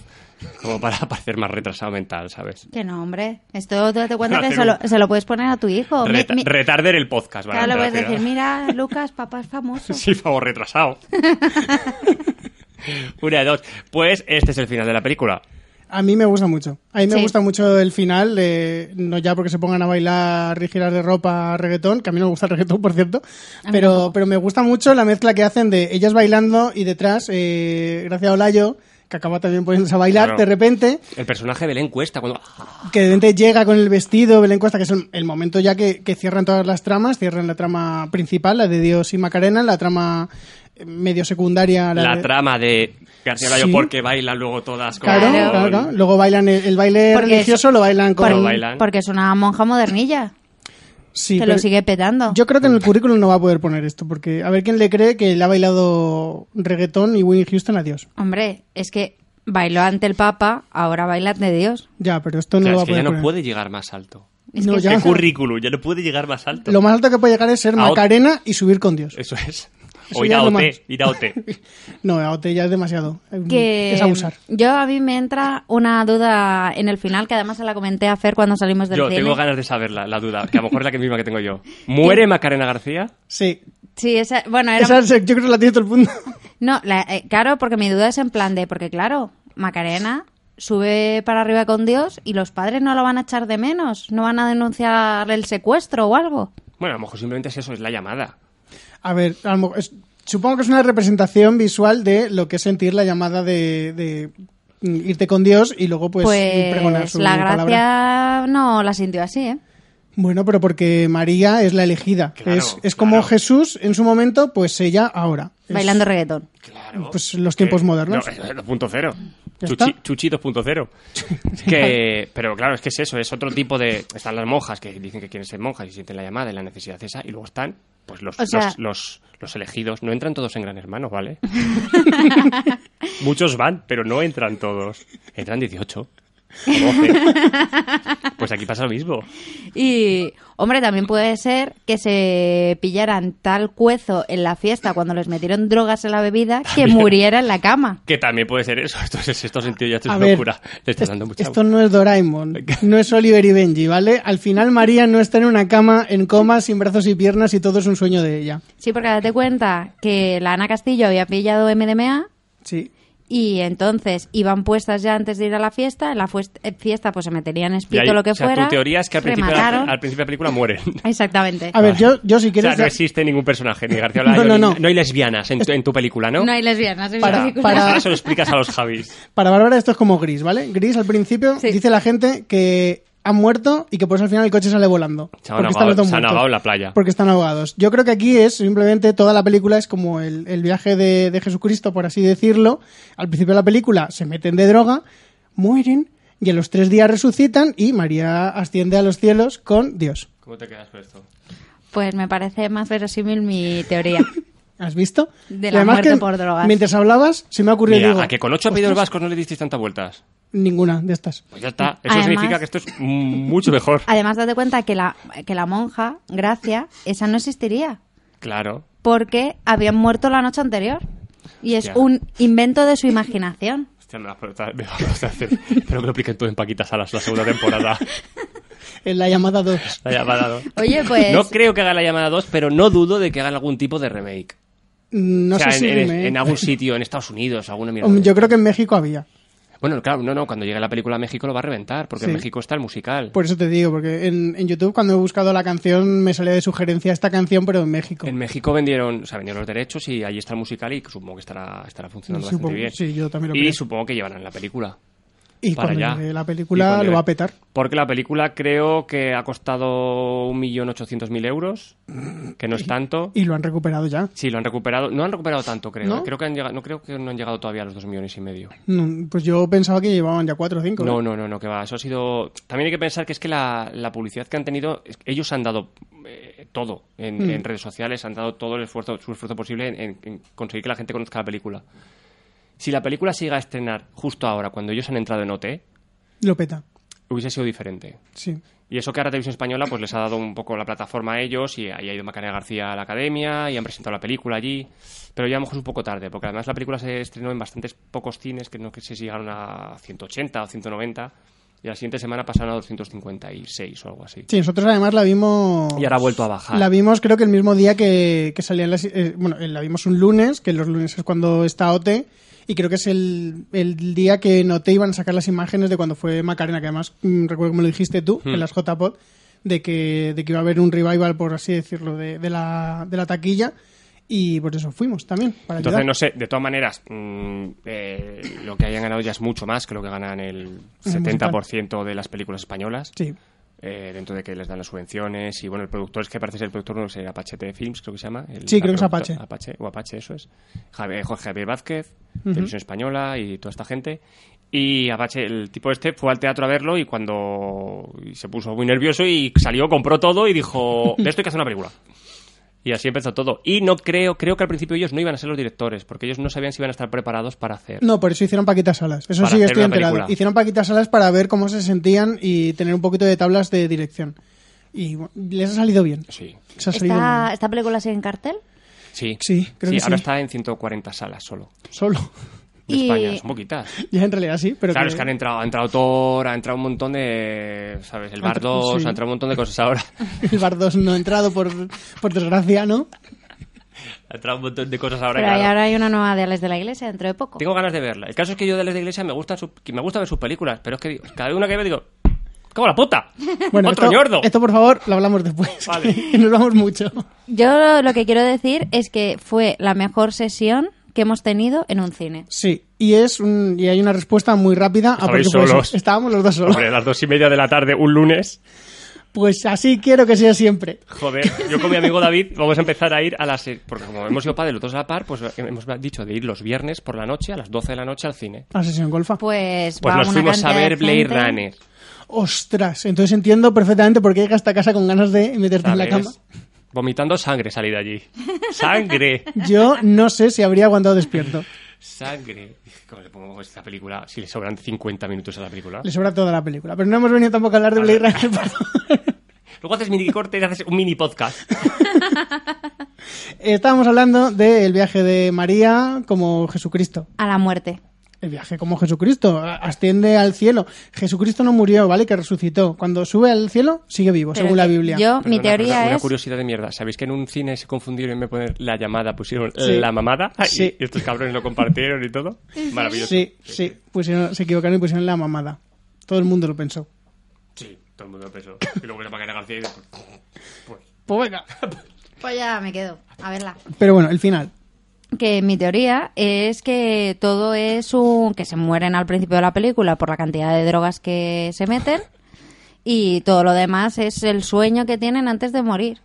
C: como para parecer más retrasado mental, ¿sabes?
B: Que no, hombre. Esto te, te cuento
C: Hacer
B: que se
C: un-
B: lo, se lo puedes poner a tu hijo. Mi-
C: Reta-
B: mi-
C: retarder el podcast, ¿vale?
B: Oh, claro, le puedes
C: Gracias.
B: decir, mira, Lucas, papá es famoso.
C: Sí, favor, retrasado. Una, dos. Pues este es el final de la película.
A: A mí me gusta mucho. A mí me
B: Sí.
A: gusta mucho el final, de, no ya porque se pongan a bailar y girar de ropa reggaetón, que a mí no me gusta el reggaetón, por cierto, pero, pero me gusta mucho la mezcla que hacen de ellas bailando y detrás, eh, gracias a Olayo, que acaba también poniéndose a bailar
C: Claro.
A: de repente,
C: El personaje de Belén cuesta cuando...
A: que de repente llega con el vestido, Belén Cuesta, que es el, el momento ya que, que cierran todas las tramas, cierran la trama principal, la de Dios y Macarena, la trama eh, medio secundaria, la,
C: La
A: de-
C: trama de García Layo
A: Sí.
C: porque baila luego todas con...
A: Claro, claro, claro. Luego bailan el, el baile
B: Porque es-
A: religioso, lo bailan con...
B: Por-
C: Lo bailan.
B: porque es una monja modernilla
A: Sí,
B: que
A: pero-
B: lo sigue petando.
A: Yo creo que en el currículum no va a poder poner esto, porque a ver quién le cree que le ha bailado reggaetón y Winnie Houston a Dios.
B: Hombre, es que bailó ante el Papa, ahora baila ante Dios.
A: Ya, pero esto no
C: Claro,
A: lo va a
C: es que ya
A: poder
C: no
A: poner.
C: puede llegar más alto.
B: Es
A: No,
B: que-
A: ya.
C: El currículum ya no puede llegar más alto.
A: Lo más alto que puede llegar es ser
C: A ot-
A: Macarena y subir con Dios.
C: Eso es.
A: Eso
C: O ir
A: ya
C: a
A: es lo
C: OT,
A: más.
C: ir a OT.
A: No, a OT ya es demasiado. Eh,
B: que
A: Es abusar.
B: Yo a mí me entra una duda en el final que además se la comenté a Fer cuando salimos del
C: Yo
B: cine.
C: tengo ganas de saberla, la duda, que a lo mejor es la que misma que tengo yo. ¿Muere Macarena García?
A: Sí.
B: Sí, esa, bueno, era-
A: Esa, es- yo creo que la tiene todo el mundo.
B: no, la- eh, claro, porque mi duda es en plan de porque claro, Macarena sube para arriba con Dios y los padres no lo van a echar de menos, no van a denunciar el secuestro o algo.
C: Bueno, a lo mejor simplemente es eso, es la llamada.
A: A ver, a lo mejor- es- supongo que es una representación visual de lo que es sentir la llamada de, de mm, irte con Dios y luego pues,
B: Pues,
A: pregonar su
B: la gracia
A: palabra.
B: no la sintió así, ¿eh?
A: Bueno, pero porque María es la elegida.
C: Claro,
A: es es como
C: claro.
A: Jesús en su momento, pues ella ahora. Es-
B: Bailando reggaetón.
C: Claro.
A: Pues los tiempos modernos.
C: No, eh, es 2.0.
A: Ya
C: Chuchi,
A: está.
C: Chuchi 2.0. que, pero claro, es que es eso, es otro tipo de... Están las monjas que dicen que quieren ser monjas y sienten la llamada y la necesidad esa, y luego están pues los,
B: O sea-
C: los, los, los elegidos. No entran todos en Gran Hermano, ¿vale? Muchos van, pero no entran todos. Entran 18. o 12. Pues aquí pasa lo mismo.
B: Y, hombre, también puede ser que se pillaran tal cuezo en la fiesta cuando les metieron drogas en la bebida que muriera en la cama.
C: Que también puede ser eso. Esto, es- esto sentido ya esto es
A: A
C: una
A: ver,
C: locura. Le estás dando mucha
A: Esto no es Doraemon, no es Oliver y Benji, ¿vale? Al final María no está en una cama, en coma, sin brazos y piernas y todo es un sueño de ella.
B: Sí, porque date cuenta que la Ana Castillo había pillado MDMA
A: Sí.
B: y entonces iban puestas ya antes de ir a la fiesta. En la fuest- eh, fiesta pues se meterían
C: Y ahí-
B: espíritu o lo que
C: o sea,
B: fuera.
C: tu teoría es que al principio, de la-
B: remataron.
C: al principio Ah, de la película mueren.
B: Exactamente.
A: A ver, yo, yo si
C: O sea,
A: quieres...
C: no existe ningún personaje, ni García Olayo,
A: No, no,
C: ni-
A: no.
C: hay lesbianas en tu, en tu película, ¿no?
B: No hay lesbianas. en
A: Para-
B: la película.
A: para-
C: Eso lo explicas a los Javis.
A: Para Bárbara esto es como Gris, ¿vale? Gris al principio
B: Sí.
A: dice la gente que han muerto y que por eso al final el coche sale volando.
C: Se han
A: porque
C: ahogado-
A: están los dos
C: se han
A: muertos.
C: ahogado en la playa.
A: Porque están ahogados. Yo creo que aquí es simplemente toda la película es como el, el viaje de, de Jesucristo, por así decirlo. Al principio de la película se meten de droga, mueren y a los tres días resucitan y María asciende a los cielos con Dios.
C: ¿Cómo te quedas con esto?
B: Pues me parece más verosímil mi teoría.
A: ¿Has visto?
B: De
A: Y
B: la
A: además
B: muerte
A: que
B: por drogas.
A: Mientras hablabas, se me ha ocurrido
C: Mira,
A: digo,
C: a que con ocho apellidos
A: "Ostras,
C: vascos no le disteis tantas vueltas.
A: Ninguna de estas.
C: Pues ya está. Eso
B: Además-
C: significa que esto es mm, mucho mejor.
B: Además, date cuenta que la, que la monja, Gracia, esa no existiría.
C: Claro.
B: porque habían muerto la noche anterior. Y es
C: Ya.
B: un invento de su imaginación.
C: Hostia, me vas a preguntar- me vas a preguntar hacer- Pero me lo expliquen todo en Paquita Salas la segunda temporada.
A: En la llamada 2.
C: La llamada 2.
B: Oye, pues-
C: No creo que haga la llamada 2, pero no dudo de que hagan algún tipo de remake.
A: Mm, No
C: o sea,
A: sé si
C: en, en-
A: remake.
C: en algún sitio, en Estados Unidos, alguna mierda.
A: Hombre,
C: de
A: Yo
C: esta.
A: creo que en México había.
C: Bueno, claro, no, no, cuando llegue la película a México lo va a reventar, porque
A: Sí. Pues,
C: en México está el musical.
A: Por eso te digo, porque en, en YouTube cuando he buscado la canción me salía de sugerencia esta canción, pero en México.
C: En México vendieron, o sea, vendieron los derechos y allí está el musical y supongo que estará, estará funcionando
A: Supongo-
C: bastante bien.
A: sí, yo también lo
C: y
A: creo.
C: supongo que llevarán la película.
A: y
C: para
A: cuando
C: allá.
A: llegue la
C: Y
A: película
C: cuando
A: lo va a
C: llegue-
A: petar.
C: Porque la película creo que ha costado 1.800.000 euros, que no es tanto.
A: Y lo han recuperado ya.
C: Sí, lo han recuperado. No han recuperado tanto, creo.
A: ¿No?
C: ¿eh? Creo que han llegado, no creo que no han llegado todavía a los 2 millones y medio.
A: No, pues yo pensaba que llevaban ya cuatro o cinco.
C: No,
A: ¿eh?
C: no, no, no, que va. Eso ha sido. También hay que pensar que es que la, la publicidad que han tenido, es que ellos han dado eh, todo en, en redes sociales, han dado todo el esfuerzo, su esfuerzo posible en, en- en conseguir que la gente conozca la película. Si la película se llega a estrenar justo ahora, cuando ellos han entrado en OT,
A: Lo peta.
C: hubiese sido diferente.
A: Sí.
C: Y eso que ahora Televisión Española pues les ha dado un poco la plataforma a ellos y ahí ha ido Macarena García a la academia y han presentado la película allí. Pero ya a lo mejor es un poco tarde, porque además la película se estrenó en bastantes pocos cines, que no que sé si llegaron a 180 o 190, y la siguiente semana pasaron a 256 o algo así.
A: Sí, nosotros además la vimos.
C: Y ahora ha vuelto a bajar.
A: La vimos creo que el mismo día que, que salían las... eh, bueno, eh, la vimos un lunes, que los lunes es cuando está OT, y creo que es el, el día que en OT iban a sacar las imágenes de cuando fue Macarena, que además mm, recuerdo que me lo dijiste tú,
C: Hmm.
A: en las JPod, de que, de que iba a haber un revival, por así decirlo, de, de la, de la taquilla, y por eso fuimos también, para
C: Entonces,
A: ayudar.
C: no sé, de todas maneras, mm, eh, lo que hayan ganado ya es mucho más que lo que ganan el
A: musical.
C: 70% de las películas españolas.
A: Sí,
C: eh, dentro de que les dan las subvenciones y bueno el productor es que parece ser el productor no sé Apache T Films creo que se llama el-
A: Sí,
C: la
A: creo que es
C: productora-
A: Apache.
C: Apache o Apache eso es Javier, Jorge Javier Vázquez Televisión Española y toda esta gente y Apache el tipo este fue al teatro a verlo y cuando y se puso muy nervioso y salió compró todo y dijo de esto hay que hacer una película y así empezó todo y no creo creo que al principio ellos no iban a ser los directores porque ellos no sabían si iban a estar preparados para hacer
A: No, por eso hicieron Paquitas Salas. Eso
C: Para
A: sí,
C: hacer
A: estoy
C: una
A: enterado.
C: película.
A: Hicieron Paquitas Salas para ver cómo se sentían y tener un poquito de tablas de dirección. Y bueno, les ha salido bien.
C: sí
A: Les ha salido bien.
B: ¿Esta, ¿Esta película sigue en cartel?
C: sí
A: Sí, creo que sí.
C: ahora está en 140 salas solo
A: Solo.
C: de
B: Y-
C: España son poquitas
A: Ya en realidad sí, pero
C: Claro,
A: que-
C: es que han entrado, ha entrado Thor, ha entrado un montón de. ¿Sabes? El
A: Ha
C: Bar
A: entrado-
C: 2,
A: sí.
C: ha entrado un montón de cosas ahora.
A: el Bar 2 no ha entrado por, por desgracia, ¿no?
C: ha entrado un montón de cosas ahora.
B: Pero ahí
C: claro.
B: ahora hay una nueva de Alex de la Iglesia dentro de poco.
C: Tengo ganas de verla. El caso es que yo de las de Iglesia me, gustan su- que me gusta ver sus películas, pero es que digo, cada una que veo digo. ¡Cómo la puta! ¡Otro
A: esto,
C: ñordo!
A: esto por favor lo hablamos después.
C: Vale.
A: que Nos vamos mucho.
B: Yo lo que quiero decir es que fue la mejor sesión que hemos tenido en un cine.
A: Sí, y es un, y hay una respuesta muy rápida a por
C: Estabais
A: qué fue eso.
C: solos.
A: Estábamos los dos solos.
C: Hombre, a las dos y media de la tarde, un lunes.
A: Pues así quiero que sea siempre.
C: Joder, yo con mi amigo David vamos a empezar a ir a las... Porque como hemos ido padre los dos a la par, pues hemos dicho de ir los viernes por la noche a las 12 de la noche al cine.
A: A sesión golfa.
B: Pues,
C: Pues
B: va
C: nos
B: una
C: fuimos a
B: cantidad de
C: ver Blade
B: gente.
C: Runner.
A: Ostras, entonces entiendo perfectamente por qué llegas a esta casa con ganas de meterte en la
C: ¿sabes?
A: cama.
C: Vomitando sangre salí de allí. ¡Sangre!
A: Yo no sé si habría aguantado despierto.
C: Sangre. Dije, ¿Cómo le pongo esta película? Si le sobran 50 minutos a la película.
A: Le sobra toda la película. Pero no hemos venido tampoco a hablar de Blade Runner. perdón.
C: Luego haces mini corte y haces un mini podcast.
A: Estábamos hablando del viaje de María como Jesucristo.
B: A la muerte.
A: El viaje como Jesucristo. a- Asciende al cielo. Jesucristo no murió, ¿vale? Que resucitó. Cuando sube al cielo, sigue vivo,
B: Pero
A: según la
B: que
A: Biblia.
B: Yo, mi
C: Perdona,
B: teoría
C: una, Una
B: es...
C: curiosidad de mierda. ¿Sabéis que en un cine se confundieron en vez de poner la llamada, pusieron
A: Sí.
C: la mamada? Y-
A: Sí.
C: Y, estos cabrones lo compartieron y todo. Maravilloso.
A: Sí, sí. Pusieron, se equivocaron y pusieron la mamada. Todo el mundo lo pensó.
C: Sí, todo el mundo lo pensó. Y luego era Macarena García y pues, pues,
A: Pues venga.
B: Pues ya me quedo. A verla.
A: Pero bueno, el final.
B: que mi teoría es que todo es un que se mueren al principio de la película por la cantidad de drogas que se meten y todo lo demás es el sueño que tienen antes de morir.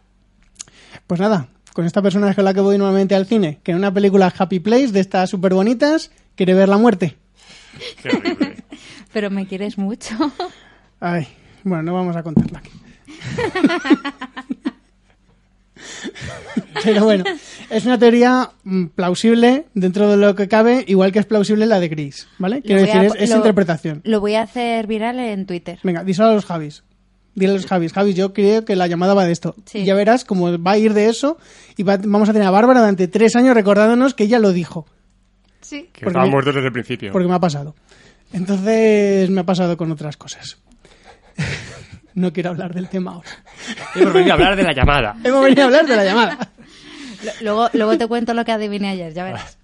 A: Pues nada, con esta persona es con la que voy nuevamente al cine, que en una película Happy Place de estas súper bonitas quiere ver la muerte.
C: qué horrible.
B: Pero me quieres mucho.
A: Ay, bueno, no vamos a contarla aquí. Pero bueno, es una teoría mm, plausible dentro de lo que cabe, igual que es plausible la de Gris, ¿vale? Quiero
B: Lo voy
A: decir,
B: a-
A: es, es
B: lo-
A: interpretación.
B: Lo voy a hacer viral en Twitter.
A: Venga, díselo a los Javis. Dile a los Javis, Javis, yo creo que la llamada va de esto.
B: Sí.
A: Y Ya verás cómo va a ir de eso y va- vamos a tener a Bárbara durante tres años recordándonos que ella lo dijo.
B: Sí.
C: Que
A: Porque-
C: estaban muertos desde el principio.
A: Porque me ha pasado. Entonces me ha pasado con otras cosas. No quiero hablar del tema ahora.
C: Hemos venido a hablar de la llamada.
A: Hemos venido a hablar de la llamada.
B: Luego, luego te cuento lo que adiviné ayer, ya verás.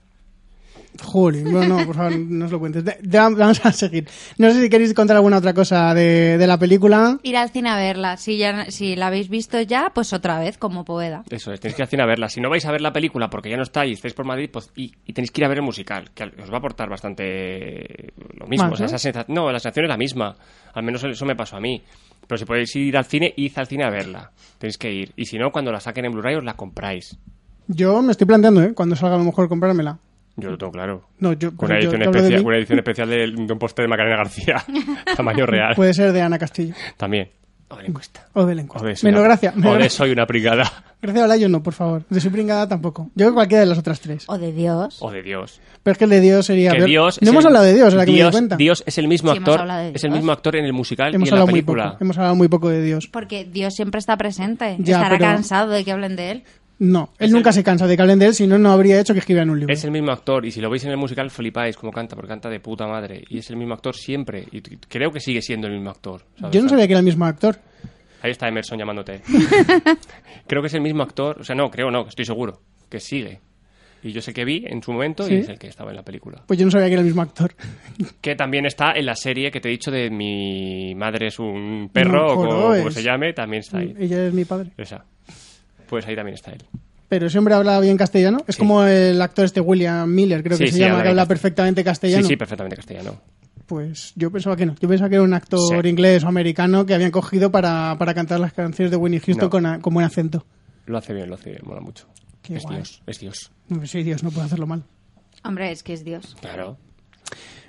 A: Juli, bueno, no, por favor, no os lo cuentes. De- de- vamos a seguir. No sé si queréis contar alguna otra cosa de, de la película.
B: Ir al cine a verla. Si, ya, si la habéis visto ya, pues otra vez, como pueda.
C: Eso es, tenéis que ir al cine a verla. Si no vais a ver la película porque ya no estáis, estáis por Madrid pues, y, y tenéis que ir a ver el musical, que al- os va a aportar bastante lo mismo.
A: Más,
C: o sea,
A: ¿no?
C: esa sensa- no, la sensación es la misma. Al menos eso me pasó a mí. Pero si podéis ir al cine, id al cine a verla. Tenéis que ir. Y si no, cuando la saquen en Blu-ray os la compráis.
A: Yo me estoy planteando, ¿eh? Cuando salga a lo mejor comprármela.
C: Yo lo tengo claro.
A: No, yo-
C: Con una
A: yo-
C: edición,
A: yo hablo de
C: especial,
A: mí.
C: una edición especial de, de un poste de Macarena García, tamaño real.
A: Puede ser de Ana Castillo.
C: También. O de encuesta.
A: O de la
C: O
A: encuesta.
C: de soy
A: Menos
C: una-
A: gracia.
C: O
A: menos
C: de
A: gracia.
C: soy una brigada.
A: Gracia Olayo no, por favor. De su pringada tampoco. Yo creo que cualquiera de las otras tres.
B: O de Dios.
C: O de Dios.
A: Pero es que el de Dios sería...
C: que
A: peor.
C: Dios es
A: no hemos
C: el-
A: hablado de Dios, ahora que me doy
C: Dios,
A: cuenta.
C: Dios es el mismo
B: Sí, hemos
C: actor,
B: hablado de
C: es el
B: Dios.
C: mismo actor en el musical
A: hemos
C: y en la
A: hablado muy
C: película.
A: poco. Hemos hablado muy poco de Dios.
B: Porque Dios siempre está presente.
A: Ya,
B: Estará
A: pero-
B: cansado de que hablen de él.
A: No, él nunca se cansa de que hablen de él, si no, no habría hecho que escribieran un libro.
C: Es el mismo actor y si lo veis en el musical flipáis como canta, porque canta de puta madre y es el mismo actor siempre y t- creo que sigue siendo el mismo actor. ¿sabes?
A: Yo no
C: O sea,
A: sabía que era el mismo actor.
C: Ahí está Emerson llamándote. creo que es el mismo actor, o sea, no, creo no, estoy seguro que sigue. Y yo sé que vi en su momento
A: Sí.
C: y es el que estaba en la película.
A: Pues yo no sabía que era el mismo actor.
C: Que también está en la serie que te he dicho de Mi madre es un perro
A: No
C: o como,
A: jorobes.
C: como se llame, también está ahí.
A: Ella es mi padre.
C: Esa. Pues ahí también está él.
A: Pero ese hombre habla bien castellano. Es
C: Sí.
A: como el actor este William Miller, creo que
C: Sí,
A: se
C: sí,
A: llama,
C: habla
A: que
C: bien
A: habla
C: cast-
A: perfectamente
C: Sí,
A: castellano.
C: sí, perfectamente castellano.
A: Pues yo pensaba que no. Yo pensaba que era un actor
C: Sí.
A: inglés o americano que habían cogido para, para cantar las canciones de Winnie Houston
C: No.
A: con, a- con buen acento.
C: Lo hace bien, lo hace bien, mola mucho.
A: Qué
C: es
A: guay.
C: Dios, es Dios.
A: Sí, Dios, no puede hacerlo mal.
B: Hombre, es que es Dios.
C: Claro.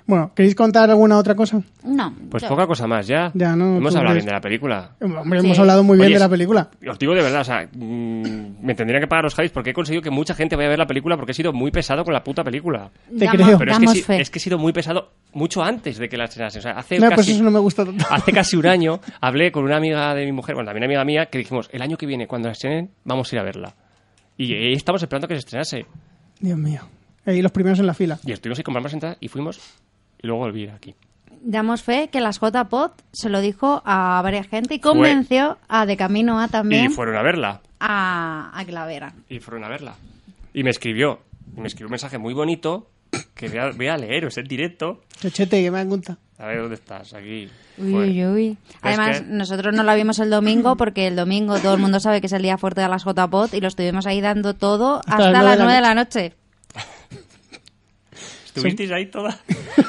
A: Bueno, ¿queréis contar alguna otra cosa?
B: No.
C: Pues
B: yo-
C: poca cosa más ya.
A: Ya, no,
C: Hemos
A: tú
C: hablado
A: ves.
C: bien de la película.
A: Hombre,
B: Sí.
A: hemos hablado muy bien
C: Oye,
A: de la
C: es-
A: película.
C: Os digo de verdad, o sea, mm, me tendrían que pagar los Javis porque he conseguido que mucha gente vaya a ver la película porque he sido muy pesado con la puta película.
A: Te
B: Damos-
A: creo.
C: Pero es que,
B: damos
C: sí-
B: fe.
C: es que he sido muy pesado mucho antes de que la estrenase. O sea, hace
A: No,
C: casi... Ah.
A: pues eso no me gusta tanto.
C: Hace casi un año hablé con una amiga de mi mujer, bueno, también amiga mía, que dijimos, el año que viene, cuando la estrenen, vamos a ir a verla. Y eh, estamos esperando que se estrenase.
A: Dios mío. Ahí los primeros en la fila.
C: Y estuvimos ahí compramos entradas y fuimos y luego volví aquí.
B: Damos fe que las J-Pod se lo dijo a varias gente y convenció a De Camino A también
C: Y fueron a verla.
B: a, a que la vieran.
C: Y fueron a verla. Y me escribió. y me escribió un mensaje muy bonito que voy a, voy a leeros en directo.
A: Chochete, que me dan cuenta.
C: A ver dónde estás, aquí.
B: Uy,
C: Joder.
B: uy, uy. Además,
C: que-
B: nosotros no la vimos el domingo porque el domingo todo el mundo sabe que es el día fuerte de las J-Pod y lo estuvimos ahí dando todo hasta, las 9 de la noche.
C: Estuvisteis ahí toda.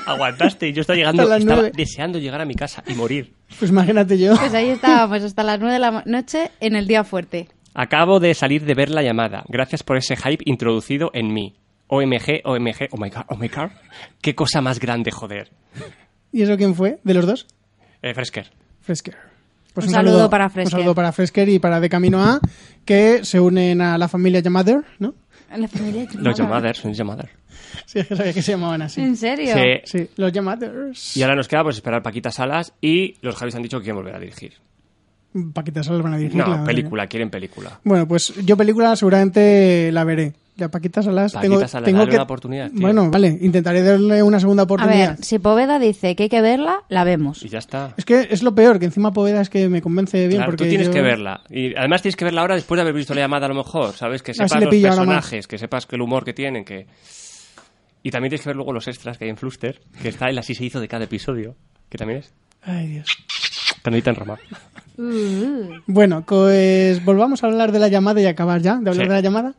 C: Aguantaste. y Yo estaba llegando.
A: Hasta las
C: Estaba
A: nueve.
C: deseando llegar a mi casa y morir.
A: Pues imagínate yo.
B: Pues ahí estábamos hasta las 9 de la noche en el día fuerte.
C: Acabo de salir de ver la llamada. Gracias por ese hype introducido en mí. OMG, OMG, oh my god, oh my god. Qué cosa más grande, joder.
A: ¿Y eso quién fue? ¿De los dos?
C: Eh, Fresker.
A: Fresker. Pues
B: Un saludo para Fresker.
A: Un saludo para Fresker y para De Camino A, que se unen a la familia Yamader, ¿no?
B: En la familia de Yamada.
C: Los Yamaders, son Yamaders.
A: Sí, es que sabía que se llamaban así.
B: ¿En serio?
C: Sí.
A: Sí, los Yamaders.
C: Y ahora nos queda pues esperar Paquita Salas y los Javis han dicho que quieren volver a dirigir.
A: Paquitas Mm, Salas van a dirigir.
C: No,
A: la-
C: película, quieren película.
A: Bueno, pues yo película seguramente la veré. Ya Paquitas Salas
C: Paquita
A: tengo,
C: Salas,
A: tengo
C: dale
A: que...
C: una oportunidad, tío.
A: Bueno, vale, intentaré darle una segunda
B: A
A: oportunidad.
B: ver, si Poveda dice que hay que verla, la vemos.
C: Y ya está.
A: Es que es lo peor, que encima Poveda es que me convence bien.
C: Claro,
A: porque
C: tú tienes
A: yo-
C: que verla. Y además tienes que verla ahora después de haber visto la llamada a lo mejor, ¿sabes? Que
A: Así
C: sepas
A: le
C: los
A: pillo ahora más.
C: personajes, que sepas que el humor que tienen, que... Y también tienes que ver luego los extras que hay en Fluster, que está el así se hizo de cada episodio, que también es
A: Ay, Dios.
C: Canelita en Roma.
A: Bueno, pues volvamos a hablar de la llamada y acabar ya de hablar
C: Sí.
A: de la llamada.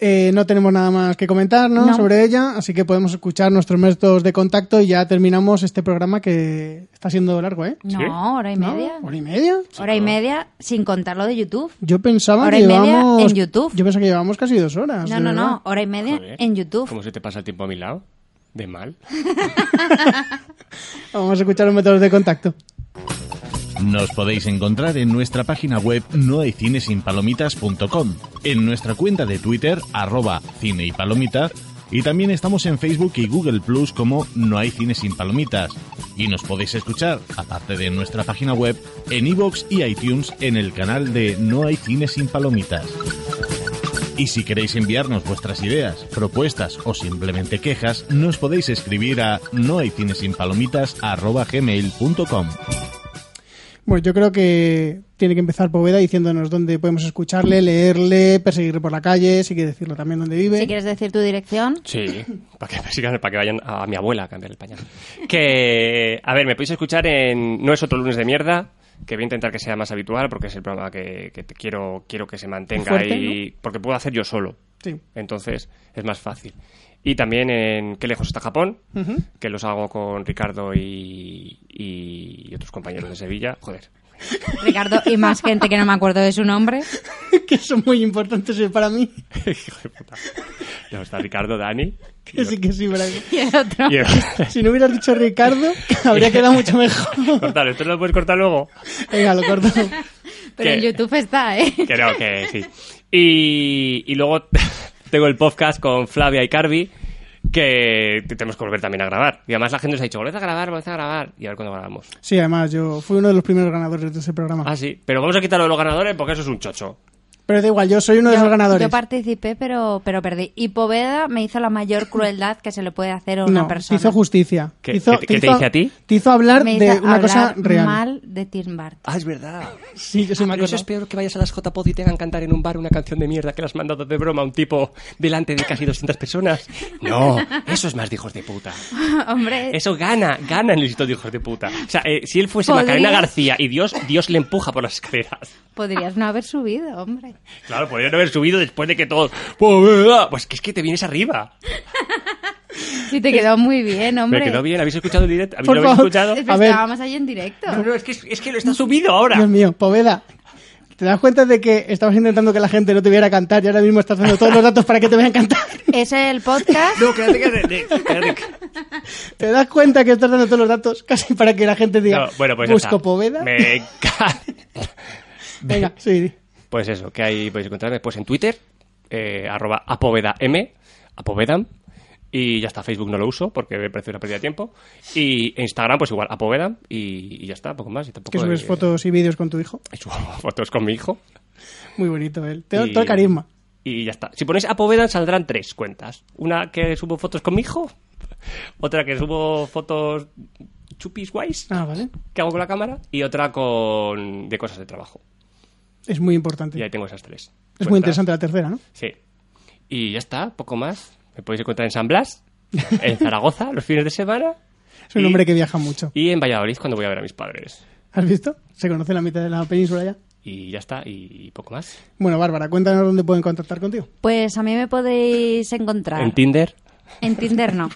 A: Eh, no tenemos nada más que comentar ¿no?
B: No.
A: sobre ella, así que podemos escuchar nuestros métodos de contacto y ya terminamos este programa que está siendo largo, ¿eh?
B: No,
C: ¿Sí?
B: hora y media.
A: ¿No? ¿Hora y media?
B: Hora y media sin contar lo de YouTube.
A: Yo pensaba
B: Hora
A: que
B: y media
A: llevamos...
B: en YouTube.
A: Yo pensaba que llevamos casi dos horas.
B: No,
A: de
B: no,
A: Ah, verdad.
B: no, hora y media
C: Joder,
B: en YouTube.
C: ¿Cómo se ¿eh? te pasa el tiempo a mi lado? De mal.
A: Vamos a escuchar los métodos de contacto.
J: Nos podéis encontrar en nuestra página web nohaycinesinpalomitas.com, en nuestra cuenta de Twitter, arroba cine y palomita, y también estamos en Facebook y Google Plus como No hay cine sin palomitas. Y nos podéis escuchar, aparte de en nuestra página web, en iVoox y iTunes en el canal de No hay cine sin palomitas. Y si queréis enviarnos vuestras ideas, propuestas o simplemente quejas, nos podéis escribir a nohaycinesinpalomitas.gmail.com.
A: Bueno, yo creo que tiene que empezar Poveda diciéndonos dónde podemos escucharle, leerle, perseguirle por la calle, si quiere decirlo también dónde vive.
B: Si quieres decir tu dirección,
C: Sí, para que, persigan- para que vayan a mi abuela a cambiar el pañal. Que, a ver, me podéis escuchar en No es otro lunes de mierda, que voy a intentar que sea más habitual porque es el programa que, que te quiero, quiero que se mantenga
A: Fuerte,
C: y porque puedo hacer yo solo.
A: Sí.
C: Entonces es más fácil. Y también en Qué lejos está Japón, que los hago con Ricardo y, y otros compañeros de Sevilla. Joder.
B: Ricardo, y más gente que no me acuerdo de su nombre.
A: que son muy importantes eh, para mí.
C: Hijo de puta. No, está Ricardo, Dani.
A: Que sí, que sí, Braga.
B: Y el otro.
C: Y-
A: Si no hubieras dicho Ricardo, habría quedado mucho mejor.
C: Cortalo, ¿esto lo puedes cortar luego?
A: Venga, lo corto.
B: Pero en
C: ¿Qué?
B: YouTube está, ¿eh?
C: Creo que sí. Y, y luego tengo el podcast con Flavia y Carvi, que te- tenemos que volver también a grabar. Y además la gente nos ha dicho, volved a grabar, volved a grabar. Y a ver cuándo grabamos.
A: Sí, además, yo fui uno de los primeros ganadores de ese programa.
C: Ah, sí. Pero vamos a quitarlo de los ganadores porque eso es un chocho.
A: Pero da igual, yo soy uno de
B: Yo-
A: los ganadores.
B: Yo participé, pero, pero perdí. Y Poveda me hizo la mayor crueldad que se le puede hacer a una
A: no, te
B: persona.
A: hizo justicia.
C: ¿Qué-
A: hizo,
C: qué te- qué te hice a ti?
A: Te hizo hablar
B: me
A: de
B: hizo
A: una cosa
B: hablar
A: real.
B: mal Ah, de Tim Burton.
C: Ah, es verdad.
A: Sí, yo sí me acuerdo.
C: peor que vayas a las J-Pod y te hagan cantar en un bar una canción de mierda que le has mandado de broma a un tipo delante de casi 200 personas. No, eso es más de hijos de puta.
B: Hombre,
C: Eso gana, gana en el instituto de hijos de puta. O sea, eh, si él fuese
B: Podría-
C: Macarena García y Dios, Dios le empuja por las escaleras.
B: podrías no haber subido, hombre.
C: Claro, podrían haber subido después de que todos. Pues que es que te vienes arriba.
B: Sí, te quedó muy bien, hombre.
C: Me quedó bien, ¿habéis escuchado el directo?
A: Por
C: ¿Lo habéis
A: favor.
C: escuchado?
B: Es-
A: A ver.
B: Estábamos ahí en directo.
C: No, no, es que, es que lo está subido ahora.
A: Dios mío, Poveda. ¿Te das cuenta de que estabas intentando que la gente no te viera cantar y ahora mismo estás haciendo todos los datos para que te vean cantar?
B: Es el podcast.
C: No, quédate, quédate, quédate.
A: ¿Te das cuenta que estás dando todos los datos casi para que la gente diga,
C: No, bueno, pues ya
A: busco
C: está.
A: Poveda?
C: Me encanta.
A: Venga, sí.
C: Pues eso, que ahí podéis encontrarme pues en Twitter, eh, arroba apovedam, apovedam, y ya está, Facebook no lo uso porque me parece una pérdida de tiempo, y en Instagram pues igual, apovedam, y, y ya está, poco más. Y tampoco
A: Que subes
C: eh,
A: fotos y vídeos con tu hijo.
C: y subo fotos con mi hijo.
A: Muy bonito él. Te da
C: y-
A: todo el carisma.
C: Y ya está. Si ponéis apovedam saldrán tres cuentas. Una que subo fotos con mi hijo, otra que subo fotos chupis guays,
A: Ah, vale.
C: que hago con la cámara, y otra con de cosas de trabajo.
A: Es muy importante.
C: Y ahí tengo esas tres.
A: es muy
C: cuentas.
A: interesante la tercera, ¿no?
C: Sí. Y ya está, poco más. Me podéis encontrar en San Blas, en Zaragoza, los fines de semana.
A: Es un
C: y-
A: hombre que viaja mucho.
C: Y en Valladolid cuando voy a ver a mis padres.
A: ¿Has visto? Se conoce la mitad de la península ya.
C: Y ya está, y poco más.
A: Bueno, Bárbara, cuéntanos dónde pueden contactar contigo.
B: Pues a mí me podéis encontrar.
C: En Tinder.
B: En Tinder no.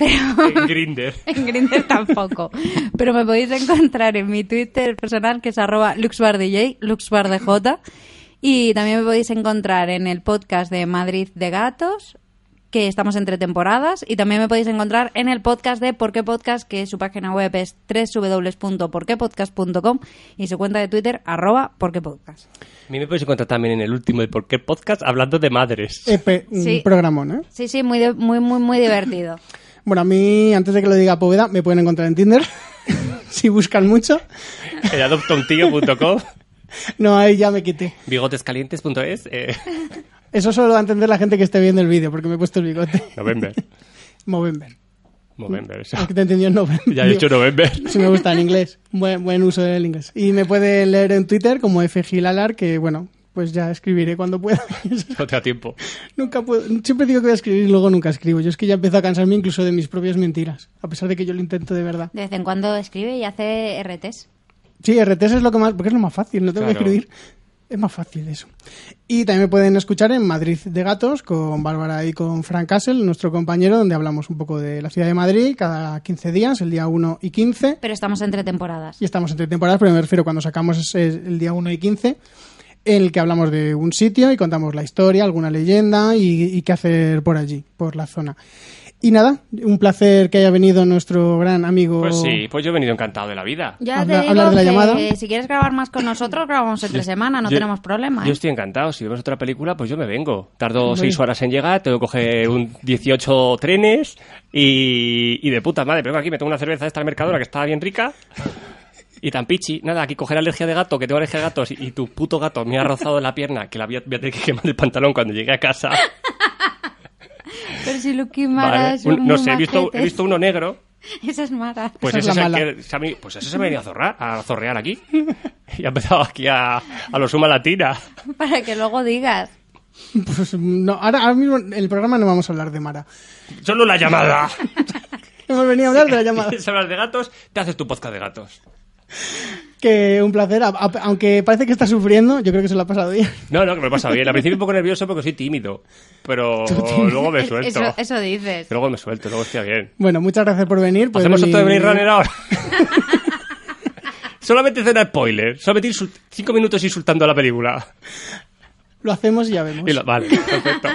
C: En Grinder.
B: En Grindr tampoco. Pero me podéis encontrar en mi Twitter personal, que es arroba luxbardj, luxbardj. Y también me podéis encontrar en el podcast de Madrid de Gatos, que estamos entre temporadas. Y también me podéis encontrar en el podcast de Por qué Podcast, que su página web es www.porquepodcast.com y su cuenta de Twitter, arroba porquepodcast.
C: A mí me podéis encontrar también en el último de por qué podcast hablando de madres.
A: EP,
B: Sí.
A: un programón, ¿eh?
B: Sí, sí, muy, de- muy, muy, muy divertido.
A: Bueno, a mí, antes de que lo diga Poveda, me pueden encontrar en Tinder. si buscan mucho.
C: En adoptontío.com,
A: No, ahí ya me quité.
C: bigotescalientes.es, eh,
A: Eso solo va a entender la gente que esté viendo el vídeo, porque me he puesto el bigote.
C: November.
A: Movember.
C: November, eso.
A: Es que te entendió en November.
C: Ya he dicho November.
A: Si me gusta en inglés. Buen, buen uso del inglés. Y me pueden leer en Twitter como fgilalar, que bueno, pues ya escribiré cuando pueda.
C: No te da tiempo.
A: nunca puedo. Siempre digo que voy a escribir y luego nunca escribo. Yo es que ya empiezo a cansarme incluso de mis propias mentiras, a pesar de que yo lo intento de verdad.
B: De vez en cuando escribe y hace RTs.
A: Sí, RTS es lo que más, porque es lo más fácil, no tengo que
C: Claro.
A: escribir. Es más fácil eso. Y también me pueden escuchar en Madrid de Gatos con Bárbara y con Frank Castle, nuestro compañero, donde hablamos un poco de la ciudad de Madrid cada 15 días, el día 1 y 15.
B: Pero estamos entre temporadas.
A: Y estamos entre temporadas, pero me refiero cuando sacamos ese- el día 1 y 15, en el que hablamos de un sitio y contamos la historia, alguna leyenda y, y qué hacer por allí, por la zona. Y nada, un placer que haya venido nuestro gran amigo.
C: Pues sí, pues yo he venido encantado de la vida.
B: Ya
A: Habla-
B: te
A: hablar
B: digo
A: de la
B: que
A: llamada.
B: si quieres grabar más con nosotros, grabamos entre semana, no
C: yo-
B: tenemos problema.
C: Yo
B: ¿eh?
C: estoy encantado. Si vemos otra película, pues yo me vengo. Tardo seis horas en llegar, tengo que coger un 18 trenes y, y de puta madre. Pero bueno, aquí me tomo una cerveza de esta mercadora que está bien rica. Y tan pichi, nada, aquí coger alergia de gato, que tengo alergia de gatos, y tu puto gato me ha rozado la pierna, que la voy a, voy a tener que quemar el pantalón cuando llegue a casa.
B: Pero si Lucky Mara
C: Vale.
B: es
C: Un-
B: un
C: no sé, he visto, he
B: majete.
C: visto uno negro,
B: Esa es Mara.
C: pues
A: Esa
C: ese,
A: es
C: es el
A: la
C: que, se ha veni- pues ese se me ha venido a zorrar, a zorrear aquí. Y ha empezado aquí a, a lo suma latina.
B: Para que luego digas.
A: Pues no, ahora, ahora mismo en el programa no vamos a hablar de Mara.
C: Solo la llamada.
A: Hemos venido a hablar de la llamada.
C: ¿Quieres hablar de gatos? Te haces tu podcast de gatos.
A: Que un placer, a- a- aunque parece que está sufriendo, yo creo que se lo ha pasado bien.
C: No, no, que me lo pasa bien. Al principio un poco nervioso porque soy tímido. Pero luego me
B: Es-
C: suelto.
B: Eso, eso dices.
C: Luego me suelto, luego estoy bien.
A: Bueno, muchas gracias por venir. por
C: ¿Hacemos esto de
A: venir-
C: venir Runner ahora? solamente cena spoiler. Solamente insult- cinco minutos insultando a la película.
A: Lo hacemos y ya vemos.
C: Y lo- vale, perfecto.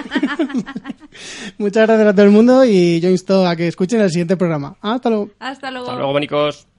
A: Muchas gracias a todo el mundo y yo insto a que escuchen el siguiente programa. Hasta luego.
B: Hasta luego.
C: Hasta luego, manicos.